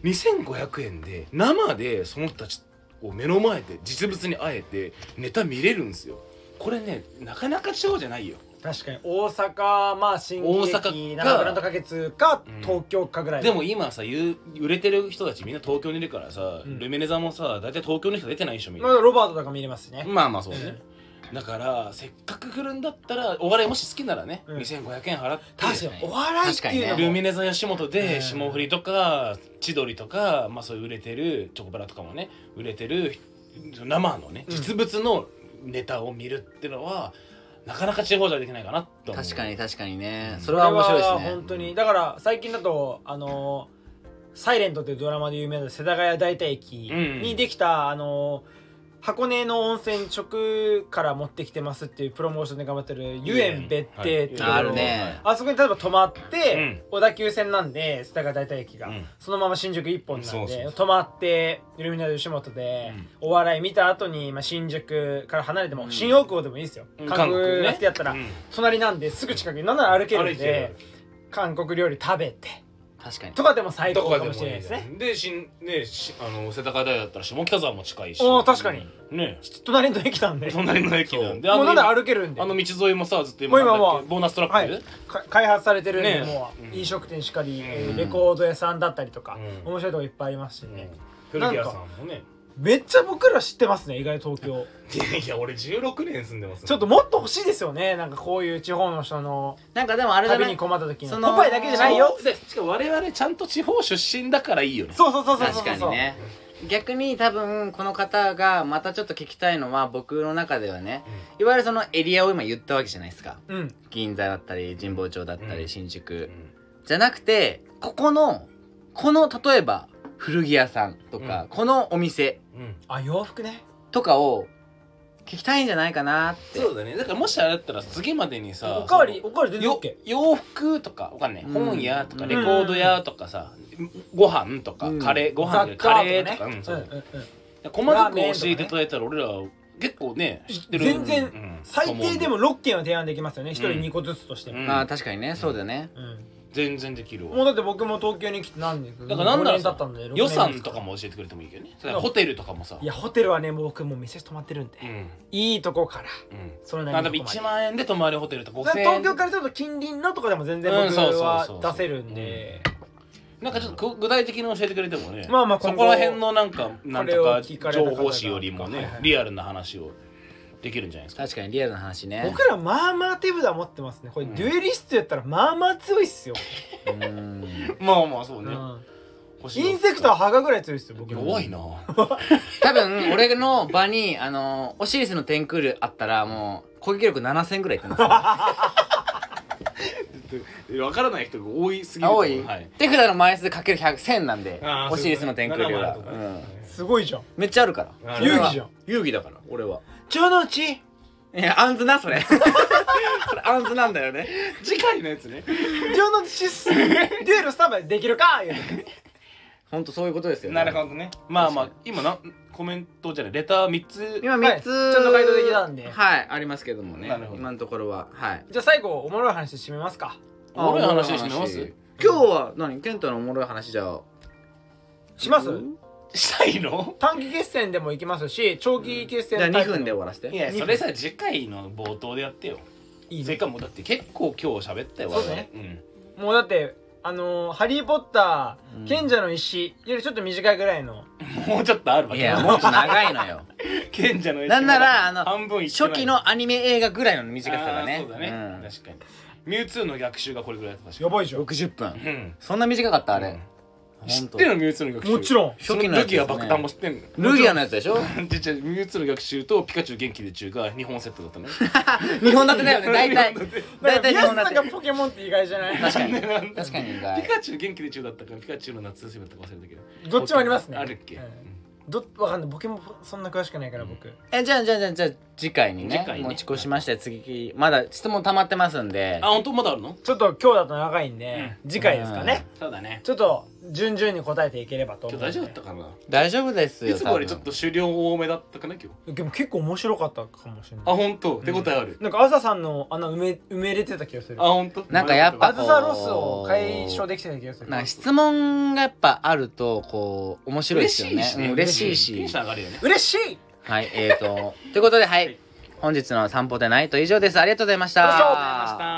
[SPEAKER 3] 2500円で生でその人たちを目の前で実物に会えてネタ見れるんですよこれねなかなか地方じゃないよ
[SPEAKER 2] 確かに大阪まあ新
[SPEAKER 3] 大
[SPEAKER 2] 大
[SPEAKER 3] 阪か
[SPEAKER 2] 阪かグランド花月か
[SPEAKER 3] うん
[SPEAKER 2] 東京かぐらい
[SPEAKER 3] でも今さ言う売れてる人たちみんな東京にいるからさ、
[SPEAKER 2] うん
[SPEAKER 3] ルミネ座もさ大体東京の人出てないでしょみん
[SPEAKER 2] ま
[SPEAKER 3] な、
[SPEAKER 2] あロバートとか見れますしね、
[SPEAKER 3] まあまあそうね、だからせっかく来るんだったらお笑いもし好きならね、
[SPEAKER 2] うん
[SPEAKER 3] 2500円払って
[SPEAKER 2] 確かにお笑いっていうのも
[SPEAKER 3] ルミネ座吉本
[SPEAKER 2] う
[SPEAKER 3] で
[SPEAKER 2] ん
[SPEAKER 3] 霜降りとか千鳥とか、まあ、そういう売れてるチョコプラとかもね売れてる生のね
[SPEAKER 2] うん
[SPEAKER 3] 実物のネタを見るってのは、なかなか地方じゃできないかなと思う
[SPEAKER 1] 確かに確かにね
[SPEAKER 3] うん
[SPEAKER 1] それは面白い
[SPEAKER 2] これ
[SPEAKER 1] です
[SPEAKER 2] は
[SPEAKER 1] ね
[SPEAKER 2] 本当にだから最近だとあのサイレント」というドラマで有名な世田谷代田駅
[SPEAKER 3] うん
[SPEAKER 2] にできた、あの箱根の温泉直から持ってきてますっていうプロモーションで頑張ってる湯園別邸っていうところ
[SPEAKER 1] あるね
[SPEAKER 2] あそこに例えば泊まって、小田急線なんで世田谷代田駅が、
[SPEAKER 3] うん
[SPEAKER 2] そのまま新宿一本なんで
[SPEAKER 3] そうそうそう
[SPEAKER 2] 泊まってイルミネート吉本で、
[SPEAKER 3] うん
[SPEAKER 2] お笑い見た後にまあ、新宿から離れても、
[SPEAKER 1] うん
[SPEAKER 2] 新大久保でもいいですよ、
[SPEAKER 3] うん
[SPEAKER 2] 韓国が
[SPEAKER 3] ね
[SPEAKER 2] 好きだったら、
[SPEAKER 3] うん
[SPEAKER 2] 隣なんですぐ近くになんなら歩けるん
[SPEAKER 3] 歩いて
[SPEAKER 2] で韓国料理食べて
[SPEAKER 1] 確かに
[SPEAKER 2] とかでも最
[SPEAKER 3] ど
[SPEAKER 2] 高
[SPEAKER 3] こか
[SPEAKER 2] か
[SPEAKER 3] で
[SPEAKER 2] も
[SPEAKER 3] も
[SPEAKER 2] しれないですね
[SPEAKER 3] いいでしんねしあの世田谷大だったら下北沢も近いし
[SPEAKER 2] おお確かに
[SPEAKER 3] ね
[SPEAKER 2] 隣の駅なんでも
[SPEAKER 3] 隣の駅なんであ
[SPEAKER 2] う
[SPEAKER 3] の
[SPEAKER 2] なんなら歩けるんで
[SPEAKER 3] あの道沿いもさずっと
[SPEAKER 2] もう今
[SPEAKER 3] なんだっ
[SPEAKER 2] も
[SPEAKER 3] け
[SPEAKER 2] う
[SPEAKER 3] ボーナストラ
[SPEAKER 2] は
[SPEAKER 3] ッ
[SPEAKER 2] い
[SPEAKER 3] ク、
[SPEAKER 2] か開発されてるんで
[SPEAKER 3] ね
[SPEAKER 2] もう
[SPEAKER 3] うん
[SPEAKER 2] 飲食店しかり、えー
[SPEAKER 3] うん
[SPEAKER 2] レコード屋さんだったりとか、
[SPEAKER 3] うん
[SPEAKER 2] 面白いとこいっぱいありますし
[SPEAKER 3] うん
[SPEAKER 2] ね、
[SPEAKER 3] 古着屋さんもね
[SPEAKER 2] めっちゃ僕ら知ってますね意外と東 京
[SPEAKER 3] いやいや俺16年住んでます
[SPEAKER 2] ちょっともっと欲しいですよねなんかこういう地方の人の
[SPEAKER 1] なんかでもあれだ
[SPEAKER 2] 旅に
[SPEAKER 1] ね
[SPEAKER 2] 困った時に
[SPEAKER 1] その
[SPEAKER 2] ポパイだけじゃないよ
[SPEAKER 3] でしかも我々ちゃんと地方出身だからいいよね
[SPEAKER 2] そうそうそうそうそう
[SPEAKER 1] 確かにね逆に多分この方がまたちょっと聞きたいのは僕の中ではねいわゆるそのエリアを今言ったわけじゃないですか
[SPEAKER 2] うん
[SPEAKER 1] 銀座だったり神保町だった
[SPEAKER 3] うん
[SPEAKER 1] り新宿
[SPEAKER 3] う
[SPEAKER 1] じゃなくてここのこの例えば古着屋さんとか、
[SPEAKER 3] うん
[SPEAKER 1] このお店
[SPEAKER 3] んうん
[SPEAKER 2] あ洋服ね
[SPEAKER 1] とかを聞きたいんじゃないかなって
[SPEAKER 3] そうだねだからもしあれだったら次までにさ
[SPEAKER 2] おかわりおかわり
[SPEAKER 3] そ
[SPEAKER 2] 全
[SPEAKER 3] の
[SPEAKER 2] 然
[SPEAKER 3] よ
[SPEAKER 2] OK
[SPEAKER 3] 洋服とかわかんない
[SPEAKER 1] うん
[SPEAKER 3] 本屋とか
[SPEAKER 1] うん
[SPEAKER 3] レコード屋とかさご飯とか
[SPEAKER 1] うん
[SPEAKER 3] カレーご
[SPEAKER 2] 雑貨
[SPEAKER 3] 飯カレーとかうん
[SPEAKER 2] と
[SPEAKER 3] そ
[SPEAKER 2] かねう
[SPEAKER 3] う
[SPEAKER 2] んうんうん
[SPEAKER 3] 細かく教えていただいたら俺ら結構ね知ってる
[SPEAKER 2] 全然
[SPEAKER 3] うん
[SPEAKER 2] 最低でも6件は提案できますよね1人
[SPEAKER 3] うん
[SPEAKER 2] 2個ずつとしても、
[SPEAKER 3] うん
[SPEAKER 1] まあ確かにねそうだね
[SPEAKER 2] うん
[SPEAKER 3] 全然できるわ
[SPEAKER 2] もうだって僕も東京に来て何年か
[SPEAKER 3] だからな
[SPEAKER 2] 五
[SPEAKER 3] んなら
[SPEAKER 2] 年経
[SPEAKER 3] さ
[SPEAKER 2] ったんで
[SPEAKER 3] 予算とかも教えてくれてもいいけどねだからホテルとかもさ
[SPEAKER 2] いやホテルはねもう僕もう店泊まってるんで、
[SPEAKER 3] うん
[SPEAKER 2] いいとこから
[SPEAKER 3] うん
[SPEAKER 2] それ
[SPEAKER 3] ま
[SPEAKER 2] な
[SPEAKER 3] あ、
[SPEAKER 2] り
[SPEAKER 3] で
[SPEAKER 2] の
[SPEAKER 3] も
[SPEAKER 2] とこまで
[SPEAKER 3] 1万円で泊まりホテルとか
[SPEAKER 2] だか
[SPEAKER 3] 5000
[SPEAKER 2] ら
[SPEAKER 3] 円
[SPEAKER 2] 東京からちょっと近隣のとこでも全然
[SPEAKER 3] うん
[SPEAKER 2] 僕
[SPEAKER 3] そうそうそうそ
[SPEAKER 2] は
[SPEAKER 3] う
[SPEAKER 2] 出せるんで
[SPEAKER 3] なんかちょっと具具体的に教えてくれてもね
[SPEAKER 2] まあまあ
[SPEAKER 3] そ
[SPEAKER 2] 今後
[SPEAKER 3] こら辺のなんかなんとか
[SPEAKER 2] これを聞かれた方
[SPEAKER 3] 情
[SPEAKER 2] 々
[SPEAKER 3] 報誌よりもね、
[SPEAKER 2] はいはい
[SPEAKER 3] リアルな話をできるんじゃないですか
[SPEAKER 1] 確かにリアルな話ね
[SPEAKER 2] 僕らまあまあ手札持ってますねこれ
[SPEAKER 3] うん
[SPEAKER 2] デュエリストやったらまあまあ強いっすよ、
[SPEAKER 1] うん
[SPEAKER 3] まあまあそう
[SPEAKER 2] う
[SPEAKER 3] ね、
[SPEAKER 2] ん
[SPEAKER 3] 星野
[SPEAKER 2] インセクトは歯がぐらい強いっすよ僕
[SPEAKER 3] 弱 いな
[SPEAKER 1] 多分俺の場にあのオシリスの天空ルあったらもう攻撃力7000ぐらいいってますよ
[SPEAKER 3] 分からない人が多いすぎる
[SPEAKER 1] 青い、
[SPEAKER 3] はい
[SPEAKER 1] 手札の枚数かける1000なんで
[SPEAKER 3] あー
[SPEAKER 1] オシリスの天空ルは、
[SPEAKER 3] そうういうことね
[SPEAKER 1] ん
[SPEAKER 2] すごいじゃん
[SPEAKER 1] めっちゃあるから
[SPEAKER 3] あ
[SPEAKER 1] そ
[SPEAKER 2] る
[SPEAKER 1] れは
[SPEAKER 2] 遊戯じゃん
[SPEAKER 1] 遊戯だから俺は
[SPEAKER 2] 城之内
[SPEAKER 1] いやあんずなそれ それあんずなんだよね
[SPEAKER 3] 次回のやつね
[SPEAKER 2] 城之内シ スデュエルスタバできるか言うて
[SPEAKER 1] ほんとそういうことですよね
[SPEAKER 3] なるほどねまあまあ今なコメントじゃないレター3つ
[SPEAKER 1] 今
[SPEAKER 2] はい
[SPEAKER 1] 3つ、
[SPEAKER 2] ちゃんと回答できたんで
[SPEAKER 1] はいありますけどもね
[SPEAKER 3] なるほど
[SPEAKER 1] 今のところははい
[SPEAKER 2] じゃあ最後おもろい話締めますか
[SPEAKER 3] おもろい話してみます
[SPEAKER 1] 今日は何健太のおもろい話じゃあ
[SPEAKER 2] します
[SPEAKER 3] したいの
[SPEAKER 2] 短期決戦でもいきますし長期決
[SPEAKER 1] じ
[SPEAKER 2] 戦
[SPEAKER 1] ゃあ
[SPEAKER 2] タ
[SPEAKER 1] 2
[SPEAKER 2] イプの
[SPEAKER 1] 分で終わらせて
[SPEAKER 3] いやそれさ次回の冒頭でやってよ
[SPEAKER 2] いい
[SPEAKER 3] それ
[SPEAKER 2] ね
[SPEAKER 3] かもうだって結構今日喋ったよ
[SPEAKER 2] そうだね
[SPEAKER 3] 我々うん
[SPEAKER 2] もうだってあのーハリー・ポッタ
[SPEAKER 1] うん
[SPEAKER 2] ー賢者の石よりちょっと短いぐらいの
[SPEAKER 3] もうちょっとあるわ
[SPEAKER 1] い
[SPEAKER 3] け
[SPEAKER 1] やもっと長いの よ
[SPEAKER 3] 賢者の石
[SPEAKER 1] なんならあの
[SPEAKER 3] 半分いってない
[SPEAKER 1] 初期のアニメ映画ぐらいの短さだ
[SPEAKER 3] あ
[SPEAKER 1] ね
[SPEAKER 3] ーそうだね、
[SPEAKER 1] ん
[SPEAKER 3] 確かにミュウツーの逆襲がこれぐらいだった確か
[SPEAKER 2] やばいじゃん
[SPEAKER 1] 60分
[SPEAKER 3] にうん
[SPEAKER 1] そんな短かったあれ、
[SPEAKER 3] うん知ってるのミュウツーの逆襲
[SPEAKER 2] もちろん
[SPEAKER 3] そのルギア爆弾も知ってんの
[SPEAKER 1] ルギアのやつでしょ
[SPEAKER 3] ちっちゃいミュウツーの逆襲とピカチュウ元気で中が日本セットだったね
[SPEAKER 1] 日本立てだよね大体
[SPEAKER 2] だ
[SPEAKER 1] 大
[SPEAKER 2] から
[SPEAKER 1] 体日
[SPEAKER 2] 宮
[SPEAKER 1] 本
[SPEAKER 2] 下
[SPEAKER 1] 立
[SPEAKER 2] さん
[SPEAKER 1] て
[SPEAKER 2] がポケモンって意外じゃ ない
[SPEAKER 1] 確かに確かに意
[SPEAKER 3] ピ
[SPEAKER 1] 外
[SPEAKER 3] カチュウ元気で中だったからピカチュウの夏休みだったか忘れたけど
[SPEAKER 2] どっちもありますね
[SPEAKER 3] あるっけ、
[SPEAKER 2] うん
[SPEAKER 3] うん
[SPEAKER 2] どわかんないポケモンそんな詳しくないから僕
[SPEAKER 1] えじゃあじゃあじゃあじゃあ次回にね
[SPEAKER 3] 次回ね
[SPEAKER 1] 持ち越しまして次まだ質問溜まってますんで
[SPEAKER 3] あ本当まだあるの
[SPEAKER 2] ちょっと今日だと長いんで次回ですかね
[SPEAKER 3] そうだね
[SPEAKER 2] ちょっと順々に答えていければと思
[SPEAKER 3] 今
[SPEAKER 2] う
[SPEAKER 3] 日大丈夫だったかな
[SPEAKER 1] 大丈夫です
[SPEAKER 3] い
[SPEAKER 1] よ
[SPEAKER 3] つもよりち
[SPEAKER 1] 多
[SPEAKER 3] ょっ
[SPEAKER 1] 分
[SPEAKER 3] と終了多めだったかな今日
[SPEAKER 2] でも結構面白かったかもしれない
[SPEAKER 3] あ本当手応えある、
[SPEAKER 2] なんか朝さんの穴埋め埋めれてた気がする
[SPEAKER 3] あ本当
[SPEAKER 1] なんかやっぱ
[SPEAKER 2] あずさロスを解消できてた気がする
[SPEAKER 1] なんか質問がやっぱあるとこう面白いですよねうん嬉しい
[SPEAKER 3] テ
[SPEAKER 1] し
[SPEAKER 3] ンション上がるよね
[SPEAKER 2] 嬉しい
[SPEAKER 1] はいえーとということではい本日の散歩でナイト以上ですありがとうございました
[SPEAKER 2] ありがとうござい
[SPEAKER 3] ありがとうございました